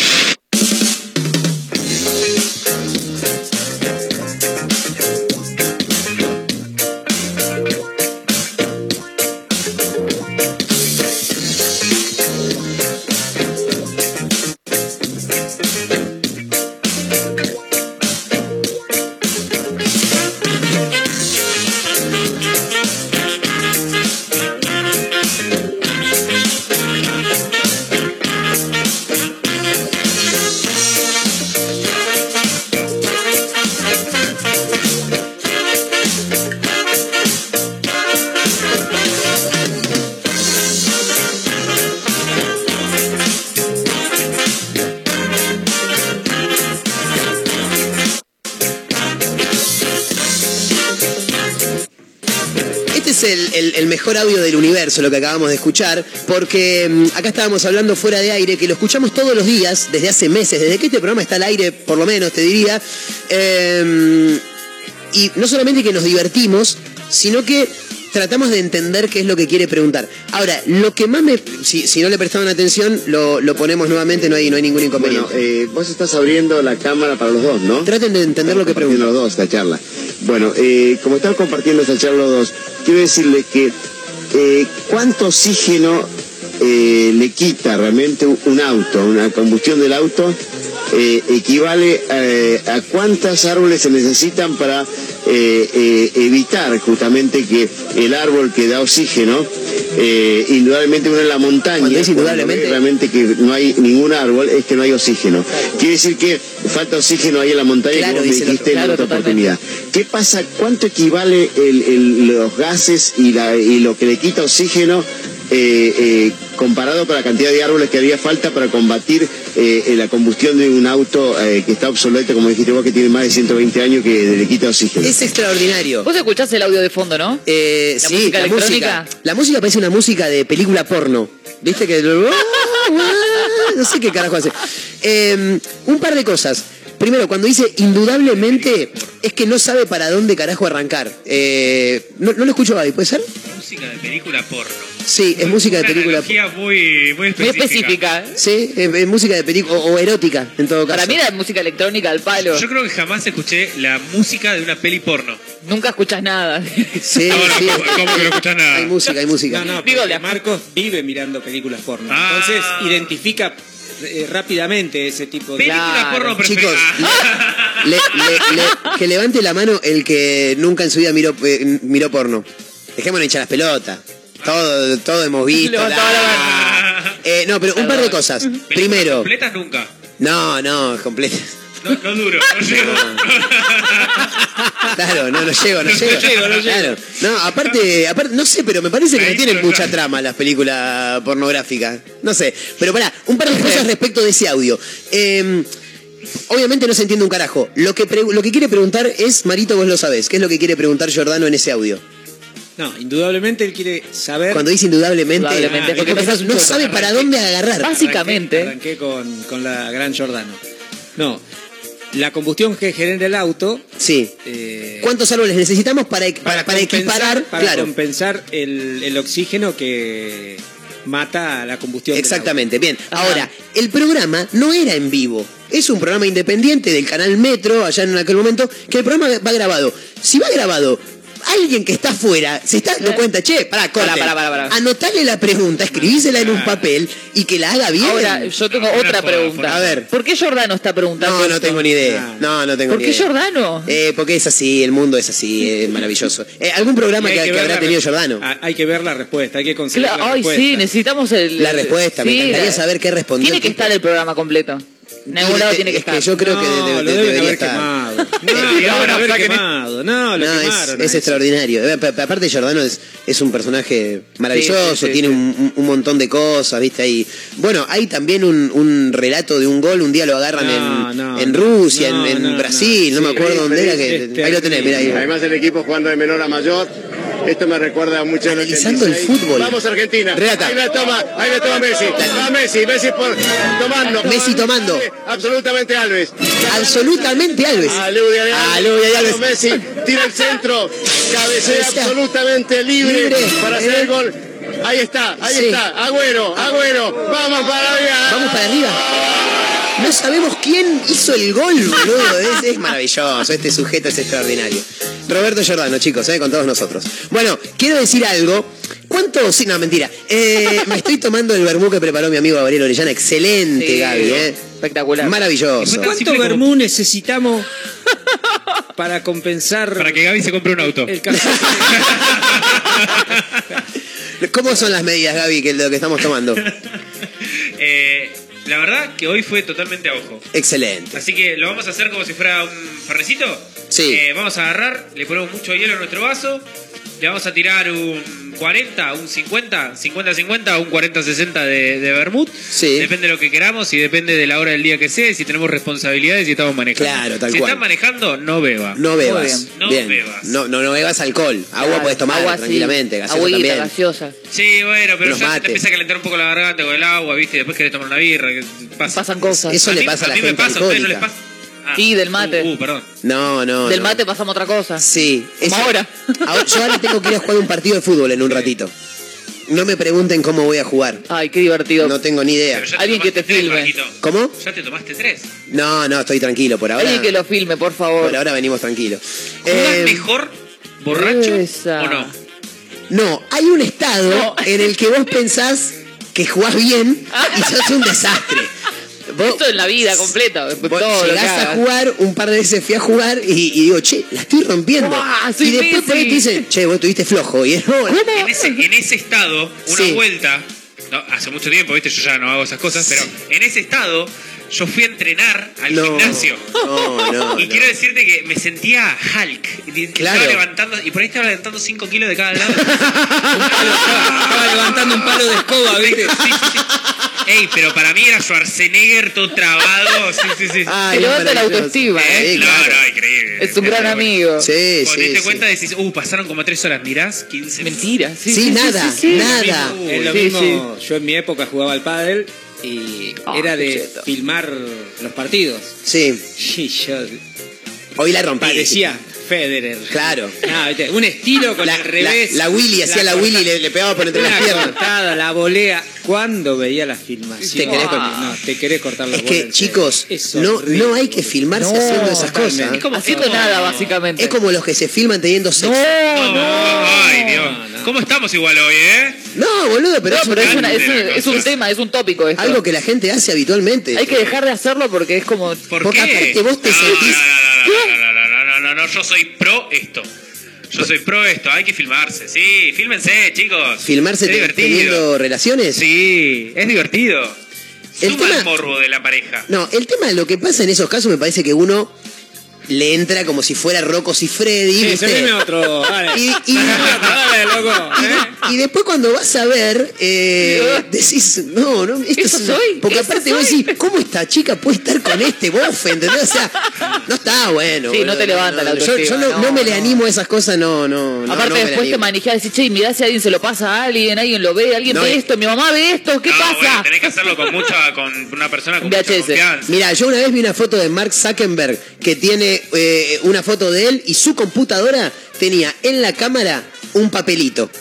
[SPEAKER 5] Este es el, el- el mejor audio del universo, lo que acabamos de escuchar, porque mm, acá estábamos hablando fuera de aire, que lo escuchamos todos los días, desde hace meses, desde que este programa está al aire, por lo menos, te diría. Em, y no solamente que nos divertimos, sino que tratamos de entender qué es lo que quiere preguntar. Ahora, lo que más me... Si, si no le prestaron atención, lo, lo ponemos nuevamente, no hay, no hay ningún inconveniente.
[SPEAKER 9] Bueno, eh, vos estás abriendo la cámara para los dos, ¿no?
[SPEAKER 5] Traten de entender lo que
[SPEAKER 9] compartiendo los dos esta charla. Bueno, eh, como estamos compartiendo esta charla los dos, quiero decirle que eh, cuánto oxígeno eh, le quita realmente un auto, una combustión del auto, eh, equivale eh, a cuántas árboles se necesitan para eh, eh, evitar justamente que el árbol que da oxígeno, eh, indudablemente uno en la montaña,
[SPEAKER 5] Cuando es indudablemente-
[SPEAKER 9] ve realmente que no hay ningún árbol, es que no hay oxígeno. Quiere decir que falta oxígeno ahí en la montaña,
[SPEAKER 5] Claro,
[SPEAKER 9] como me
[SPEAKER 5] dice el
[SPEAKER 9] dijiste
[SPEAKER 5] otro.
[SPEAKER 9] en
[SPEAKER 5] Claro,
[SPEAKER 9] otra
[SPEAKER 5] totalmente.
[SPEAKER 9] oportunidad. ¿Qué pasa? ¿Cuánto equivale el- el- los gases y, la- y lo que le quita oxígeno eh, eh, comparado con la cantidad de árboles que había falta para combatir eh, eh, la combustión de un auto eh, que está obsoleto, como dijiste vos, que tiene más de 120 años, que le quita oxígeno?
[SPEAKER 5] Es extraordinario.
[SPEAKER 6] Vos escuchás el audio de fondo, ¿no?
[SPEAKER 5] Eh,
[SPEAKER 6] ¿La
[SPEAKER 5] sí,
[SPEAKER 6] música
[SPEAKER 5] la
[SPEAKER 6] electrónica?
[SPEAKER 5] música. La música parece una música de película porno. ¿Viste que.? No sé qué carajo hace. Eh, un par de cosas. Primero, cuando dice indudablemente, es que no sabe para dónde carajo arrancar. Eh, no, no lo escucho, Gaby, ¿puede ser?
[SPEAKER 4] Música de película porno.
[SPEAKER 5] Sí, es música de
[SPEAKER 4] Una
[SPEAKER 5] película.
[SPEAKER 4] analogía muy, muy
[SPEAKER 6] Muy específica.
[SPEAKER 4] específica.
[SPEAKER 6] ¿eh?
[SPEAKER 5] Sí, es, es música de película. O, o erótica, en todo caso.
[SPEAKER 6] Para mí era música electrónica al palo.
[SPEAKER 4] Yo creo que jamás escuché la música de una peli porno.
[SPEAKER 6] Nunca escuchás nada.
[SPEAKER 5] Sí,
[SPEAKER 4] No, no,
[SPEAKER 5] sí.
[SPEAKER 4] ¿cómo- cómo que no escuchás nada?
[SPEAKER 5] Hay música, hay
[SPEAKER 8] No,
[SPEAKER 5] música.
[SPEAKER 8] no,
[SPEAKER 6] Digo,
[SPEAKER 8] porque
[SPEAKER 6] la-
[SPEAKER 8] Marcos vive mirando películas porno.
[SPEAKER 4] Ah.
[SPEAKER 8] Entonces identifica eh, rápidamente ese tipo de...
[SPEAKER 4] Película
[SPEAKER 6] Claro,
[SPEAKER 4] porno
[SPEAKER 5] Chicos,
[SPEAKER 4] preferida. Ah,
[SPEAKER 5] le- le- le- que levante la mano el que nunca en su vida miró, eh, miró porno. Dejémonos hinchar las pelotas. Todo, todo hemos visto.
[SPEAKER 6] Levantaba la
[SPEAKER 4] mano.
[SPEAKER 5] Eh, no, pero un par de cosas.
[SPEAKER 4] Películas
[SPEAKER 5] Primero,
[SPEAKER 4] Completas nunca.
[SPEAKER 5] no, no, completo.
[SPEAKER 4] No, no duro. No llego.
[SPEAKER 5] Claro, no, no llego, no
[SPEAKER 4] No
[SPEAKER 5] llego.
[SPEAKER 4] llego, no llego.
[SPEAKER 5] Claro. No, aparte, aparte, no sé, pero me parece que
[SPEAKER 4] Ahí
[SPEAKER 5] no tienen
[SPEAKER 4] está.
[SPEAKER 5] mucha trama las películas pornográficas. No sé. Pero pará, un par de cosas respecto de ese audio. Eh, obviamente no se entiende un carajo. Lo que, pregu- lo que quiere preguntar es, Marito, vos lo sabés, ¿qué es lo que quiere preguntar Giordano en ese audio?
[SPEAKER 8] No, indudablemente él quiere
[SPEAKER 4] Eh,
[SPEAKER 8] saber...
[SPEAKER 5] Cuando dice indudablemente,
[SPEAKER 6] Indudablemente,
[SPEAKER 5] es
[SPEAKER 6] porque
[SPEAKER 5] porque
[SPEAKER 6] pensás un
[SPEAKER 5] no
[SPEAKER 6] choto.
[SPEAKER 5] sabe para dónde
[SPEAKER 6] Ah,
[SPEAKER 5] agarrar.
[SPEAKER 6] Básicamente.
[SPEAKER 8] Arranqué, arranqué con, con la gran Giordano. No, la combustión que genera el auto...
[SPEAKER 5] Sí.
[SPEAKER 8] eh,
[SPEAKER 5] ¿Cuántos árboles necesitamos para, para, para
[SPEAKER 8] compensar-
[SPEAKER 5] equiparar?
[SPEAKER 8] para
[SPEAKER 5] claro.
[SPEAKER 8] compensar el, el oxígeno que mata la combustión. del
[SPEAKER 5] Exactamente, bien.
[SPEAKER 6] Ajá.
[SPEAKER 5] Ahora, el programa no era en vivo. Es un programa independiente del canal Metro, allá en aquel momento, que el programa va grabado. Si va grabado, alguien que está afuera se está dando cuenta, che, pará, corte.
[SPEAKER 6] pará, pará, pará.
[SPEAKER 5] Anotale la pregunta, escribísela en un papel y que la haga bien.
[SPEAKER 6] Ahora, yo tengo
[SPEAKER 4] Ahora
[SPEAKER 6] otra
[SPEAKER 4] joda,
[SPEAKER 6] pregunta.
[SPEAKER 5] joda. A ver.
[SPEAKER 6] ¿Por qué Jordano está preguntando?
[SPEAKER 5] No, no
[SPEAKER 6] esto?
[SPEAKER 5] tengo ni idea. No, no tengo
[SPEAKER 6] ¿Por
[SPEAKER 5] ni
[SPEAKER 6] qué
[SPEAKER 5] idea.
[SPEAKER 6] Jordano?
[SPEAKER 5] Eh, porque es así, el mundo es así, es maravilloso. Eh, ¿Algún programa
[SPEAKER 8] Y
[SPEAKER 5] que,
[SPEAKER 8] hay que
[SPEAKER 5] que
[SPEAKER 8] ver
[SPEAKER 5] habrá
[SPEAKER 8] la
[SPEAKER 5] tenido
[SPEAKER 8] re-
[SPEAKER 5] Jordano?
[SPEAKER 8] Ah, Hay que ver la respuesta, hay que conseguir
[SPEAKER 6] Cla-
[SPEAKER 8] la
[SPEAKER 6] Ay,
[SPEAKER 8] respuesta.
[SPEAKER 6] sí, necesitamos el,
[SPEAKER 5] La respuesta, me
[SPEAKER 6] Sí,
[SPEAKER 5] encantaría
[SPEAKER 6] la-
[SPEAKER 5] saber qué respondió
[SPEAKER 6] Tiene que
[SPEAKER 5] el tipo.
[SPEAKER 6] estar el programa completo. En algún lado
[SPEAKER 5] Es
[SPEAKER 6] tiene que
[SPEAKER 5] es
[SPEAKER 6] estar.
[SPEAKER 5] yo creo que
[SPEAKER 8] No,
[SPEAKER 5] de- de-
[SPEAKER 8] lo deben
[SPEAKER 5] debería
[SPEAKER 8] haber
[SPEAKER 5] estar.
[SPEAKER 8] quemado. No, lo
[SPEAKER 4] No,
[SPEAKER 8] deben
[SPEAKER 4] ahora
[SPEAKER 8] haber
[SPEAKER 4] saquen-
[SPEAKER 8] quemado. No, lo
[SPEAKER 5] No, es-
[SPEAKER 8] quemaron.
[SPEAKER 5] es,
[SPEAKER 8] a eso.
[SPEAKER 5] extraordinario. Eh, pa- pa- Aparte, Giordano es, es un personaje maravilloso,
[SPEAKER 6] Sí, sí, sí,
[SPEAKER 5] tiene
[SPEAKER 6] sí.
[SPEAKER 5] Un, un- un montón de cosas, ¿viste? Ahí. Bueno, hay también un, un relato de un gol, un día lo agarran
[SPEAKER 8] No,
[SPEAKER 5] en,
[SPEAKER 8] no,
[SPEAKER 5] en
[SPEAKER 8] no.
[SPEAKER 5] Rusia,
[SPEAKER 8] No,
[SPEAKER 5] en, en
[SPEAKER 8] no, no.
[SPEAKER 5] Brasil, no,
[SPEAKER 8] Sí,
[SPEAKER 5] me acuerdo
[SPEAKER 8] sí,
[SPEAKER 5] dónde era.
[SPEAKER 8] sí,
[SPEAKER 5] Que,
[SPEAKER 8] este,
[SPEAKER 5] ahí lo tenés, mirá ahí.
[SPEAKER 1] Además el equipo jugando de menor a mayor. Esto me recuerda a mucho de los
[SPEAKER 5] Analizando el fútbol.
[SPEAKER 1] Vamos Argentina.
[SPEAKER 5] Relata.
[SPEAKER 1] Ahí la toma, ahí la toma Messi. Va Messi, Messi por tomando.
[SPEAKER 5] Messi tomando.
[SPEAKER 1] Absolutamente Alves.
[SPEAKER 5] Absolutamente Alves.
[SPEAKER 1] Alubia de Alves.
[SPEAKER 5] Alubia de Alves.
[SPEAKER 1] Messi tira el centro. Cabecea
[SPEAKER 5] Cabecea.
[SPEAKER 1] absolutamente libre,
[SPEAKER 5] Libre. Eh.
[SPEAKER 1] para hacer el gol. Ahí está, ahí
[SPEAKER 5] Sí.
[SPEAKER 1] está. Agüero, Agüero. Vamos para arriba.
[SPEAKER 5] Vamos para arriba. No sabemos quién hizo el gol, boludo. Es, es maravilloso. Este sujeto es extraordinario. Roberto Giordano, chicos, eh, con todos nosotros. Bueno, quiero decir algo. ¿Cuánto? Sí, no, mentira. Eh, me estoy tomando el vermú que preparó mi amigo Gabriel Orellana. Excelente,
[SPEAKER 6] Sí,
[SPEAKER 5] Gaby, eh.
[SPEAKER 6] espectacular.
[SPEAKER 5] Maravilloso.
[SPEAKER 4] Tan
[SPEAKER 8] ¿Cuánto
[SPEAKER 4] simple como-
[SPEAKER 8] vermú necesitamos para compensar
[SPEAKER 4] Para que Gaby se compre un auto.
[SPEAKER 8] el calzón?
[SPEAKER 5] ¿Cómo son las medidas, Gaby, que lo que estamos tomando?
[SPEAKER 4] Eh, la verdad que hoy fue totalmente a ojo.
[SPEAKER 5] Excelente.
[SPEAKER 4] Así que lo vamos a hacer como si fuera un ferrecito.
[SPEAKER 5] Sí.
[SPEAKER 4] Eh, vamos a agarrar, le ponemos mucho hielo a nuestro vaso, le vamos a tirar un 40, un 50, 50-50, un 40-60 de, de vermut.
[SPEAKER 5] Sí.
[SPEAKER 4] Depende de lo que queramos y depende de la hora del día que sea, y si tenemos responsabilidades y si estamos manejando.
[SPEAKER 5] Claro, tal
[SPEAKER 4] si
[SPEAKER 5] cual.
[SPEAKER 4] estás manejando, no beba.
[SPEAKER 5] No bebas.
[SPEAKER 4] bien. No bebas.
[SPEAKER 5] No, no, no bebas alcohol. Agua
[SPEAKER 6] Claro,
[SPEAKER 5] puedes tomar
[SPEAKER 6] agua, sí.
[SPEAKER 5] tranquilamente, gaseosa
[SPEAKER 6] Agüita,
[SPEAKER 5] también.
[SPEAKER 6] gaseosa.
[SPEAKER 4] Sí, bueno, pero
[SPEAKER 5] Unos
[SPEAKER 4] ya se
[SPEAKER 5] mates.
[SPEAKER 4] te empieza a calentar un poco la garganta con el agua, ¿viste? Después querés tomar una birra. que pasa.
[SPEAKER 6] Pasan cosas.
[SPEAKER 5] Eso
[SPEAKER 4] A
[SPEAKER 5] le
[SPEAKER 4] mí-
[SPEAKER 5] pasa a la
[SPEAKER 4] mí me
[SPEAKER 5] gente
[SPEAKER 4] pasa, a ustedes no les
[SPEAKER 5] alcohólica.
[SPEAKER 4] pasa. Ah,
[SPEAKER 6] Y del mate.
[SPEAKER 4] Uh, uh, perdón.
[SPEAKER 5] No, no.
[SPEAKER 6] Del
[SPEAKER 5] no.
[SPEAKER 6] mate pasamos otra cosa.
[SPEAKER 5] Sí.
[SPEAKER 6] Como ahora.
[SPEAKER 5] Ahora- Yo ahora tengo que ir a jugar un partido de fútbol en un ratito. No me pregunten cómo voy a jugar.
[SPEAKER 6] Ay, qué divertido.
[SPEAKER 5] No tengo ni idea.
[SPEAKER 4] Pero ya
[SPEAKER 6] Alguien que
[SPEAKER 4] tomaste
[SPEAKER 6] te
[SPEAKER 4] tres,
[SPEAKER 6] filme.
[SPEAKER 4] Marquito.
[SPEAKER 5] ¿Cómo?
[SPEAKER 4] Ya te tomaste tres.
[SPEAKER 5] No, no, estoy tranquilo por ahora.
[SPEAKER 6] Alguien que lo filme, por favor.
[SPEAKER 5] Por ahora venimos tranquilos.
[SPEAKER 4] ¿Jugás
[SPEAKER 5] Eh,
[SPEAKER 4] mejor borracho
[SPEAKER 6] esa.
[SPEAKER 4] o no?
[SPEAKER 5] no, hay un estado
[SPEAKER 6] No.
[SPEAKER 5] en el que vos pensás que jugás bien y sos un desastre. Vos,
[SPEAKER 6] Ah. Esto en la vida completa.
[SPEAKER 5] vos
[SPEAKER 6] todo lo que
[SPEAKER 5] llegás a
[SPEAKER 6] hagas.
[SPEAKER 5] jugar, un par de veces fui a jugar y, y digo, che, la estoy rompiendo.
[SPEAKER 6] Guau, soy
[SPEAKER 5] y después por ahí
[SPEAKER 6] Messi.
[SPEAKER 5] te dicen, che, vos estuviste flojo. Y es, no,
[SPEAKER 4] En ese, en ese estado, una
[SPEAKER 5] Sí.
[SPEAKER 4] vuelta, no, hace mucho tiempo, viste, yo ya no hago esas cosas,
[SPEAKER 5] Sí.
[SPEAKER 4] pero en ese estado yo fui a entrenar al
[SPEAKER 5] no,
[SPEAKER 4] gimnasio.
[SPEAKER 5] no, no,
[SPEAKER 4] Y
[SPEAKER 5] no.
[SPEAKER 4] quiero decirte que me sentía Hulk. Y di-
[SPEAKER 5] Claro.
[SPEAKER 4] Estaba levantando, y por ahí estaba levantando 5 kilos de cada lado.
[SPEAKER 8] Estaba levantando un palo de escoba, ¿viste?
[SPEAKER 4] Sí, sí, sí. Ey, pero para mí era Schwarzenegger todo trabado. Sí, sí, sí.
[SPEAKER 5] Ah,
[SPEAKER 6] Te
[SPEAKER 5] no,
[SPEAKER 6] levanta la
[SPEAKER 5] maravilloso.
[SPEAKER 6] autoestima,
[SPEAKER 4] Eh,
[SPEAKER 5] Sí,
[SPEAKER 4] no,
[SPEAKER 5] claro. este
[SPEAKER 4] no, increíble.
[SPEAKER 6] Es un gran
[SPEAKER 4] Pero bueno.
[SPEAKER 6] amigo.
[SPEAKER 5] Sí,
[SPEAKER 4] Cuando
[SPEAKER 5] sí,
[SPEAKER 4] te diste
[SPEAKER 5] sí.
[SPEAKER 4] cuenta decís, uh, pasaron como 3 horas, mirás, 15
[SPEAKER 6] Mentira. Sí,
[SPEAKER 5] Sí,
[SPEAKER 6] sí, sí,
[SPEAKER 5] nada,
[SPEAKER 6] sí, sí.
[SPEAKER 5] nada.
[SPEAKER 4] Uy,
[SPEAKER 8] Es lo
[SPEAKER 6] sí,
[SPEAKER 8] mismo. Yo en mi época jugaba al pádel y
[SPEAKER 6] Ah,
[SPEAKER 8] era de
[SPEAKER 6] qué cheto.
[SPEAKER 8] filmar los partidos.
[SPEAKER 5] Sí,
[SPEAKER 8] Y yo
[SPEAKER 5] hoy la rompí.
[SPEAKER 8] parecía Federer.
[SPEAKER 5] Claro.
[SPEAKER 8] Nada, ¿viste? Un estilo con
[SPEAKER 5] La,
[SPEAKER 8] el revés.
[SPEAKER 5] la- la Willy hacía la,
[SPEAKER 8] corta-
[SPEAKER 5] Willy y le, le pegaba por entre
[SPEAKER 8] Una
[SPEAKER 5] las piernas.
[SPEAKER 8] cortada, la volea. ¿Cuándo veía la filmación?
[SPEAKER 5] Te querés cortar.
[SPEAKER 8] No, te querés cortar la
[SPEAKER 5] Es que,
[SPEAKER 8] bola.
[SPEAKER 5] chicos,
[SPEAKER 8] Es
[SPEAKER 5] no,
[SPEAKER 8] horrible.
[SPEAKER 5] no hay que filmarse haciendo esas cosas.
[SPEAKER 8] totalmente.
[SPEAKER 4] ¿Cómo
[SPEAKER 6] Haciendo
[SPEAKER 4] estamos?
[SPEAKER 6] nada, básicamente.
[SPEAKER 5] Es como los que se filman teniendo sexo.
[SPEAKER 4] No, Ay, Dios. ¿Cómo estamos igual hoy, eh?
[SPEAKER 5] No, boludo, pero,
[SPEAKER 6] No,
[SPEAKER 5] es, un-
[SPEAKER 6] pero es, una- es un,
[SPEAKER 4] Grande la
[SPEAKER 6] es un
[SPEAKER 4] cosa.
[SPEAKER 6] tema, es un tópico esto.
[SPEAKER 5] algo que la gente hace habitualmente.
[SPEAKER 6] Hay que dejar de hacerlo porque es como...
[SPEAKER 4] ¿Por
[SPEAKER 5] Porque
[SPEAKER 4] qué?
[SPEAKER 5] aparte vos te
[SPEAKER 4] no,
[SPEAKER 5] sentís-
[SPEAKER 4] No, no, no, no, no, no, no, no, no, yo soy pro esto. Yo soy pro esto, hay que filmarse. Sí, fílmense, chicos.
[SPEAKER 5] Filmarse
[SPEAKER 4] es
[SPEAKER 5] te-
[SPEAKER 4] divertido.
[SPEAKER 5] teniendo relaciones.
[SPEAKER 4] Sí, es divertido.
[SPEAKER 5] El
[SPEAKER 4] Suma
[SPEAKER 5] tema-
[SPEAKER 4] el morbo de la pareja.
[SPEAKER 5] No, el tema de lo que pasa en esos casos me parece que uno le entra como si fuera Rocos y Freddy.
[SPEAKER 8] Sí,
[SPEAKER 5] ¿viste?
[SPEAKER 8] se viene otro. Dale.
[SPEAKER 5] Y- y-
[SPEAKER 8] Dale, loco.
[SPEAKER 5] Y,
[SPEAKER 8] ¿eh?
[SPEAKER 5] de- y después cuando vas a ver, eh, decís, no, no, esto
[SPEAKER 6] ¿Eso
[SPEAKER 5] es una-
[SPEAKER 6] soy?
[SPEAKER 5] Porque
[SPEAKER 6] ¿Eso
[SPEAKER 5] aparte vos
[SPEAKER 6] soy?
[SPEAKER 5] decís, ¿cómo esta chica puede estar con este bofe? ¿Entendés? O sea, no está bueno.
[SPEAKER 6] Sí, no
[SPEAKER 5] boludo,
[SPEAKER 6] te levanta la
[SPEAKER 5] no. Yo, yo
[SPEAKER 6] autoestima,
[SPEAKER 5] no, no
[SPEAKER 6] no,
[SPEAKER 5] me le
[SPEAKER 6] no.
[SPEAKER 5] animo a esas cosas, no, no. no,
[SPEAKER 6] Aparte
[SPEAKER 5] no me le
[SPEAKER 6] después te
[SPEAKER 5] animo.
[SPEAKER 6] manejas y decís, che, mirá si alguien se lo pasa a alguien, alguien lo ve, alguien
[SPEAKER 5] No,
[SPEAKER 6] ve
[SPEAKER 5] es-
[SPEAKER 6] esto, mi mamá ve esto, ¿qué
[SPEAKER 4] no,
[SPEAKER 6] pasa?
[SPEAKER 4] Bueno, tenés que hacerlo con mucha, con una persona con mucha
[SPEAKER 6] VHS.
[SPEAKER 4] confianza.
[SPEAKER 5] Mira, yo una vez vi una foto de Mark Zuckerberg que tiene eh, una foto de él y su computadora tenía en la cámara un papelito.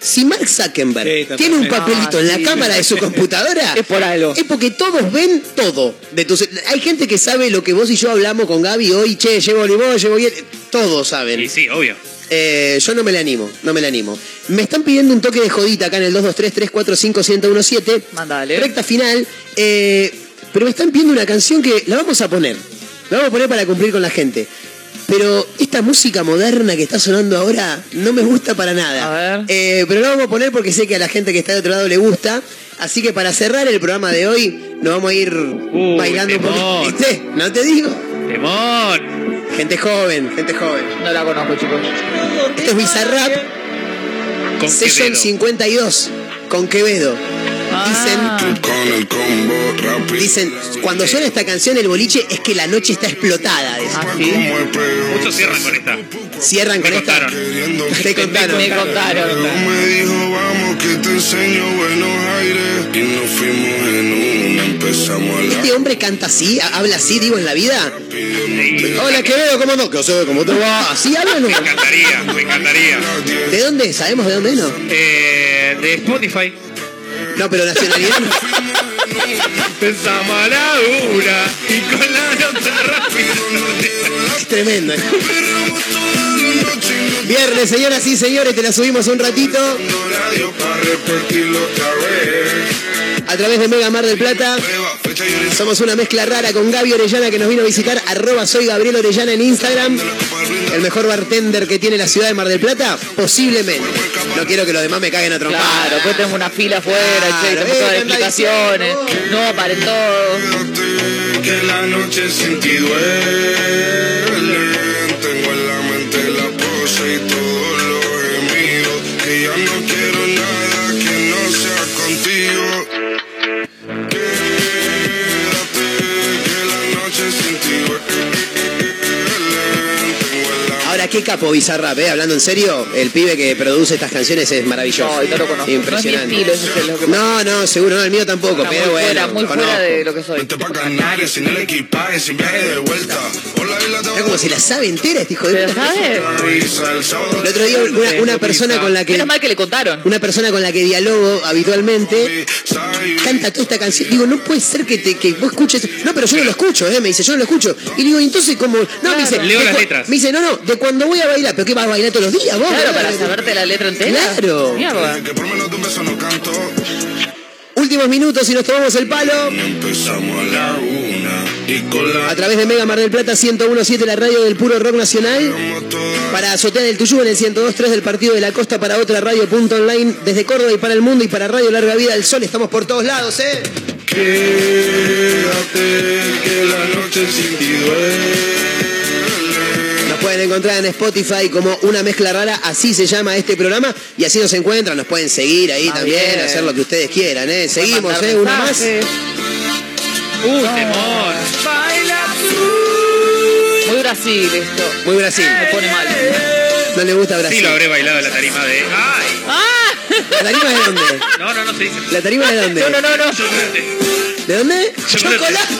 [SPEAKER 5] Si Mark Zuckerberg
[SPEAKER 8] Sí, está
[SPEAKER 5] tiene un
[SPEAKER 8] perfecto.
[SPEAKER 5] papelito
[SPEAKER 6] Ah,
[SPEAKER 5] en la
[SPEAKER 6] sí.
[SPEAKER 5] cámara de su computadora,
[SPEAKER 6] Es por algo.
[SPEAKER 5] Es porque todos ven todo. De tus- hay gente que sabe lo que vos y yo hablamos con Gaby hoy, che, llevo voleibol, llevo bien. Todos saben.
[SPEAKER 4] Y sí, obvio.
[SPEAKER 5] Eh, yo no me la animo, no me la animo. Me están pidiendo un toque de jodita acá en el 223-345-1017.
[SPEAKER 6] Mandale.
[SPEAKER 5] Recta final. eh, pero me están pidiendo una canción que la vamos a poner. La vamos a poner para cumplir con la gente. Pero esta música moderna que está sonando ahora no me gusta para nada.
[SPEAKER 6] A ver.
[SPEAKER 5] Eh, pero la vamos a poner porque sé que a la gente que está de otro lado le gusta. Así que para cerrar el programa de hoy, nos vamos a ir bailando un poquito.
[SPEAKER 4] temón.
[SPEAKER 5] ¿Viste? No te digo.
[SPEAKER 4] ¡Temón!
[SPEAKER 5] Gente joven, gente joven.
[SPEAKER 6] No la conozco, chicos.
[SPEAKER 5] Ah, Esto es Bizarrap.
[SPEAKER 4] Con
[SPEAKER 5] Session
[SPEAKER 4] Quevedo.
[SPEAKER 5] 52 con Quevedo. Dicen,
[SPEAKER 3] Con el combo rápido.
[SPEAKER 5] dicen, cuando suena esta canción el boliche es que la noche está explotada. dicen.
[SPEAKER 6] Ah, sí.
[SPEAKER 3] Como espejo,
[SPEAKER 4] Muchos cierran con esta.
[SPEAKER 5] Cierran
[SPEAKER 4] Me
[SPEAKER 5] con esta.
[SPEAKER 4] contaron.
[SPEAKER 3] queriendo
[SPEAKER 5] Te contaron.
[SPEAKER 6] Me contaron.
[SPEAKER 3] Me dijo, vamos que te enseño buenos aires. Y nos fuimos en una, empezamos a la.
[SPEAKER 5] Este hombre canta así, ha- habla así, digo, en la vida.
[SPEAKER 4] Sí.
[SPEAKER 5] Hola Quevedo, ¿cómo no? ¿Qué sé? ¿Cómo te va? Así hablan. ¿no?
[SPEAKER 4] Me encantaría, me encantaría.
[SPEAKER 5] ¿De dónde? ¿Sabemos de dónde no?
[SPEAKER 4] Eh, de Spotify.
[SPEAKER 5] No, pero nacionalidad no.
[SPEAKER 4] Pensamos a la una y con la nota rápida.
[SPEAKER 5] Es tremendo. ¿eh? Viernes, señoras y señores, te la subimos un ratito
[SPEAKER 3] Radio para repetirlo otra vez.
[SPEAKER 5] a través de Mega Mar del Plata.
[SPEAKER 3] Prueba, fecha y hora,
[SPEAKER 5] Somos una mezcla rara con Gaby Orellana que nos vino a visitar, arroba soy Gabriel Orellana en Instagram.
[SPEAKER 3] la copa brinda,
[SPEAKER 5] El mejor bartender que tiene la ciudad de Mar del Plata, posiblemente. No quiero que los demás me caguen a trompar.
[SPEAKER 6] Claro, pues después tengo una fila afuera,
[SPEAKER 5] Claro,
[SPEAKER 6] che, tengo
[SPEAKER 5] eh,
[SPEAKER 6] todas las
[SPEAKER 5] ¿qué andás
[SPEAKER 6] explicaciones. No, para todo.
[SPEAKER 3] quédate, que la noche sin ti duele. Tengo en la mente la pose y todos los gemidos. Que ya no quiero nada que no sea contigo. Quédate, que la noche sin ti duele. Tengo en la
[SPEAKER 5] Ahora, qué capo Bizarrap, ¿eh? Hablando en serio, el pibe que produce estas canciones es maravilloso.
[SPEAKER 6] No, y no lo conozco.
[SPEAKER 5] Impresionante.
[SPEAKER 6] No es mi estilo, eso es lo que
[SPEAKER 5] No, no, seguro, no, el mío tampoco,
[SPEAKER 6] Está muy
[SPEAKER 5] pero
[SPEAKER 6] fuera,
[SPEAKER 5] bueno.
[SPEAKER 6] muy fuera
[SPEAKER 5] conozco.
[SPEAKER 6] de lo que soy.
[SPEAKER 3] Vente pa' Canarias sin el equipaje, sin viaje de vuelta. Por la isla te
[SPEAKER 5] Es como se la sabe entera este hijo de
[SPEAKER 6] ¿Pero
[SPEAKER 5] puta.
[SPEAKER 6] sabes?
[SPEAKER 3] risa el sábado.
[SPEAKER 5] El otro día una, una persona con la que
[SPEAKER 6] Menos mal que le contaron.
[SPEAKER 5] una persona con la que dialogo habitualmente canta toda esta canción. Digo, no puede ser que, te, que vos escuches. No, pero yo no lo escucho, ¿eh? Me dice, yo no lo escucho. Y digo, entonces, como. No, me dice.
[SPEAKER 4] Leo
[SPEAKER 5] de
[SPEAKER 4] las
[SPEAKER 5] cu-
[SPEAKER 4] letras.
[SPEAKER 5] Me dice, no, no, de cuando voy a bailar. ¿Pero qué vas a bailar todos los días vos?
[SPEAKER 6] Claro, para
[SPEAKER 5] boludo?
[SPEAKER 6] saberte la letra entera.
[SPEAKER 5] Claro.
[SPEAKER 6] Mierda.
[SPEAKER 3] Que por menos de un beso no canto.
[SPEAKER 5] Últimos minutos y nos tomamos el palo.
[SPEAKER 3] Empezamos a la una y con la
[SPEAKER 5] A través de Mega Mar del Plata 1017, la radio del puro rock nacional.
[SPEAKER 3] hagamos toda.
[SPEAKER 5] Para Azotea del Tuyú en el 1023 del Partido de la Costa para otra radio punto online. Desde Córdoba y para el mundo y para Radio Larga Vida del Sol. Estamos por todos lados, ¿eh?
[SPEAKER 3] Quédate que la noche sin ti duele.
[SPEAKER 5] Nos pueden encontrar en Spotify como una mezcla rara, así se llama este programa y así nos encuentran, nos pueden seguir ahí
[SPEAKER 6] Ah,
[SPEAKER 5] también,
[SPEAKER 6] bien.
[SPEAKER 5] hacer lo que ustedes quieran, ¿eh? Seguimos,
[SPEAKER 6] Mandar
[SPEAKER 5] ¿eh? Una más.
[SPEAKER 6] mensajes.
[SPEAKER 4] Uh, temón.
[SPEAKER 6] Muy Brasil esto.
[SPEAKER 5] Muy Brasil,
[SPEAKER 6] Me pone mal.
[SPEAKER 5] no le gusta
[SPEAKER 4] Sí,
[SPEAKER 5] Brasil.
[SPEAKER 4] lo habré bailado en la tarima de. ¡Ay!
[SPEAKER 6] ¡Ah!
[SPEAKER 5] ¿La tarima de dónde?
[SPEAKER 4] No, no, no se dice.
[SPEAKER 5] ¿La tarima de dónde?
[SPEAKER 6] No, no, no, no.
[SPEAKER 5] ¿De dónde?
[SPEAKER 4] Chocolate.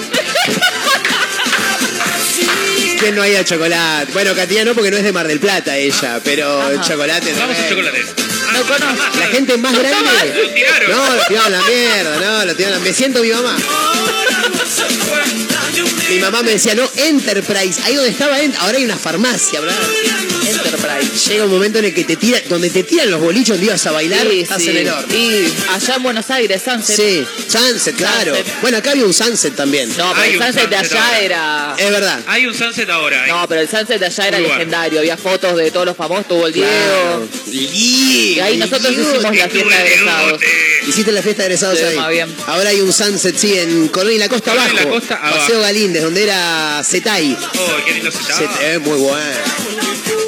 [SPEAKER 5] ¿Quién no ha ido a chocolate? Bueno, Katia no, porque no es de Mar del Plata ella, pero chocolate
[SPEAKER 4] Vamos a
[SPEAKER 5] también.
[SPEAKER 4] chocolates. Ah,
[SPEAKER 6] No conozco.
[SPEAKER 5] La gente más grande.
[SPEAKER 4] Lo tiraron.
[SPEAKER 5] No, lo tiraron a la mierda, no, lo tiraron a la- Me siento mi mamá. Mi mamá me decía, no, Enterprise, ahí donde estaba Ent- ahora hay una farmacia, ¿verdad?
[SPEAKER 6] Enterprise.
[SPEAKER 5] Llega un momento en el que te tiran, donde te tiran los bolichos donde ibas a bailar,
[SPEAKER 6] Sí,
[SPEAKER 5] estás
[SPEAKER 6] sí.
[SPEAKER 5] en el horno.
[SPEAKER 6] Y allá en Buenos Aires, Sunset.
[SPEAKER 5] Sí, Sunset, claro.
[SPEAKER 6] Sunset.
[SPEAKER 5] Bueno, acá había un Sunset también.
[SPEAKER 6] No, pero
[SPEAKER 4] Hay
[SPEAKER 6] el
[SPEAKER 4] un
[SPEAKER 6] Sunset de
[SPEAKER 4] Sunset
[SPEAKER 6] allá
[SPEAKER 4] ahora.
[SPEAKER 6] era.
[SPEAKER 5] Es verdad.
[SPEAKER 4] Hay un sunset ahora. ¿eh?
[SPEAKER 6] No, pero el Sunset de allá era
[SPEAKER 4] Muy bueno.
[SPEAKER 6] legendario. Había fotos de todos los famosos, tuvo el Diego.
[SPEAKER 5] Claro.
[SPEAKER 6] Y ahí nosotros
[SPEAKER 5] Diego,
[SPEAKER 6] hicimos la
[SPEAKER 4] Estuve
[SPEAKER 6] fiesta de
[SPEAKER 4] en
[SPEAKER 6] egresados.
[SPEAKER 4] Dubote.
[SPEAKER 5] Hiciste la fiesta de egresados
[SPEAKER 6] Sí,
[SPEAKER 5] ahí.
[SPEAKER 6] más bien.
[SPEAKER 5] Ahora hay un sunset, sí, en Colón y la Costa
[SPEAKER 4] Colón y
[SPEAKER 5] abajo.
[SPEAKER 4] la Costa abajo.
[SPEAKER 5] Paseo Galíndez, donde era Zetay.
[SPEAKER 4] Oh, qué lindo se
[SPEAKER 5] Se-
[SPEAKER 4] llama.
[SPEAKER 5] eh, muy bueno.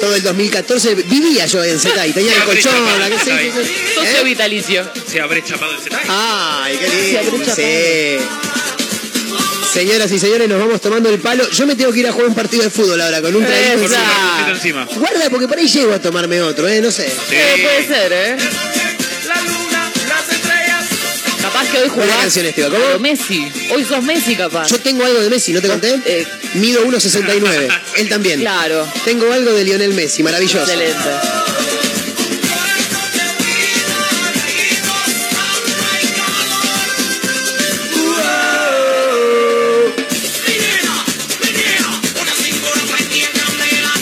[SPEAKER 5] Todo el 2014 vivía yo en Zetay. Tenía el
[SPEAKER 4] Se abre
[SPEAKER 5] colchón,
[SPEAKER 4] chapado
[SPEAKER 5] la que sí,
[SPEAKER 4] Zetay.
[SPEAKER 5] sí, sí.
[SPEAKER 6] Socio
[SPEAKER 5] ¿Eh?
[SPEAKER 6] vitalicio.
[SPEAKER 4] Se habré chapado el Zetay.
[SPEAKER 5] Ay, qué lindo.
[SPEAKER 6] Se
[SPEAKER 5] Sí. Señoras y señores, nos vamos tomando el palo. Yo me tengo que ir a jugar un partido de fútbol ahora
[SPEAKER 4] Eh,
[SPEAKER 5] con un
[SPEAKER 6] Esa.
[SPEAKER 5] traguito encima.
[SPEAKER 4] Un poquito encima.
[SPEAKER 5] Guarda, porque por ahí llego a tomarme otro, ¿eh? No sé.
[SPEAKER 6] Eh, puede ser, ¿eh? Capaz que hoy
[SPEAKER 5] Buena
[SPEAKER 6] jugás.
[SPEAKER 5] canción, Esteban, ¿cómo?
[SPEAKER 6] Pero Messi. Hoy sos Messi, capaz.
[SPEAKER 5] Yo tengo algo de Messi, ¿no te conté?
[SPEAKER 6] Eh.
[SPEAKER 5] Mido 1.69. Él también.
[SPEAKER 6] Claro.
[SPEAKER 5] Tengo algo de Lionel Messi, maravilloso.
[SPEAKER 6] Excelente.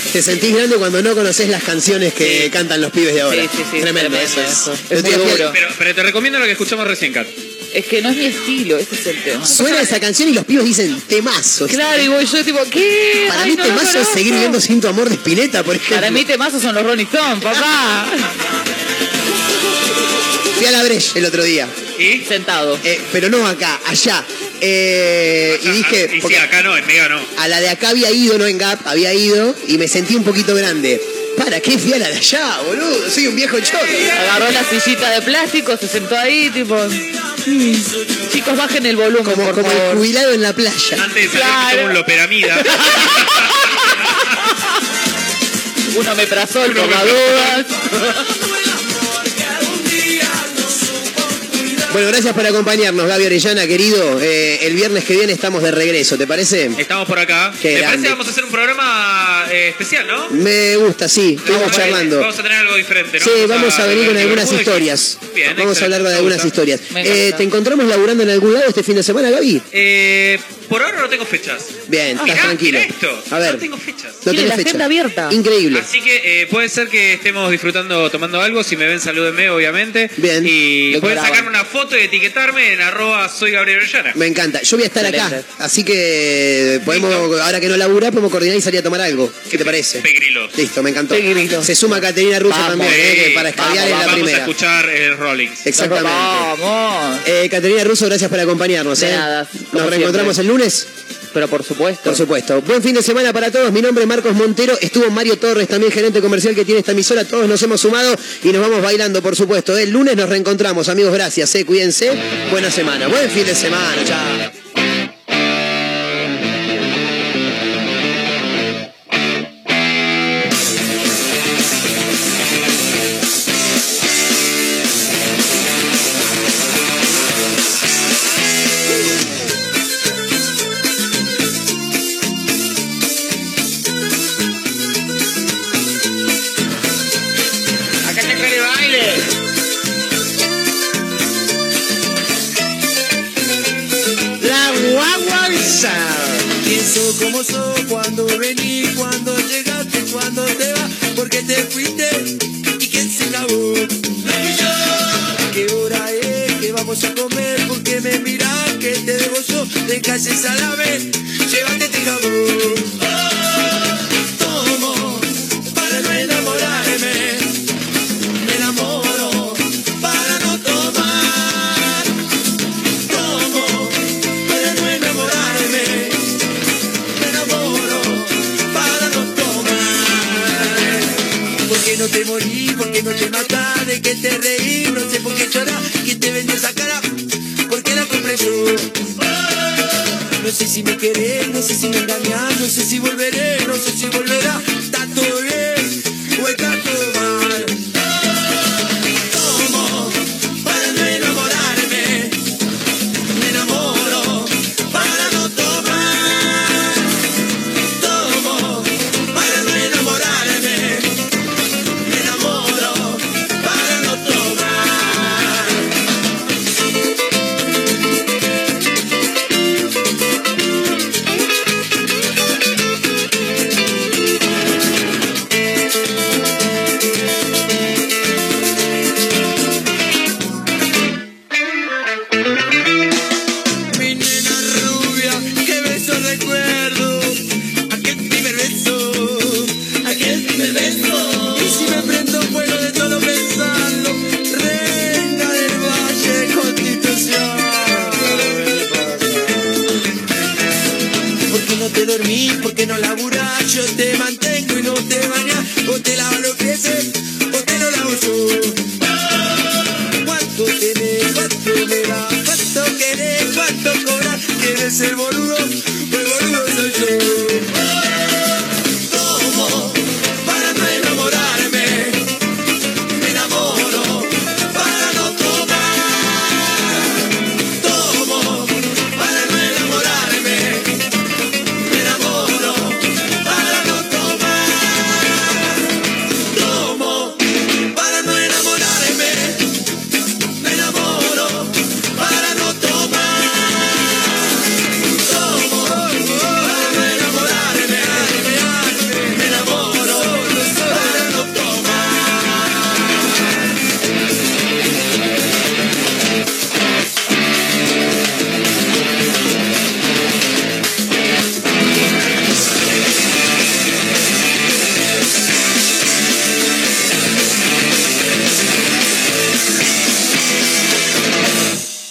[SPEAKER 5] Te Te sentís grande cuando no conoces las canciones que cantan los pibes de ahora.
[SPEAKER 6] Sí, sí, sí,
[SPEAKER 5] Tremendo,
[SPEAKER 6] tremendo
[SPEAKER 5] eso es.
[SPEAKER 6] eso.
[SPEAKER 5] Lo
[SPEAKER 6] Es muy
[SPEAKER 5] tienes que-
[SPEAKER 6] duro.
[SPEAKER 4] Pero, pero te recomiendo lo que escuchamos recién, Kat.
[SPEAKER 6] Es que no es mi estilo, ese es el tema.
[SPEAKER 5] Suena esa canción y los pibes dicen temazos.
[SPEAKER 6] Claro, y voy yo tipo, ¿qué?
[SPEAKER 5] Para
[SPEAKER 6] Ay,
[SPEAKER 5] mí
[SPEAKER 6] no lo
[SPEAKER 5] temazo es
[SPEAKER 6] conozco.
[SPEAKER 5] seguir viendo Sin tu amor de Spinetta, por ejemplo.
[SPEAKER 6] Para mí temazos son los Rolling Stones, papá.
[SPEAKER 5] Fui a la Breche el otro día,
[SPEAKER 4] ¿Y?
[SPEAKER 6] Sentado.
[SPEAKER 5] eh, pero no acá, allá. Eh, y
[SPEAKER 4] Ah,
[SPEAKER 5] dije,
[SPEAKER 4] y sí,
[SPEAKER 5] porque
[SPEAKER 4] acá no, en Mega no.
[SPEAKER 5] a la de acá había ido, no en Gap, había ido y me sentí un poquito grande. ¿Para qué fui a la de allá, boludo? Soy un viejo chorro.
[SPEAKER 6] Agarró la sillita de plástico, se sentó ahí, tipo. mm, Chicos, bajen el volumen,
[SPEAKER 5] Como,
[SPEAKER 6] por
[SPEAKER 5] como el
[SPEAKER 6] favor.
[SPEAKER 5] jubilado en la playa.
[SPEAKER 4] Antes de salir
[SPEAKER 6] Claro.
[SPEAKER 4] me tomo un Loperamida.
[SPEAKER 6] Una meprazol, por las dudas.
[SPEAKER 5] Bueno, gracias por acompañarnos, Gaby Orellana, querido. Eh, el viernes que viene estamos de regreso, ¿te parece?
[SPEAKER 4] Estamos por acá.
[SPEAKER 5] Qué
[SPEAKER 4] Me parece
[SPEAKER 5] grande.
[SPEAKER 4] que vamos a hacer un programa eh, especial, ¿no?
[SPEAKER 5] Me gusta, sí, estamos
[SPEAKER 4] Vamos a-
[SPEAKER 5] charlando.
[SPEAKER 4] Vamos a tener algo diferente, ¿no?
[SPEAKER 5] Sí, vamos a venir con
[SPEAKER 4] ver
[SPEAKER 5] algunas
[SPEAKER 4] Liverpool.
[SPEAKER 5] historias. Vamos
[SPEAKER 4] Bien,
[SPEAKER 5] a
[SPEAKER 4] excelente.
[SPEAKER 5] hablar de
[SPEAKER 4] Me
[SPEAKER 5] algunas
[SPEAKER 4] gusta.
[SPEAKER 5] historias.
[SPEAKER 6] Me
[SPEAKER 5] Eh,
[SPEAKER 6] encanta.
[SPEAKER 5] ¿Te encontramos laburando en algún lado este fin de semana, Gaby?
[SPEAKER 4] Eh, por ahora no tengo fechas.
[SPEAKER 5] Bien, estás
[SPEAKER 4] Ah, Mirá,
[SPEAKER 5] tranquilo.
[SPEAKER 4] mirá esto.
[SPEAKER 5] A ver.
[SPEAKER 4] No tengo fechas.
[SPEAKER 5] No
[SPEAKER 6] Tiene
[SPEAKER 5] tenés
[SPEAKER 6] la
[SPEAKER 5] fecha.
[SPEAKER 6] agenda abierta.
[SPEAKER 5] Increíble.
[SPEAKER 4] Así que eh, puede ser que estemos disfrutando tomando algo. Si me ven, salúdenme, obviamente.
[SPEAKER 5] Bien.
[SPEAKER 4] Y
[SPEAKER 5] Lo
[SPEAKER 4] pueden
[SPEAKER 5] graba.
[SPEAKER 4] sacarme una foto y etiquetarme en arroba soy Gabriel Orellana.
[SPEAKER 5] Me encanta. Yo voy a estar acá.
[SPEAKER 6] Excelente.
[SPEAKER 5] Así que podemos, ahora que no labura, podemos coordinar y salir a tomar algo. ¿Qué te parece?
[SPEAKER 4] Pegrilos.
[SPEAKER 5] Listo, me encantó.
[SPEAKER 6] Pegrilos.
[SPEAKER 5] Se suma Caterina Russo
[SPEAKER 6] Vamos.
[SPEAKER 5] también, eh, que para escabiar es
[SPEAKER 4] vamos,
[SPEAKER 5] la
[SPEAKER 4] vamos a
[SPEAKER 5] primera.
[SPEAKER 4] escuchar eh, el Rollings.
[SPEAKER 5] Exactamente.
[SPEAKER 6] Vamos.
[SPEAKER 5] Eh, Caterina Russo, gracias por acompañarnos.
[SPEAKER 6] De
[SPEAKER 5] eh.
[SPEAKER 6] nada, como
[SPEAKER 5] Nos reencontramos el lunes.
[SPEAKER 6] Pero por supuesto.
[SPEAKER 5] Por supuesto. Buen fin de semana para todos. Mi nombre es Marcos Montero. Estuvo Mario Torres, también gerente comercial que tiene esta emisora. Todos nos hemos sumado y nos vamos bailando, por supuesto. ¿eh? El lunes nos reencontramos, amigos. Gracias. eh. Cuídense. Buena semana. Buen fin de semana. Chao.
[SPEAKER 6] Acá está el baile.
[SPEAKER 5] La guagua
[SPEAKER 3] Pienso como soy cuando vení, cuando llegaste, cuando te vas, porque te fuiste y quién se acabó. ¿Qué hora es que vamos a comer? Porque me mirás que te debo yo de calle Salame, llévate este jamón. Tomo para no enamorarme, me enamoro para no tomar. Tomo para no enamorarme. Me enamoro para no tomar. ¿Por qué no te morí? ¿Por qué no te matás? ¿De qué te reí? No sé por qué llorás. ¿Quién te vendió esa cara? ¿Por qué la compré yo? No sé si me querés, no sé si me engañás, no sé si volveré, no sé si volverá. Está todo bien o está todo mal. Tomo para no enamorarme. Me enamoro para no tomar, tomo para no enamorarme, me enamoro para no tomar. Mi nena rubia, que beso recuerdo, aquel primer beso, aquel primer beso. Y si me prendo fuego de todo pensarlo, reina del valle, constitución. ¿Por qué no te dormís? ¿Por qué no laburás? Yo te mantengo y no te bañás. Vos te lavas los pies Pues